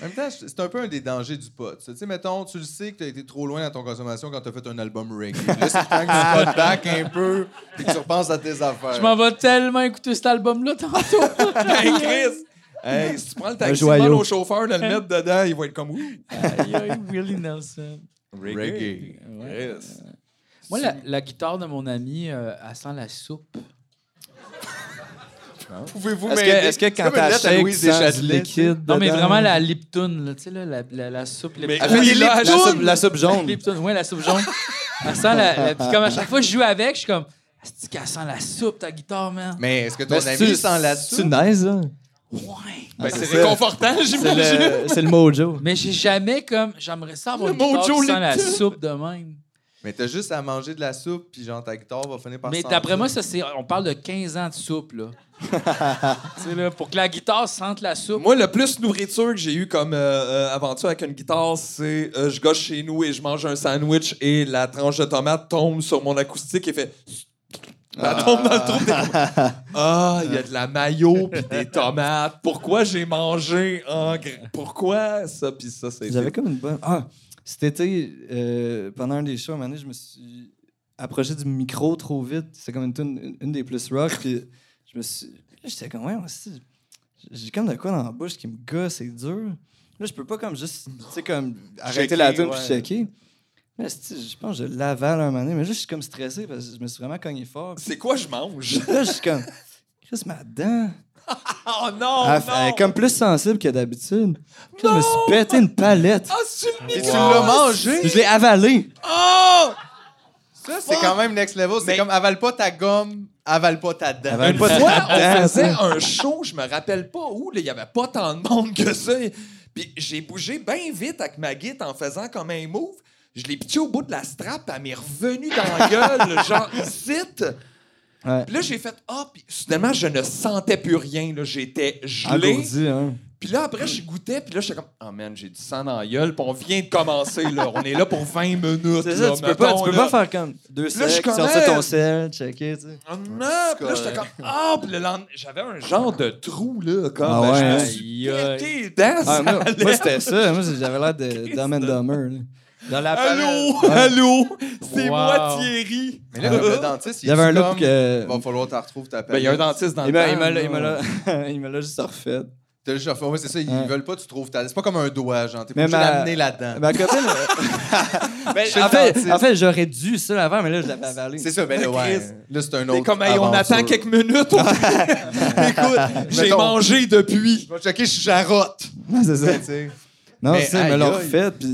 E: En même temps, je- c'est un peu un des dangers du pot. ça. Tu sais, mettons, tu le sais que tu as été trop loin dans ton consommation quand tu as fait un album reggae. Là, c'est le temps que tu te back un peu et que tu repenses à tes affaires.
A: Je m'en vais tellement écouter cet album-là tantôt.
D: Hey, Chris! Hey, si tu prends le taxi,
G: joyau.
D: demande au chauffeur de le mettre dedans, il va être comme où?
A: Aïe, aïe, Willie Nelson.
E: Reggae.
A: Ouais. Moi, la, la guitare de mon ami, euh, elle sent la soupe.
E: Pouvez-vous
K: Est-ce que,
E: m'aider?
K: est-ce que
E: C'est
K: quand
E: comme une
K: t'as
E: lettre à
K: shake, tu
E: Louise
K: sens du
E: Deschazelets, tu sais.
K: liquide
A: Non, mais
K: dedans?
A: vraiment la Lipton, là, tu sais, là, la, la, la soupe Lipton.
D: Mais
E: Elle fait
D: oui,
E: des
D: là,
K: La soupe, la soupe
A: La
K: jaune.
A: Lipton, ouais, la soupe jaune. elle sent la, la- Puis comme à chaque fois que je joue avec, je suis comme... Asti qu'elle sent la soupe, ta guitare, man.
E: Mais est-ce que
G: Ben,
E: ton
K: Mais
E: ami
K: c'est-tu-
E: sent la
G: C'est-tu
E: soupe?
G: nice, là?
A: Ouais.
D: Ben, c'est
K: c'est ça.
D: réconfortant,
G: C'est
D: j'imagine.
G: le, c'est le mojo.
A: Mais j'ai jamais comme... J'aimerais ça avoir
D: Le
A: une guitare
D: mojo
A: qui sent la
D: Lipton.
A: soupe de même.
E: Mais t'as juste à manger de la soupe, puis genre ta guitare va finir par
A: Mais
E: sentir.
A: d'après moi, ça, c'est, on parle de 15 ans de soupe, là. Tu sais, là, pour que la guitare sente la soupe.
D: Moi, le plus nourriture que j'ai eu comme euh, euh, aventure avec une guitare, c'est euh, je gosse chez nous et je mange un sandwich et la tranche de tomate tombe sur mon acoustique et fait.
E: Ah.
D: Elle tombe dans le trou. t'es comme, Ah, il y a de la mayo puis des tomates. Pourquoi j'ai mangé en gr- Pourquoi ça puis ça c'est.
G: J'avais comme une bonne. Ah, cet été, euh, pendant un des shows, à un moment donné, je me suis approché du micro trop vite. C'est comme une, tune- une, une des plus rock. Puis je me suis. J'étais comme, ouais, aussi. J'ai comme de quoi dans la bouche qui me gosse, c'est dur. Là, je peux pas comme juste, tu sais, comme arrêter
E: Checker,
G: la tune
E: ouais.
G: puis checker. Mais esti, je pense que je l'avale un moment donné. Mais juste, je suis comme stressé parce que je me suis vraiment cogné fort.
D: C'est quoi je mange
G: Puis là, je suis comme, Chris, ma dent.
D: Oh non
G: elle,
D: non.
G: Ah, elle est comme plus sensible que d'habitude. Puis là, Je me suis pété une palette.
D: Ah, c'est le
E: Et
D: micro.
E: tu l'as mangé?
G: Je l'ai avalé.
D: Ah!
E: Ça, c'est quand même next level. C'est
D: Mais-
E: comme avale pas ta gomme, avale pas ta dent.
G: Avale
D: Une
G: pas ta
D: fois, on
G: dent.
D: faisait un show, je me rappelle pas où, là, il y avait pas tant de monde que ça. Puis j'ai bougé bien vite avec ma guite en faisant comme un move. Je l'ai pitché au bout de la strap, elle m'est revenue dans la gueule, genre zit.
G: Ouais.
D: Puis là, j'ai fait ah, puis soudainement, je ne sentais plus rien, là, j'étais gelé.
G: Engourdi, hein.
D: Puis là, après, je goûtais, puis là, j'étais comme oh man, j'ai du sang dans la gueule, puis on vient de commencer, là. On est là pour 20 minutes.
G: C'est ça,
D: là,
G: tu peux, pas,
D: mettons,
G: tu peux
D: là.
G: pas faire comme deux
D: Là, je
G: secs,
D: suis
G: sortir
D: comme,
G: ton
D: hey.
G: sel, checker, tu sais.
D: Ah non! Puis là, j'étais comme, ah! Puis le lendemain, j'avais un genre de trou, là, comme.
G: Ah ouais,
D: ben, je me
G: hein?
D: suis
A: Aïe,
D: pété les dents, ça
G: Ah, moi,
D: allait.
G: moi, c'était ça. Moi, j'avais l'air de Dumb and Dumber. là. Dans la
D: Allô,
G: Ouais.
D: allô, c'est
A: Wow.
D: moi Thierry.
E: Mais là, comme le dentiste,
G: Il y avait un
E: est-tu
G: look
E: comme,
G: que.
E: Va falloir que t'en retrouves ta
D: Ben, il y a un
E: palette.
D: dentiste dans
G: Il
D: le
G: me- il
D: temps,
G: me l'a- il me
D: là.
G: l'a- il me l'a juste refait.
E: T'as juste à faire- ouais, c'est ça, ils
G: Ouais.
E: veulent pas que tu trouves ta. C'est pas comme un doigt, genre. T'es pas
G: Mais
E: obligé
G: ma-
E: d'amener la dent.
G: Ma copine. euh,
E: Chez
D: Ben,
G: en,
E: le
G: fait,
E: dentiste.
G: en fait, j'aurais dû ça avant, mais là, je l'avais avalé.
E: C'est ça, ben là, ouais.
D: Chris.
E: Là, c'est un autre.
D: C'est comme, hey, on
E: aventure.
D: attend quelques minutes. Écoute, j'ai
E: Mettons.
D: mangé depuis.
E: Je vais checker, je jarotte.
G: Ouais, c'est ça.
E: Tu sais.
G: Non,
E: Mais
G: c'est ça, il me l'a
E: aïe, aïe.
G: refait, puis.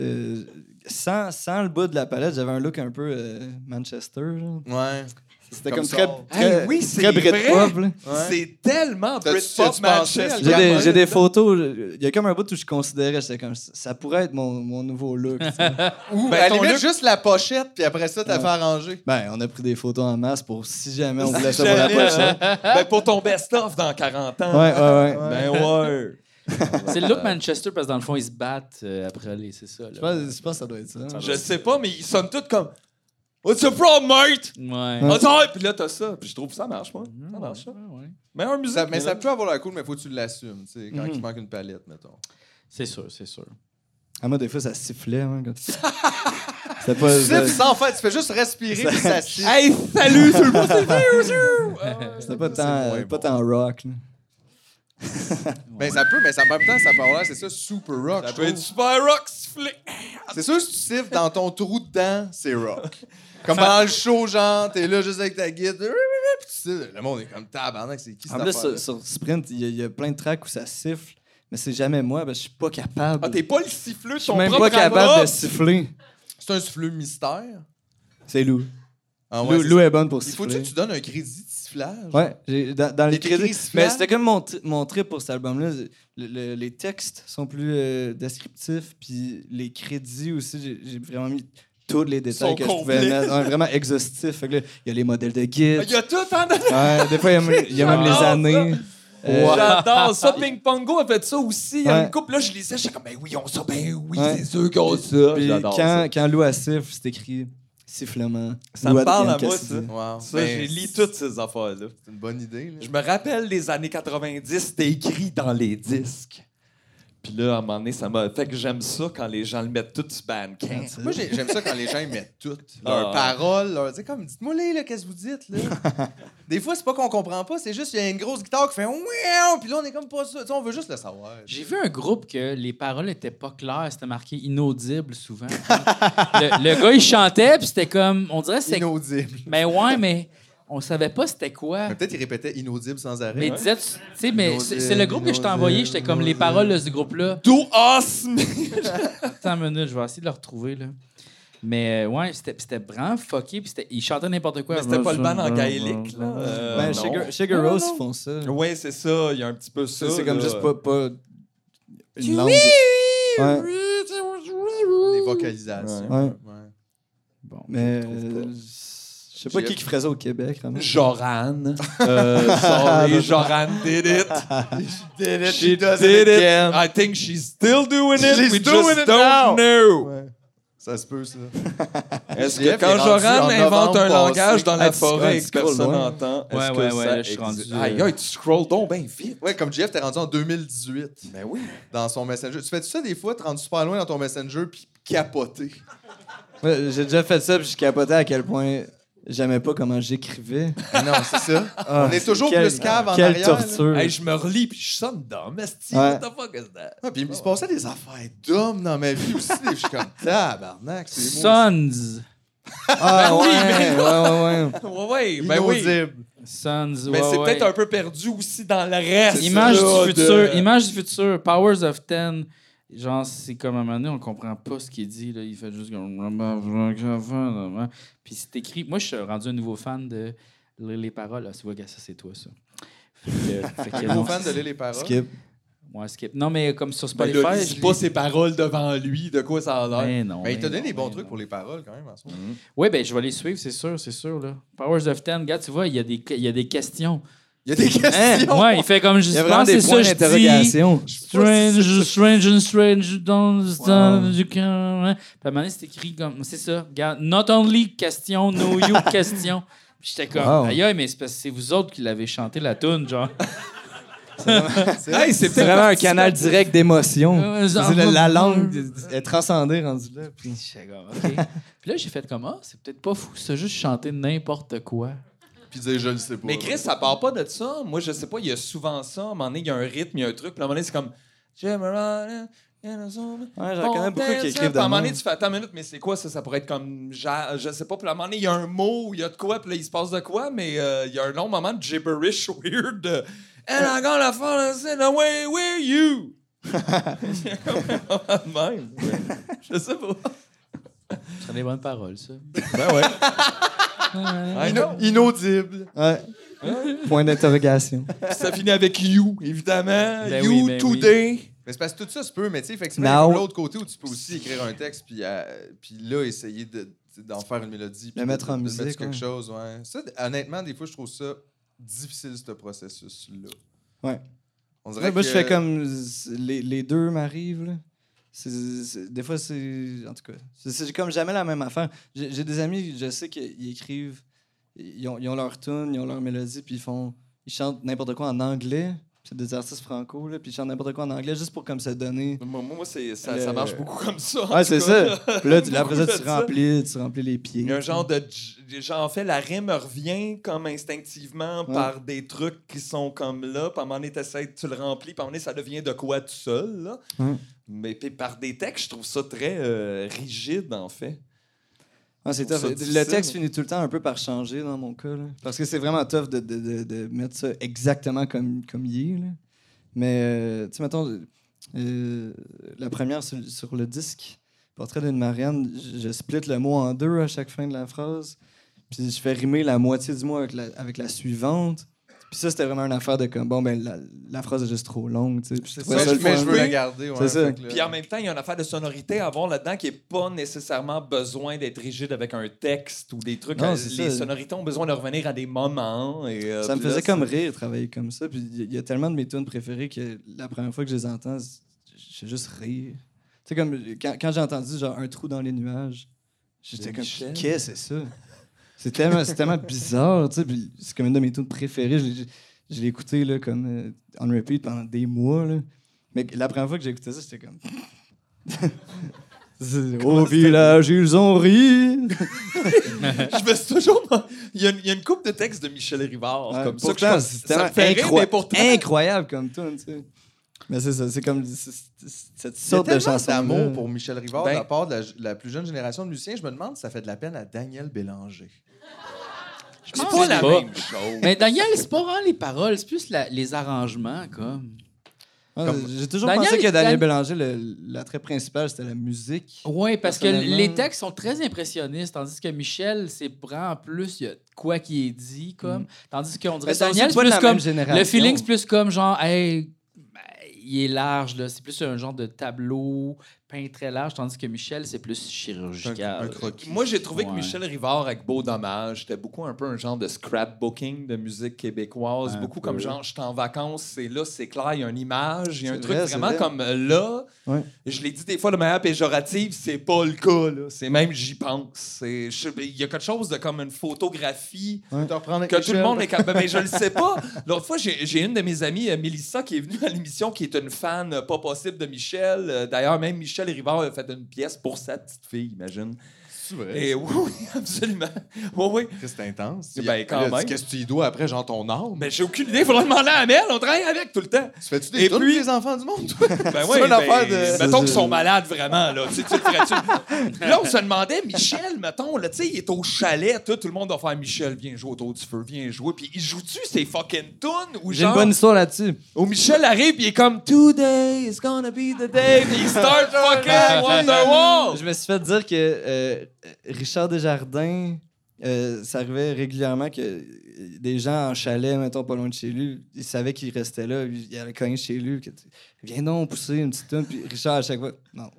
G: euh, sans, sans le bout de la palette, j'avais un look un peu euh, Manchester. genre.
E: Ouais.
G: C'était
E: Comme
G: comme,
E: ça.
G: très, très,
D: Hey, oui, c'est
G: très Britpop. là.
D: C'est tellement
E: T'as-tu-
D: Britpop
E: t'as-tu pensé à
D: Manchester.
G: J'ai
E: Vraiment,
G: des, j'ai
E: là,
G: des photos. euh, Il y a comme un bout où je considérais, c'était comme ça, ça pourrait être mon, mon nouveau look. tu sais.
E: Ou,
D: Ben,
E: à la
D: ton
E: limite,
D: look-
E: juste la pochette, puis après ça, t'as
G: Ouais.
E: fait arranger.
G: ben, on a pris des photos en masse pour si jamais on voulait ça hein. pour la
D: Jamais,
G: prochaine.
D: hein. Ben, pour ton best-of dans 40 ans.
G: Ouais, ouais, ouais.
D: Ben ouais.
A: C'est le look Manchester parce que dans le fond, ils se battent euh, après les. C'est ça, là.
G: Je pense, je pense que ça doit être ça. hein.
D: Je sais pas, mais ils sonnent tous comme What's your problem, mate?
A: Ouais.
G: Hein?
D: Ah, ça, Puis là, t'as ça. Puis je trouve que ça marche, moi. Ça marche, ça.
A: Ouais, ouais.
D: Meilleure musique.
E: Ça- mais ça
D: là.
E: peut avoir la cool, mais faut que tu l'assumes, tu sais, quand il manque une palette, mettons.
A: C'est sûr, c'est sûr.
G: À Ah, moi, des fois, ça sifflait. Hein, quand... C'était pas.
E: Tu sais,
G: C'était
E: puis ça, en fait, tu fais juste respirer, puis ça siffle.
D: Hey, salut tout le monde! c'est Fiusu! Ah,
G: c'était pas, tant,
E: moins
G: euh, pas tant rock. là.
E: Mais Ben, ça peut, mais ça, en même temps, ça peut avoir l'air, c'est ça, super rock.
D: Ça
E: je
D: peut être
E: trouve.
D: super rock sifflé.
E: C'est sûr, si tu siffles dans ton trou de dent, c'est rock. Comme pendant le show, genre, t'es là juste avec ta guide, puis tu sais, le monde est comme tabarnak, c'est qui
G: En
E: cette
G: plus,
E: affaire
G: sur, sur Sprint, il y, a- il y a plein de tracks où ça siffle, mais c'est jamais moi, parce que je suis pas capable.
D: Ah, t'es pas le siffleux,
G: je suis
D: son
G: même
D: propre
G: pas capable
D: amour.
G: de siffler.
E: C'est un souffleux mystère.
G: C'est Lou.
E: Ah
G: Lou,
E: c'est
G: Lou
E: ça.
G: est bonne pour
E: Il
G: siffler.
E: faut que tu donnes un crédit de sifflage.
G: Ouais, j'ai- dans, dans
E: Des
G: les crédits.
E: crédits
G: Mais
E: plans.
G: c'était comme mon, tri- mon trip pour cet album-là. Le- le- les textes sont plus euh, descriptifs, puis les crédits aussi, j'ai- j'ai vraiment mis tous les détails
D: Sont
G: que je
D: complets.
G: pouvais mettre. Ouais, vraiment exhaustif. Fait que là, il y a les modèles de
D: Il y
G: guide.
D: a tout, hein?
G: Ouais, des fois, il y a même, il y a même les
D: J'adore Ah, ça.
G: années. Euh,
D: J'adore ça. Ping Pongo a fait ça aussi. Il y a une
G: Ouais.
D: couple, là, je lisais, j'étais comme, ben oui, on ça, ben oui,
G: Ouais.
D: c'est sûr qu'on ça.
G: puis
D: J'adore ça.
G: quand, quand Lou a siffle, c'est écrit sifflement.
D: Ça me
G: Lou at
D: parle à
G: Ian
D: moi,
G: Cassidy.
D: ça.
E: Wow.
D: Ça,
E: Ben,
D: j'ai lu toutes ces affaires-là.
E: C'est une bonne idée. là.
D: Je me rappelle les années 90, c'était écrit dans les disques. Puis là, à un moment donné, ça m'a. Fait que j'aime ça quand les gens le mettent tout sur Bandcamp.
E: Moi, j'ai- j'aime ça quand les gens ils mettent toutes leurs
D: Ah.
E: paroles, leurs. C'est comme, dites-moi là, là, qu'est-ce que vous dites, là. Des fois, c'est pas qu'on comprend pas, c'est juste qu'il y a une grosse guitare qui fait Ouiaou! puis là, on est comme pas ça. Tu sais, on veut juste le savoir.
A: J'ai vu un groupe que les paroles étaient pas claires, c'était marqué inaudible souvent. le, le gars, il chantait, puis c'était comme. On dirait que c'était.
E: Inaudible.
A: Mais ouais, mais on savait pas c'était quoi.
E: Mais Peut-être qu'il répétait inaudible sans arrêt. hein,
A: Mais
E: Ouais.
A: disais, tu tu sais, mais c'est c'est le
E: Inaudible,
A: groupe que je t'ai envoyé, j'étais comme les
E: inaudible.
A: paroles de ce groupe-là.
D: Do us!
A: Attends une minute, je vais essayer de le retrouver, là. Mais euh, ouais, c'était c'était vraiment fucké, puis c'était- ils chantaient n'importe quoi.
D: Mais c'était pas le ban en gaélique, là. Euh,
G: ben,
D: non.
G: Sugar, Sugar
D: Non,
G: Rose,
D: non.
G: ils font ça.
D: Ouais, c'est ça. Il y a un petit peu ça. euh,
G: Ça, c'est comme
D: là.
G: juste pas, pas
E: Oui,
G: une langue. Ouais.
E: Les vocalisations.
G: Ouais.
E: Ouais.
A: Bon,
G: Mais euh, je sais pas qui, qui ferait ça au Québec, vraiment.
D: Joran. Euh, sorry, Joran did it.
E: She does
D: did it.
E: it again.
D: I think she's still doing it.
E: She's
D: We
E: doing
D: just
E: it
D: don't
E: now.
D: know.
E: Ça se peut, ça.
D: Est-ce
E: Jeff
D: que
E: est
D: quand
E: rendu en
D: Joran invente
E: novembre
D: un
E: passé.
D: langage dans
G: Ah,
D: la
G: tu
D: forêt et
G: scrolles,
D: que
G: tu scrolles
D: personne
G: loin.
D: n'entends, est-ce
A: Ouais,
D: que
A: ouais,
D: ça
A: ouais, là, je suis
D: existe?
A: rendu, euh,
D: Aïe, aïe, tu scrolls donc bien vite.
E: Ouais, comme Jeff, t'es rendu en 2018
D: Ben oui.
E: dans son Messenger. Tu fais ça des fois, te rendre super loin dans ton Messenger puis capoter.
G: Ouais, J'ai déjà fait ça, puis je capotais à quel point j'aimais pas comment j'écrivais.
E: non, c'est ça.
G: Ah,
E: On est toujours
G: quel-
E: plus cave en
G: Quelle
E: arrière, là.
G: torture.
D: Hey, je me relis puis je sonne dedans. Mais c'est
G: Ouais.
D: what the fuck is that?
E: Ah, puis il se passait des affaires d'hommes dans ma vie aussi. Je suis comme, tabarnak, c'est moi.
A: Sons.
G: ah, ouais, ouais, ouais, ouais.
D: Ouais, ouais, ben oui.
E: Inaudible.
A: Sons,
D: Mais
A: ouais,
D: c'est
A: ouais.
D: peut-être un peu perdu aussi dans le reste.
A: Image
D: là,
A: du
D: de-
A: futur, image du futur, Powers of Ten. Genre, c'est comme à un moment donné, on comprend pas ce qu'il dit. Là. Il fait juste comme. Puis c'est écrit. Moi, je suis rendu un nouveau fan de lire les paroles. Ah, tu vois, gars, ça, c'est toi, ça. Fait que- fait que
E: Gros
A: non,
E: fan de
A: c'est-
E: lire les paroles.
G: Skip.
A: Ouais, skip. Non, mais comme sur
D: Ben,
A: Spotify.
D: là, lis
A: je
D: pas
A: lis-
D: ses paroles devant lui, de quoi ça a l'air.
A: Ben non.
E: Mais il
A: ben
E: t'a donné
A: non,
E: des bons
A: ben
E: trucs
A: non.
E: pour les paroles quand même. En soi.
A: Oui, ben je vais les suivre, c'est sûr, c'est sûr. Là. Powers of Ten, gars, tu vois, il y, a des- il y a des questions.
E: Il y a des questions.
A: Hein? Ouais, il fait comme je
G: Il y a
A: pense
G: vraiment des
A: c'est ça,
G: points
A: je dis.
G: d'interrogation.
A: Strange, strange and strange, don't
G: Wow.
A: stand, you can. hein. Puis à un moment donné, c'est écrit comme. C'est ça. Regarde, not only question, no you question. Puis j'étais comme,
G: Wow.
A: aïe, aïe, mais c'est parce que c'est vous autres qui l'avez chanté la tune, genre.
G: Hey, c'est vraiment un canal direct d'émotion.
A: Euh,
G: C'est la, la langue est transcendée rendue là. puis-
A: J'étais comme, OK. Puis là, j'ai fait comme, ah, c'est peut-être pas fou, ça, juste chanter n'importe quoi.
E: Puis dire, je le sais pas.
D: Mais Chris, ça part pas de ça. Moi, je sais pas, il y a souvent ça. À un moment donné, il y a un rythme, il y a un truc. Puis à un moment donné, c'est comme. Ouais,
G: Ouais, j'en connais beaucoup qui écrivent de
D: À un moment donné,
G: même.
D: tu fais attends une minute, mais c'est quoi ça? Ça pourrait être comme. ja- Je sais pas. Puis à un moment donné, il y a un mot, il y a de quoi, puis là, il se passe de quoi, mais euh, il y a un long moment de gibberish weird. de, And I gotta fall in the way, where you? de même. Je sais pas.
A: C'est des bonnes paroles, ça.
D: Ben ouais. I know.
E: Ina- Inaudible.
G: Ouais. Point d'interrogation.
D: Puis ça finit avec you, évidemment.
A: Ben
D: you
A: oui, ben oui.
D: today.
E: Mais c'est parce que tout ça se peut, mais tu sais, fait que c'est
G: Now.
E: même l'autre côté où tu peux aussi écrire un texte, puis, euh, puis là, essayer de- d'en faire une mélodie. puis
G: Le
E: de-
G: mettre en
E: de- de
G: musique,
E: mettre quelque
G: ouais.
E: chose, ouais. Ça, d- honnêtement, des fois, je trouve ça difficile, ce processus-là.
G: Ouais.
E: On dirait
G: Ouais, moi,
E: que...
G: je fais comme z- les, les deux m'arrivent. là. C'est- c'est- Des fois, c'est. En tout cas, c'est- c'est comme jamais la même affaire. J'ai j'ai des amis, je sais qu'ils écrivent, ils ont, ils ont leur tune, ils ont leur mélodie, puis ils font. Ils chantent n'importe quoi en anglais. C'est des artistes franco, là, puis ils chantent n'importe quoi en anglais juste pour comme se donner.
D: Moi, moi, moi, c'est, ça,
G: Le-
D: ça marche beaucoup comme ça. en
G: Ouais,
D: tout
G: c'est
D: cas.
G: ça. Puis là, tu, là, après ça,
D: Beaucoup
G: tu
D: de ça.
G: remplis, tu remplis les pieds.
D: Il y a un genre de. j- Genre, en fait, la rime revient comme instinctivement
G: Ouais.
D: par des trucs qui sont comme là. Puis à un moment donné, t'essaies, tu le remplis. Puis à un moment donné, ça devient de quoi tout seul. Là.
G: Ouais.
D: Mais puis par des textes, je trouve ça très euh, rigide, en fait.
G: Ah, c'est
D: Je trouve
G: tough.
D: ça
G: Le
D: difficile.
G: texte finit tout le temps un peu par changer dans mon cas. là. Parce que c'est vraiment tough de, de- de- de mettre ça exactement comme, comme il est. là. Mais, euh, tu sais, mettons, euh, la première sur, sur le disque, Portrait d'une Marianne, je, je split le mot en deux à chaque fin de la phrase. Puis je fais rimer la moitié du mot avec la, avec la suivante. Puis ça, c'était vraiment une affaire de comme, bon, ben, la, la phrase est juste trop longue. tu sais. Puis je trouvais
E: Ouais,
G: ça le
E: mais
G: fun.
E: je veux la garder, ouais.
G: C'est ça.
E: fait que là-
D: Puis en même temps, il y a une affaire de sonorité à avoir là-dedans qui n'est pas nécessairement besoin d'être rigide avec un texte ou des trucs.
G: Non,
D: Euh,
G: c'est
D: les
G: ça.
D: sonorités ont besoin de revenir à des moments. Et, euh,
G: Ça me
D: puis là,
G: faisait comme rire travailler comme ça. Puis il y- y a tellement de mes tunes préférées que la première fois que je les entends, c- je fais juste rire. Tu sais, comme quand, quand j'ai entendu genre un trou dans les nuages, j'étais
D: De
G: comme, qu'est-ce
D: Michel.
G: que c'est ça? C'est tellement, c'est tellement bizarre, tu sais. puis c'est comme une de mes tunes préférées. Je l'ai- je l'ai écouté là, comme euh, on repeat pendant des mois. Là. Mais la première fois que j'ai écouté ça, j'étais comme. C'est- Au village, ils ont ri.
D: Je me suis toujours. Il y, a une, il y a une couple de textes de Michel Rivard
G: Ouais,
D: comme ça. que je
G: pourtant,
D: pense-
G: c'est
D: ça
G: tellement
D: me fait rire,
G: incroy-
D: mais pourtant-
G: incroyable comme tune, tu sais. Mais c'est ça, c'est comme c'est- c'est- cette
E: Il y a
G: sorte de
E: tellement
G: chanson.
E: d'amour pour Michel Rivard
D: Ben-
E: de la part de la, la plus jeune génération de musiciens. Je me demande si ça fait de la peine à Daniel Bélanger.
D: C'est pas la
A: pas.
D: même chose.
A: Mais Daniel, c'est pas vraiment les paroles, c'est plus la- les arrangements, comme.
G: J'ai toujours
A: Daniel-
G: pensé que Daniel
A: Dan-
G: Bélanger, le- l'attrait principal, c'était la musique.
A: Oui, parce que
G: Personnellement-
A: les textes sont très impressionnistes, tandis que Michel, c'est vraiment plus, il y a de quoi qui est dit, comme. Tandis qu'on dirait
G: Mais c'est aussi
A: Daniel, c'est
G: pas de
A: plus
G: la
A: comme.
G: même génération.
A: Le feeling, c'est plus comme genre, hey, ben, il est large, là. C'est plus un genre de tableau peint très large, tandis que Michel, c'est plus chirurgical.
D: Moi, j'ai trouvé que
A: Ouais.
D: Michel Rivard, avec Beau Dommage, c'était beaucoup un peu un genre de scrapbooking de musique québécoise.
A: Un
D: beaucoup
A: peu.
D: comme genre, je suis en vacances, c'est là, c'est clair, il y a une image, il y a un
G: C'est
D: truc
G: vrai, c'est
D: vraiment
G: vrai.
D: comme euh, là.
G: Ouais.
D: Je l'ai dit des fois de manière péjorative, c'est pas le cas, là. C'est même j'y pense. C'est- je- Il y a quelque chose de comme une photographie que tout le monde est capable. Mais je le sais pas. L'autre fois, j'ai j'ai une de mes amies, euh, Mélissa, qui est venue à l'émission, qui est une fan euh, pas possible de Michel. Euh, D'ailleurs, même Michel Rivard a fait une pièce pour sa petite fille, imagine.
E: C'est vrai.
D: Et oui, oui, absolument. Oui, oui.
E: C'est intense.
D: Ben,
E: Il-
D: quand
E: là, tu-
D: même.
E: Qu'est-ce que tu y dois après, genre ton âme?
D: Mais j'ai aucune idée. Faudrait demander à Amel. On travaille avec tout le temps.
E: Tu fais-tu
D: Et
E: des trucs
D: puis-
E: les enfants du monde, toi?
D: Ben
E: C'est
D: oui,
E: une
D: ben,
E: affaire de-
D: mettons qu'ils sont malades vraiment, là. Tu sais, tu le ferais-tu? là, on se demandait, Michel, mettons, là, tu sais, il est au chalet, tout, tout le monde va faire Michel, viens jouer autour du feu, viens jouer. Puis il joue-tu ses fucking tunes ou
G: J'ai
D: genre.
G: une bonne histoire là-dessus.
D: Ou Michel arrive, puis il est comme Today is gonna be the day, puis il start fucking Wonderwall!
A: Oh!
G: Je me suis fait dire que euh, Richard Desjardins, euh, ça arrivait régulièrement que euh, des gens en chalet, mettons, pas loin de chez lui, ils savaient qu'il restait là, il allait cogner chez lui. Que, tu- Viens donc pousser une petite tune, puis Richard, à chaque fois, non,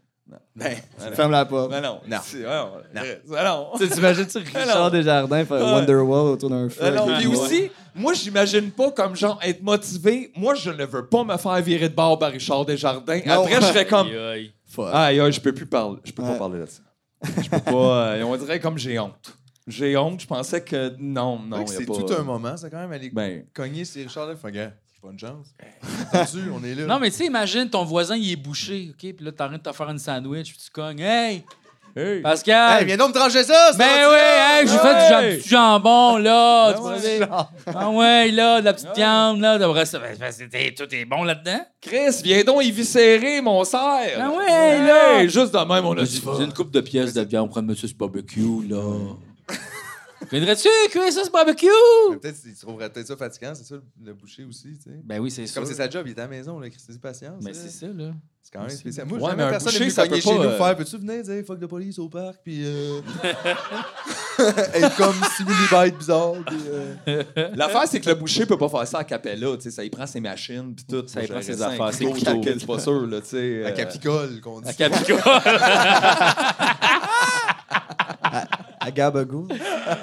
D: Ben,
G: ferme la porte.
D: ben non, non. C'est- Non. Non. non.
G: Tu sais, T'imagines-tu
D: Alors-
G: Richard Desjardins faire
D: Ouais.
G: Wonderwall autour d'un feu?
D: Ah non,
G: avec
D: puis
G: lui?
D: aussi, moi, j'imagine pas comme genre être motivé. Moi, je ne veux pas me faire virer de bord par Richard Desjardins.
G: Non.
D: Après, je serais comme.
A: Aïe,
G: Fuck.
D: Aïe, aïe, je peux plus parler. Je peux pas
G: Ouais.
D: parler de ça. Je peux pas. euh, on dirait comme j'ai honte. J'ai honte, je pensais que. Non,
E: C'est vrai
D: non,
E: que
D: y a
E: C'est
D: pas-
E: tout un moment, c'est quand même aller
D: Ben.
E: cogner c'est Richard là, fait, gars, j'ai pas une chance. Attendu, on est là.
A: Non, mais tu sais, imagine ton voisin, il est bouché, OK? Puis là, t'es en train de te faire une sandwich, puis tu cognes. Hey,
D: Hey.
A: Pascal!
E: Hey, viens donc me trancher ça! c'est
A: ben
E: gentil,
A: oui,
E: là!
A: hey, j'ai
D: Ah
A: fait du jam-
D: ouais.
A: du jambon, là.
D: Ah
A: tu vois,
D: ouais.
A: des- Ah ouais, là, de la petite viande, là. De vrai, ça, ben, ben, c'était- tout est bon là-dedans.
D: Chris, viens donc éviscérer mon cerf.
A: Ah ouais, là.
D: Juste de même, on a
A: J'ai
D: dit.
A: une coupe de pièces de viande, on prend Monsieur ce barbecue, là. Viendrais-tu cuire ça, ce barbecue?
E: Mais Peut-être qu'il trouverait peut-être ça fatigant, c'est ça le- le boucher aussi, tu sais.
A: Ben oui, c'est ça.
E: Comme c'est sa job, il est à la maison, là, Christ, c'est du patience.
A: Mais
E: là.
A: c'est ça, là.
E: C'est quand même spécial. Moi,
D: Ouais,
E: jamais
D: mais un
E: personne
D: boucher,
E: n'est venu
D: ça peut
E: cogner
D: pas,
E: chez nous
D: euh,
E: faire Peux-tu venir dire fuck de police au parc, puis. Euh... être comme simili-bite bizarre, puis. euh,
D: L'affaire, c'est que le boucher peut pas faire ça à Capella. tu sais, Ça y prend ses machines, puis tout.
A: Ça y
D: Faut
A: prend
D: gérer
A: ses affaires,
D: un
A: ses
D: gros
A: couteaux.
D: jacket, C'est pas sûr, là, tu sais.
E: À
D: euh,
E: Capicole, qu'on dit.
A: À Capicole.
G: À Gabagou.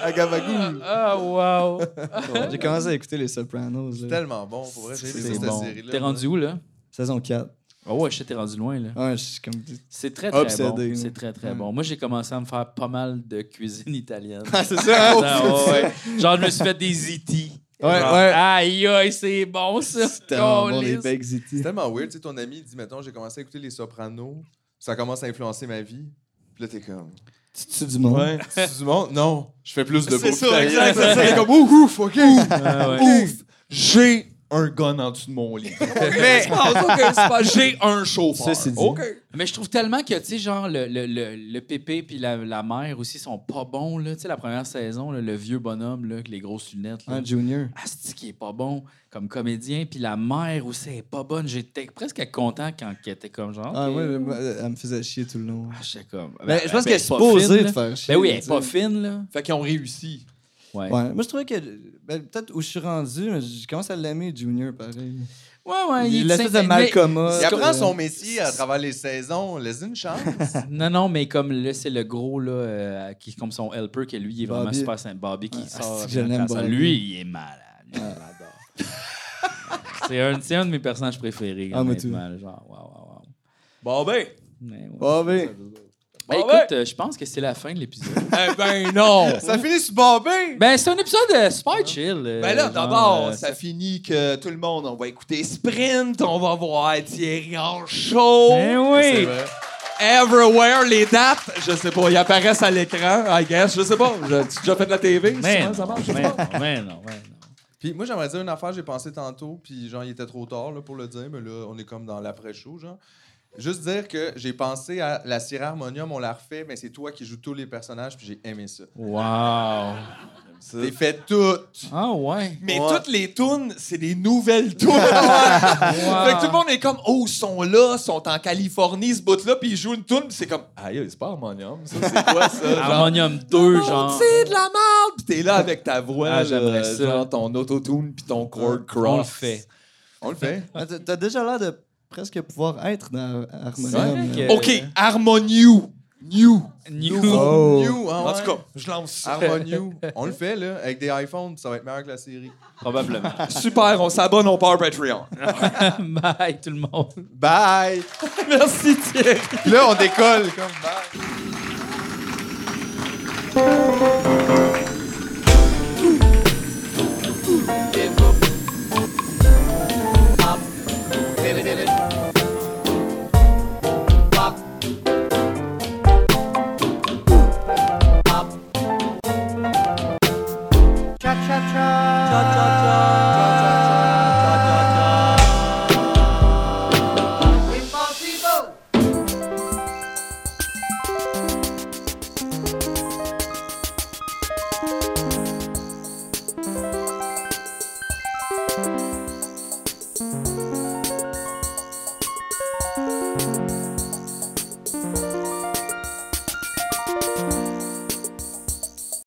E: À Gabagou.
A: Ah, wow.
G: J'ai commencé à écouter Les Sopranos.
E: C'est
G: là.
E: tellement bon, pour vrai, j'ai aimé
A: C'est
E: cette
A: bon.
E: série-là.
A: T'es rendu où, là?
G: Saison 4.
A: Ah ouais, je sais, t'es rendu loin, là.
G: Ouais, je suis comme.
A: C'est très, très
G: Obsédé,
A: bon.
G: là.
A: C'est très, très
G: Ouais.
A: bon. Moi, j'ai commencé à me faire pas mal de cuisine italienne.
G: c'est ça,
D: hein?
A: Ah, ouais, ouais. Genre, je me suis fait des itis.
G: Ouais, ouais.
A: Aïe, aïe, c'est bon, ça.
G: C'est tellement bon, les
A: Câlisse.
G: Bakes Ziti.
E: C'est tellement weird, tu sais, ton ami dit, mettons, j'ai commencé à écouter Les Sopranos, ça commence à influencer ma vie. Puis là, t'es comme.
G: Tu tues du monde.
E: Tu du monde? Non, je fais plus de beau.
D: C'est ça, exact,
E: T'es
D: c'est ça.
E: comme, ouf, ouf, ok.
A: Ah, ouais.
D: Ouf! J'ai un gun en dessous de mon lit. Mais j'ai un chauffeur.
G: Ceci dit.
D: OK.
A: Mais je trouve tellement que, tu sais, genre, le, le, le, le pépé puis la, la mère aussi sont pas bons, là. Tu sais, la première saison, là, le vieux bonhomme, là, avec les grosses lunettes, là.
G: Hein, Junior.
A: Asti qui est pas bon comme comédien, puis la mère aussi elle est pas bonne. J'étais presque content quand elle était comme genre.
G: Ah
A: OK.
G: ouais, mais moi, elle me faisait chier tout le long.
A: Ah, j'étais comme.
G: Ben, je pense qu'elle est
A: pas
G: supposée
A: fine,
G: de
A: là.
G: faire chier.
A: Ben oui, elle
G: tu
A: est
G: sais.
A: pas fine, là.
D: Fait qu'ils ont réussi.
A: Ouais. Ouais,
G: Ouais. Moi, je trouvais que. ben, Peut-être où je suis rendu, mais je commence à l'aimer, Junior, pareil.
A: ouais. Ah, est
G: L'espèce de euh,
A: mais-
G: Malcoma.
E: Il apprend Euh, son métier à travers les saisons, laisse une chance.
A: Non, non, mais comme là, c'est le gros, là, euh, qui est comme son helper, que lui, il est vraiment
G: Bobby.
A: super saint Bobby qui
G: Ouais,
A: sort.
G: asti que je l'aime,
A: quand ça-
G: Bobby.
A: Lui, il est malade. Je l'adore. c'est un, c'est un de mes personnages préférés.
G: Ah, moi,
A: honnêtement, Genre, waouh, waouh, waouh.
D: Bon ben,
A: Mais ouais.
G: Bobby.
A: Ben,
D: Ah ouais?
A: écoute, euh, je pense que c'est la fin de l'épisode.
D: Eh ben non!
E: Ça finit sur Bombay!
A: ben, c'est un épisode euh, super chill. euh,
D: Ben là,
A: genre,
D: d'abord,
A: euh,
D: ça finit que tout le monde, on va écouter Sprint, on va voir Thierry en show.
A: Ben oui!
D: Everywhere, les dates, je sais pas, ils apparaissent à l'écran, I guess, je sais pas. Je, tu as déjà fait de la TV?
A: Mais
D: souvent,
A: non,
D: ça marche?
A: mais non, mais non, mais non.
E: Puis moi, j'aimerais dire une affaire, j'ai pensé tantôt, puis genre, il était trop tard là, pour le dire, mais là, on est comme dans l'après-show, genre. Juste dire que j'ai pensé à la Sierra Harmonium, on l'a refait, mais c'est toi qui joues tous les personnages, puis j'ai aimé ça.
A: Wow!
E: T'es fait tout.
A: Ah ouais!
D: Mais
E: Ouais.
D: toutes les tunes, c'est des nouvelles tunes. Fait que tout le monde est comme, oh, ils sont là, ils sont en Californie, ce bout-là, puis ils jouent une tune, puis c'est comme, aïe, c'est pas Harmonium, ça, c'est quoi ça?
A: Ah.
D: Genre,
A: Harmonium 2, genre.
D: C'est de la merde! Puis t'es là avec ta voix,
A: Ah, j'aimerais
D: euh,
A: ça.
D: genre ton autotune puis ton chord cross.
A: On le fait.
E: On le fait.
G: Ah, t'as- T'as déjà l'air de presque pouvoir être dans Harmonium.
A: vrai
G: là.
A: que-
D: OK, Harmonium. New.
G: Oh.
A: New.
E: Nouveau.
A: Oh.
E: New, ah
D: En tout
E: ouais.
D: cas, je lance ça.
E: Harmonium. on le fait, là, avec des iPhones, ça va être meilleur que la série.
A: Probablement.
D: Super, on s'abonne, on part au Patreon.
A: Bye, tout le monde.
E: Bye!
D: Merci Thierry.
E: Puis là, on décolle, comme bye!